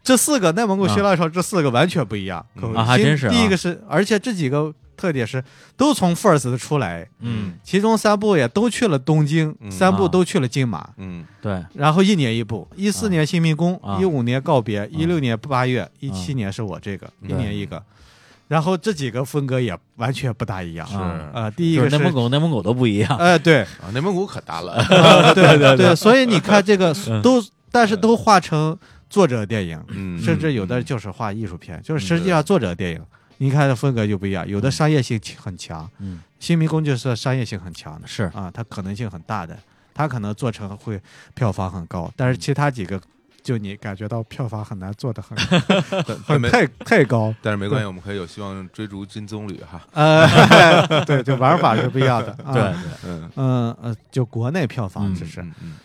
S3: 这四个内蒙古新浪潮这四个完全不一样，口味
S1: 啊还
S3: 新
S1: 真是啊
S3: 第一个是，而且这几个特点是都从 First 出来，
S1: 嗯，
S3: 其中三部也都去了东京，
S2: 嗯
S3: 三部
S1: 啊
S3: 都去了金马，
S2: 嗯
S1: 对，
S3: 然后一年一部，一四
S1: 啊
S3: 年新迷宫
S1: 啊，啊
S3: 一五年告别，一六年八月，一七年是我这个，
S2: 嗯
S3: 一年一个。然后这几个风格也完全不大一样
S1: 是
S3: 呃，第一
S1: 啊就
S3: 个
S1: 是内蒙
S3: 是。
S1: 古内蒙古都不一样，<laughs>
S3: 哎，对，
S2: 啊，内蒙古可大了，
S3: 呃对对对，所以你看这个
S1: <laughs> 嗯
S3: 都，但是都画成作者电影，
S2: 嗯，
S3: <laughs> 甚至有的
S2: 嗯
S3: 就是画艺术片，
S1: 嗯
S3: 就是实际上作者电影，你看的风格就不一样，有的商业性很强，
S1: 嗯，
S3: 新迷宫就是商业性很强的，
S1: 是
S3: 啊，它可能性很大的，它可能做成会票房很高，但是其他几个就你感觉到票房很难做的很
S2: 但但
S3: 很
S2: 没
S3: 太太高，
S2: 但是没关系，我们可以有希望追逐金棕榈哈，
S3: 呃， <laughs> 对，就玩法是不一样的，啊、
S1: 对，对，
S2: 嗯，
S3: 嗯呃，就国内票房
S1: 嗯
S3: 只是，
S2: 嗯嗯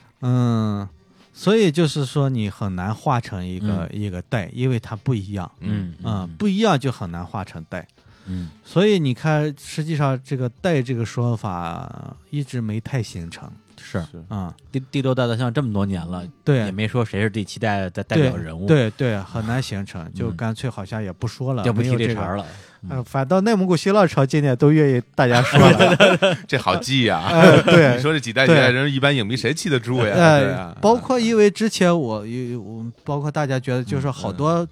S3: 嗯。所以就是说，你很难画成一个、一个带，因为它不一样，
S1: 嗯
S3: 嗯，不一样就很难画成带。
S1: 嗯
S3: 所以你看，实际上这个“带”这个说法一直没太形成
S1: 是
S2: 是
S3: 啊、
S1: 第第六代大象这么多年了，也
S3: 对
S1: 没说谁是第七代的代
S3: 对
S1: 表人物，，
S3: 对对，很难形成，就
S1: 嗯
S3: 干脆好像也不说了，
S1: 就不
S3: 没有
S1: 提
S3: 这
S1: 茬
S3: 个。
S1: 儿了，
S3: 呃，反倒内蒙古新浪潮今年都愿意大家说了，
S2: <laughs> 这好记
S3: <laughs>
S2: 呀。
S3: 呃，
S2: <laughs>
S3: 对，
S2: 你说这几代几
S3: 对
S2: 代人，一般影迷谁记得住呀？对啊
S3: 呃
S2: 呀，
S3: 包括因为之前我有我包括大家觉得就是说好多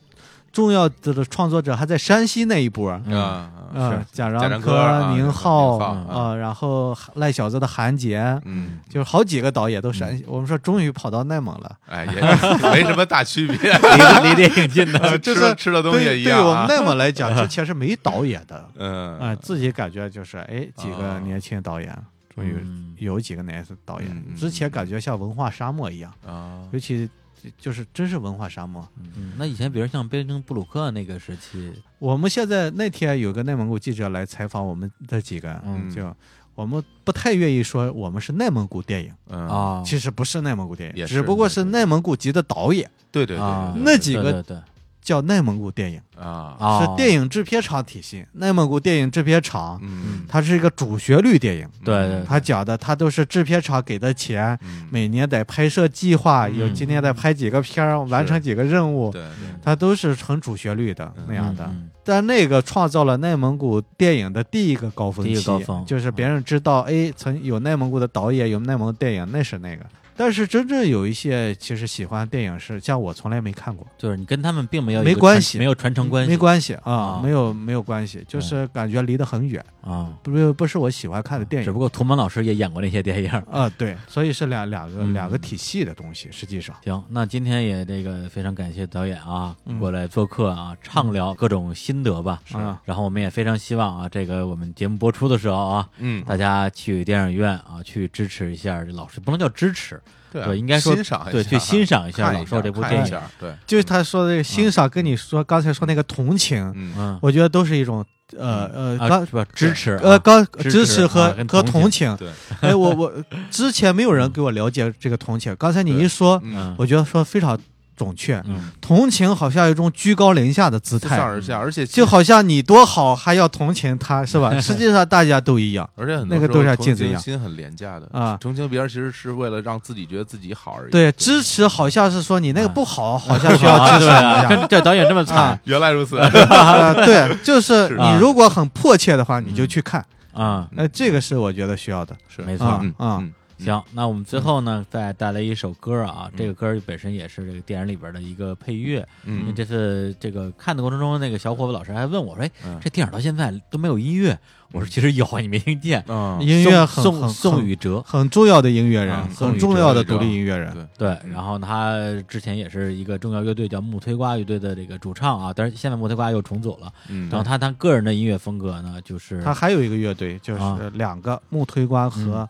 S3: 重要的创作者还在山西那一波，
S1: 嗯
S2: 啊，
S3: 呃
S1: 是，
S3: 贾
S2: 贾
S3: 樟
S2: 樟柯啊
S3: 宁
S2: 宁
S3: 浩
S2: 浩
S3: 啊，然后赖小子的韩杰，
S2: 嗯，
S3: 就是好几个导演都山西，我们说终于跑到内蒙了，
S2: 哎，也 <laughs> 没什么大区别，
S1: 离 <laughs> 离这挺近的，
S3: <laughs>
S2: 吃的吃的东西也
S3: 对
S2: 一
S3: 对
S2: 样
S3: 我们
S2: 啊。，
S3: 内蒙来讲，之前是没导演的
S2: 嗯
S3: 啊，自己感觉就是哎几
S2: 啊
S3: 个年轻导演，终于
S1: 嗯
S3: 有几个年轻导
S2: 嗯嗯
S3: 演，之前
S2: 嗯
S3: 感觉像文化沙漠一样，
S2: 啊，
S3: 尤其就是真是文化沙漠。
S1: 嗯那以前比如像边城布鲁克那个时期，
S3: 我们现在那天有个内蒙古记者来采访我们这几个，
S1: 嗯
S3: 就我们不太愿意说我们是内蒙古电影，
S2: 嗯，
S1: 啊，
S3: 其实不是内蒙古电
S2: 也
S3: 影，
S2: 是
S3: 只不过是
S2: 对对
S3: 内蒙古籍的导演
S2: 对对对
S1: 啊
S2: 对
S3: 那几个
S1: 对对对
S3: 叫内蒙古电影，
S2: 对啊，
S1: 啊，
S3: 是电影制片厂体系。内蒙古电影制片厂，
S2: 嗯，
S3: 它是一个主旋律电影，
S1: 对对
S2: 嗯
S3: 它讲的它都是制片厂给的钱，
S2: 嗯
S3: 每年得拍摄计划，有
S1: 嗯
S3: 今年得拍几个片儿，完成几个任务，
S2: 对对
S3: 它都是很主旋律的
S2: 嗯
S3: 那样的。
S1: 嗯
S3: 但那个创造了内蒙古电影的第一个高峰期，
S1: 第一个高峰嗯
S3: 就是别人知道，哎，曾有内蒙古的导演，有内蒙古电影，那是那个。但是真正有一些其实喜欢电影是像我从来没看过，
S1: 就是你跟他们并没有一
S3: 没
S1: 个
S3: 关
S1: 传
S3: 系
S1: 没有传承关系，
S3: 没关系
S1: 啊
S3: 啊，没有没有关系，就是感觉离得很远，
S1: 啊，
S3: 不是不是我喜欢看的电
S1: 只
S3: 影
S1: 不过图蒙老师也演过那些电影。
S3: 啊，对，所以是两两个
S1: 嗯
S3: 两个体系的东西，实际上，
S1: 行，那今天也这个非常感谢导演啊
S3: 嗯
S1: 过来做客啊，畅聊各种心得吧。
S3: 是啊
S1: 然后我们也非常希望啊，这个我们节目播出的时候啊，
S2: 嗯，
S1: 大家去电影院啊去支持一下这老师，不能叫支持，
S2: 对啊
S1: 对，应该说
S2: 欣
S3: 哎
S2: 赏一下
S1: 对，去欣赏一下
S2: 看
S1: 老
S2: 一
S1: 寿这部
S2: 看
S1: 电
S2: 一
S1: 影。
S2: 下，对，
S3: 就是他说的这个欣赏，跟你说刚才说那个同情，
S2: 嗯
S1: 嗯，
S3: 我觉得都是一种呃呃
S1: 啊，
S3: 刚
S1: 是吧？支持啊，
S3: 呃，刚
S1: 支持
S3: 支持和
S1: 啊跟
S3: 和
S1: 同
S3: 同情。
S2: 对，
S3: 哎，我我之前没有人给我了解这个同情，刚才你
S2: 对
S3: 一说，
S1: 嗯
S3: 我觉得说非常准确。
S1: 嗯，
S3: 同情好像有一种居高临下的姿
S2: 自上
S3: 态，
S2: 而下，而且
S3: 就，好像你多好还要同情他，
S1: <laughs>
S3: 是吧？实际上大家都一样。
S2: 而且很多
S3: 那个
S2: 时候
S3: 都是要
S2: 同
S3: 镜子一
S2: 情
S3: 样
S2: 心很廉价的
S3: 啊
S2: 同情别人其实是为了让自己觉得自己好而已。
S3: 对，支持好像是说你那个
S1: 啊
S3: 不
S1: <laughs>
S3: 好，好像需要支持
S1: 对
S3: 一
S1: 啊，
S3: 下。
S1: 这这导演这么惨
S2: 原来如
S1: <laughs>
S2: 此，
S3: 啊 <laughs> 对，就是
S2: 是
S3: 你如果很迫切的话，你
S1: 嗯
S3: 就去看。
S1: 啊，
S3: 那这个是我觉得需要的。
S2: 是
S1: 没错
S3: 啊
S2: 嗯
S3: 啊
S2: 嗯，
S1: 行，那我们最后呢，再带来一首歌啊，
S3: 嗯
S1: 这个歌本身也是这个电影里边的一个配乐。因为
S2: 嗯，
S1: 这次这个看的过程中，那个小伙子老师还问我说：“哎
S2: 嗯，
S1: 这电影到现在都没有音乐？”我说：“其实有啊，你没听见。
S2: 嗯
S3: 音乐很
S1: 宋宋
S3: 很
S1: 宋
S3: 很
S1: 雨哲，
S3: 很重要的音乐人
S1: 啊，宋
S3: 很
S1: 雨
S3: 重
S1: 哲
S3: 要的
S2: 是吧
S3: 独立音乐人。
S2: 对
S1: 对，然后他之前也是一个重要乐队叫木推瓜乐队的这个主唱啊，但是现在木推瓜又重组了。
S2: 嗯，
S1: 然后他他个人的音乐风格呢，就是
S3: 他还有一个乐队，就
S1: 啊
S3: 是两个木推瓜和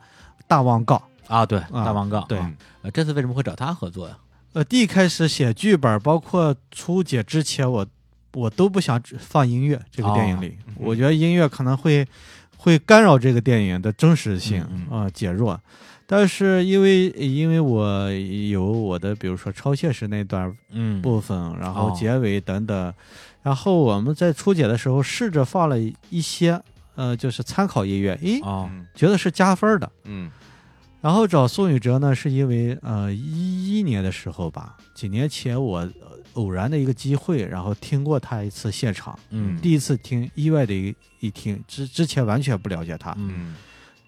S3: 大望告。
S1: 啊，对大王杠。
S3: 对
S1: 啊
S2: 嗯
S1: 呃这次为什么会找他合作呀？
S3: 呃，第一开始写剧本，包括初姐之前我，我都不想只放音乐这个电影里，
S2: 哦
S3: 我觉得音乐可能会会干扰这个电影的真实性啊、
S1: 嗯
S3: 呃减弱。但是因为因为我有我的，比如说超现实那段
S1: 嗯，
S3: 部分，然后
S1: 哦
S3: 结尾等等。然后我们在初解的时候试着放了一些，呃，就是参考音乐，咦，
S1: 哦，
S2: 嗯
S3: 觉得是加分的。
S2: 嗯
S3: 然后找宋雨哲呢，是因为呃一一年的时候吧，几年前我呃偶然的一个机会，然后听过他一次现场，
S1: 嗯
S3: 第一次听，意外的一一听，之之前完全不了解他，
S1: 嗯，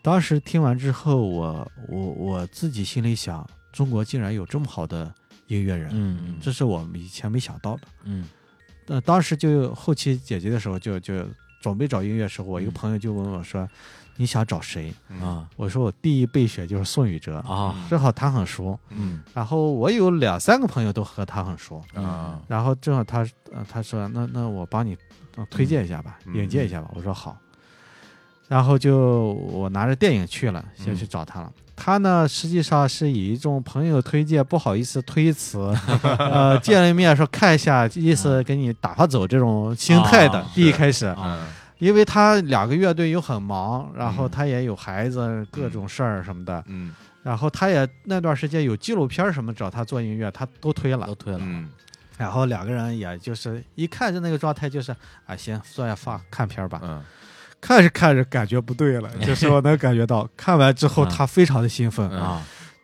S3: 当时听完之后，我我我自己心里想，中国竟然有这么好的音乐人，
S1: 嗯嗯
S3: 这是我们以前没想到的。
S1: 嗯
S3: 那、呃当时就后期剪辑的时候就，就准备找音乐的时候，我一个
S1: 嗯
S3: 朋友就问我说：“你想找谁
S2: 嗯
S1: 啊？”
S3: 我说：“我第一备选就是宋雨哲，
S1: 啊
S3: 正好他很熟。
S1: 嗯
S3: 然后我有两三个朋友都和他很熟，
S2: 啊
S3: 然后正好他、呃、他说：‘那那我帮你、呃推荐一下吧，
S2: 嗯
S3: 引荐一下吧。’我说好。然后就我拿着电影去了，先
S2: 嗯
S3: 去找他了。他呢，实际上是以一种朋友推荐，不好意思
S2: <laughs>
S3: 推辞，呃，见了面说看一下，意思给你打发走这种心态的。
S1: 啊
S3: 第一开始，
S1: 啊
S2: 嗯
S3: 因为他两个乐队又很忙，然后
S2: 嗯
S3: 他也有孩子，各种事儿什么的，
S2: 嗯
S3: 然后他也那段时间有纪录片儿什么找他做音乐，他都推了
S1: 都。退了，
S2: 嗯
S3: 然后两个人也就是一看就那个状态，就是啊，行，坐下放看片儿吧。
S2: 嗯
S3: <laughs> 看着看着感觉不对了，就是我能感觉到，看完之后
S1: 嗯
S3: 他非常的兴奋，
S2: 嗯
S1: 啊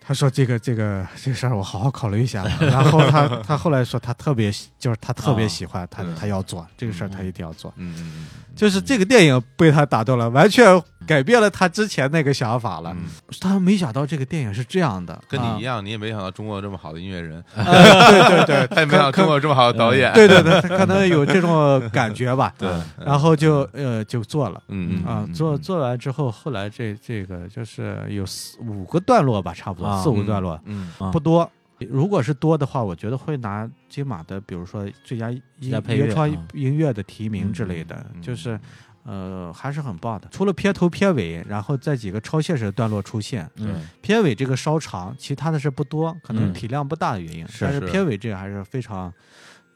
S3: 他说这个这个这个事儿我好好考虑一下。啊然后他他后来说他特别喜就是他特别喜欢他
S2: 嗯
S3: 他要做这个事儿，
S1: 嗯
S3: 他一定要做。
S2: 嗯嗯
S3: 就是这个电影被他打动了，完全改变了他之前那个想法了。
S2: 嗯，
S3: 他没想到这个电影是这样的，
S2: 跟
S3: 啊
S2: 你一样，你也没想到中国有这么好的音乐人，
S3: 对对对，
S2: 他也没想到中国有这么好的导演，
S3: 对对对，他可能有这种感觉吧。
S2: <laughs> 对，
S3: 然后就呃就做了。
S2: 嗯嗯
S3: 啊，做做完之后，后来这这个就是有四五个段落吧，差不多、
S1: 啊
S3: 四五个段落，，
S2: 嗯
S1: 啊
S3: 不多。如果是多的话，我觉得会拿金马的，比如说最佳音
S1: 最佳配乐
S3: 原创
S1: 啊
S3: 音乐的提名之类的，
S2: 嗯
S3: 就是呃还是很棒的。除了片头片尾，然后在几个超现实的段落出现，
S1: 嗯
S2: 对
S3: 片尾这个稍长，其他的是不多，可能
S1: 嗯
S3: 体量不大的原因，
S1: 是
S3: 但是
S2: 是
S3: 片尾这个还是非常。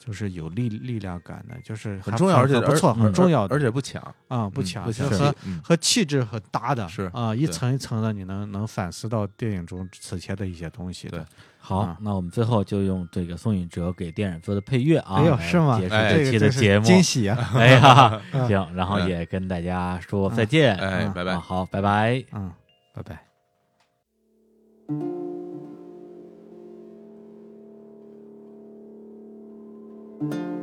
S3: 就是有力力量感的，就是
S2: 很
S3: 还
S2: 重要
S3: 很
S2: 而且
S3: 很不错，
S1: 而
S3: 很重要的，
S2: 而且不抢，
S3: 啊、不
S2: 嗯
S3: 抢，
S2: 不抢
S3: 就是和
S2: 嗯
S3: 和气质很搭的，
S2: 是
S3: 啊、一
S2: 对
S3: 层一层的，你能能反思到电影中此前的一些东西的
S2: 对。
S1: 好
S3: 啊，
S1: 那我们最后就用这个宋允哲给电影做的配乐啊，
S3: 哎呦，
S1: 来
S3: 是吗？
S1: 结束
S2: 哎
S1: 这
S3: 个
S1: 期的
S3: 真是
S1: 节目，
S3: 惊喜啊！
S1: 哎呀，
S3: <laughs> 嗯
S1: 行，然后
S2: 嗯
S1: 也跟大家说再见，
S2: 哎，
S3: 嗯
S2: 拜
S1: 啊
S2: 拜。
S1: 好，拜拜。
S3: 嗯，拜拜。
S6: Thank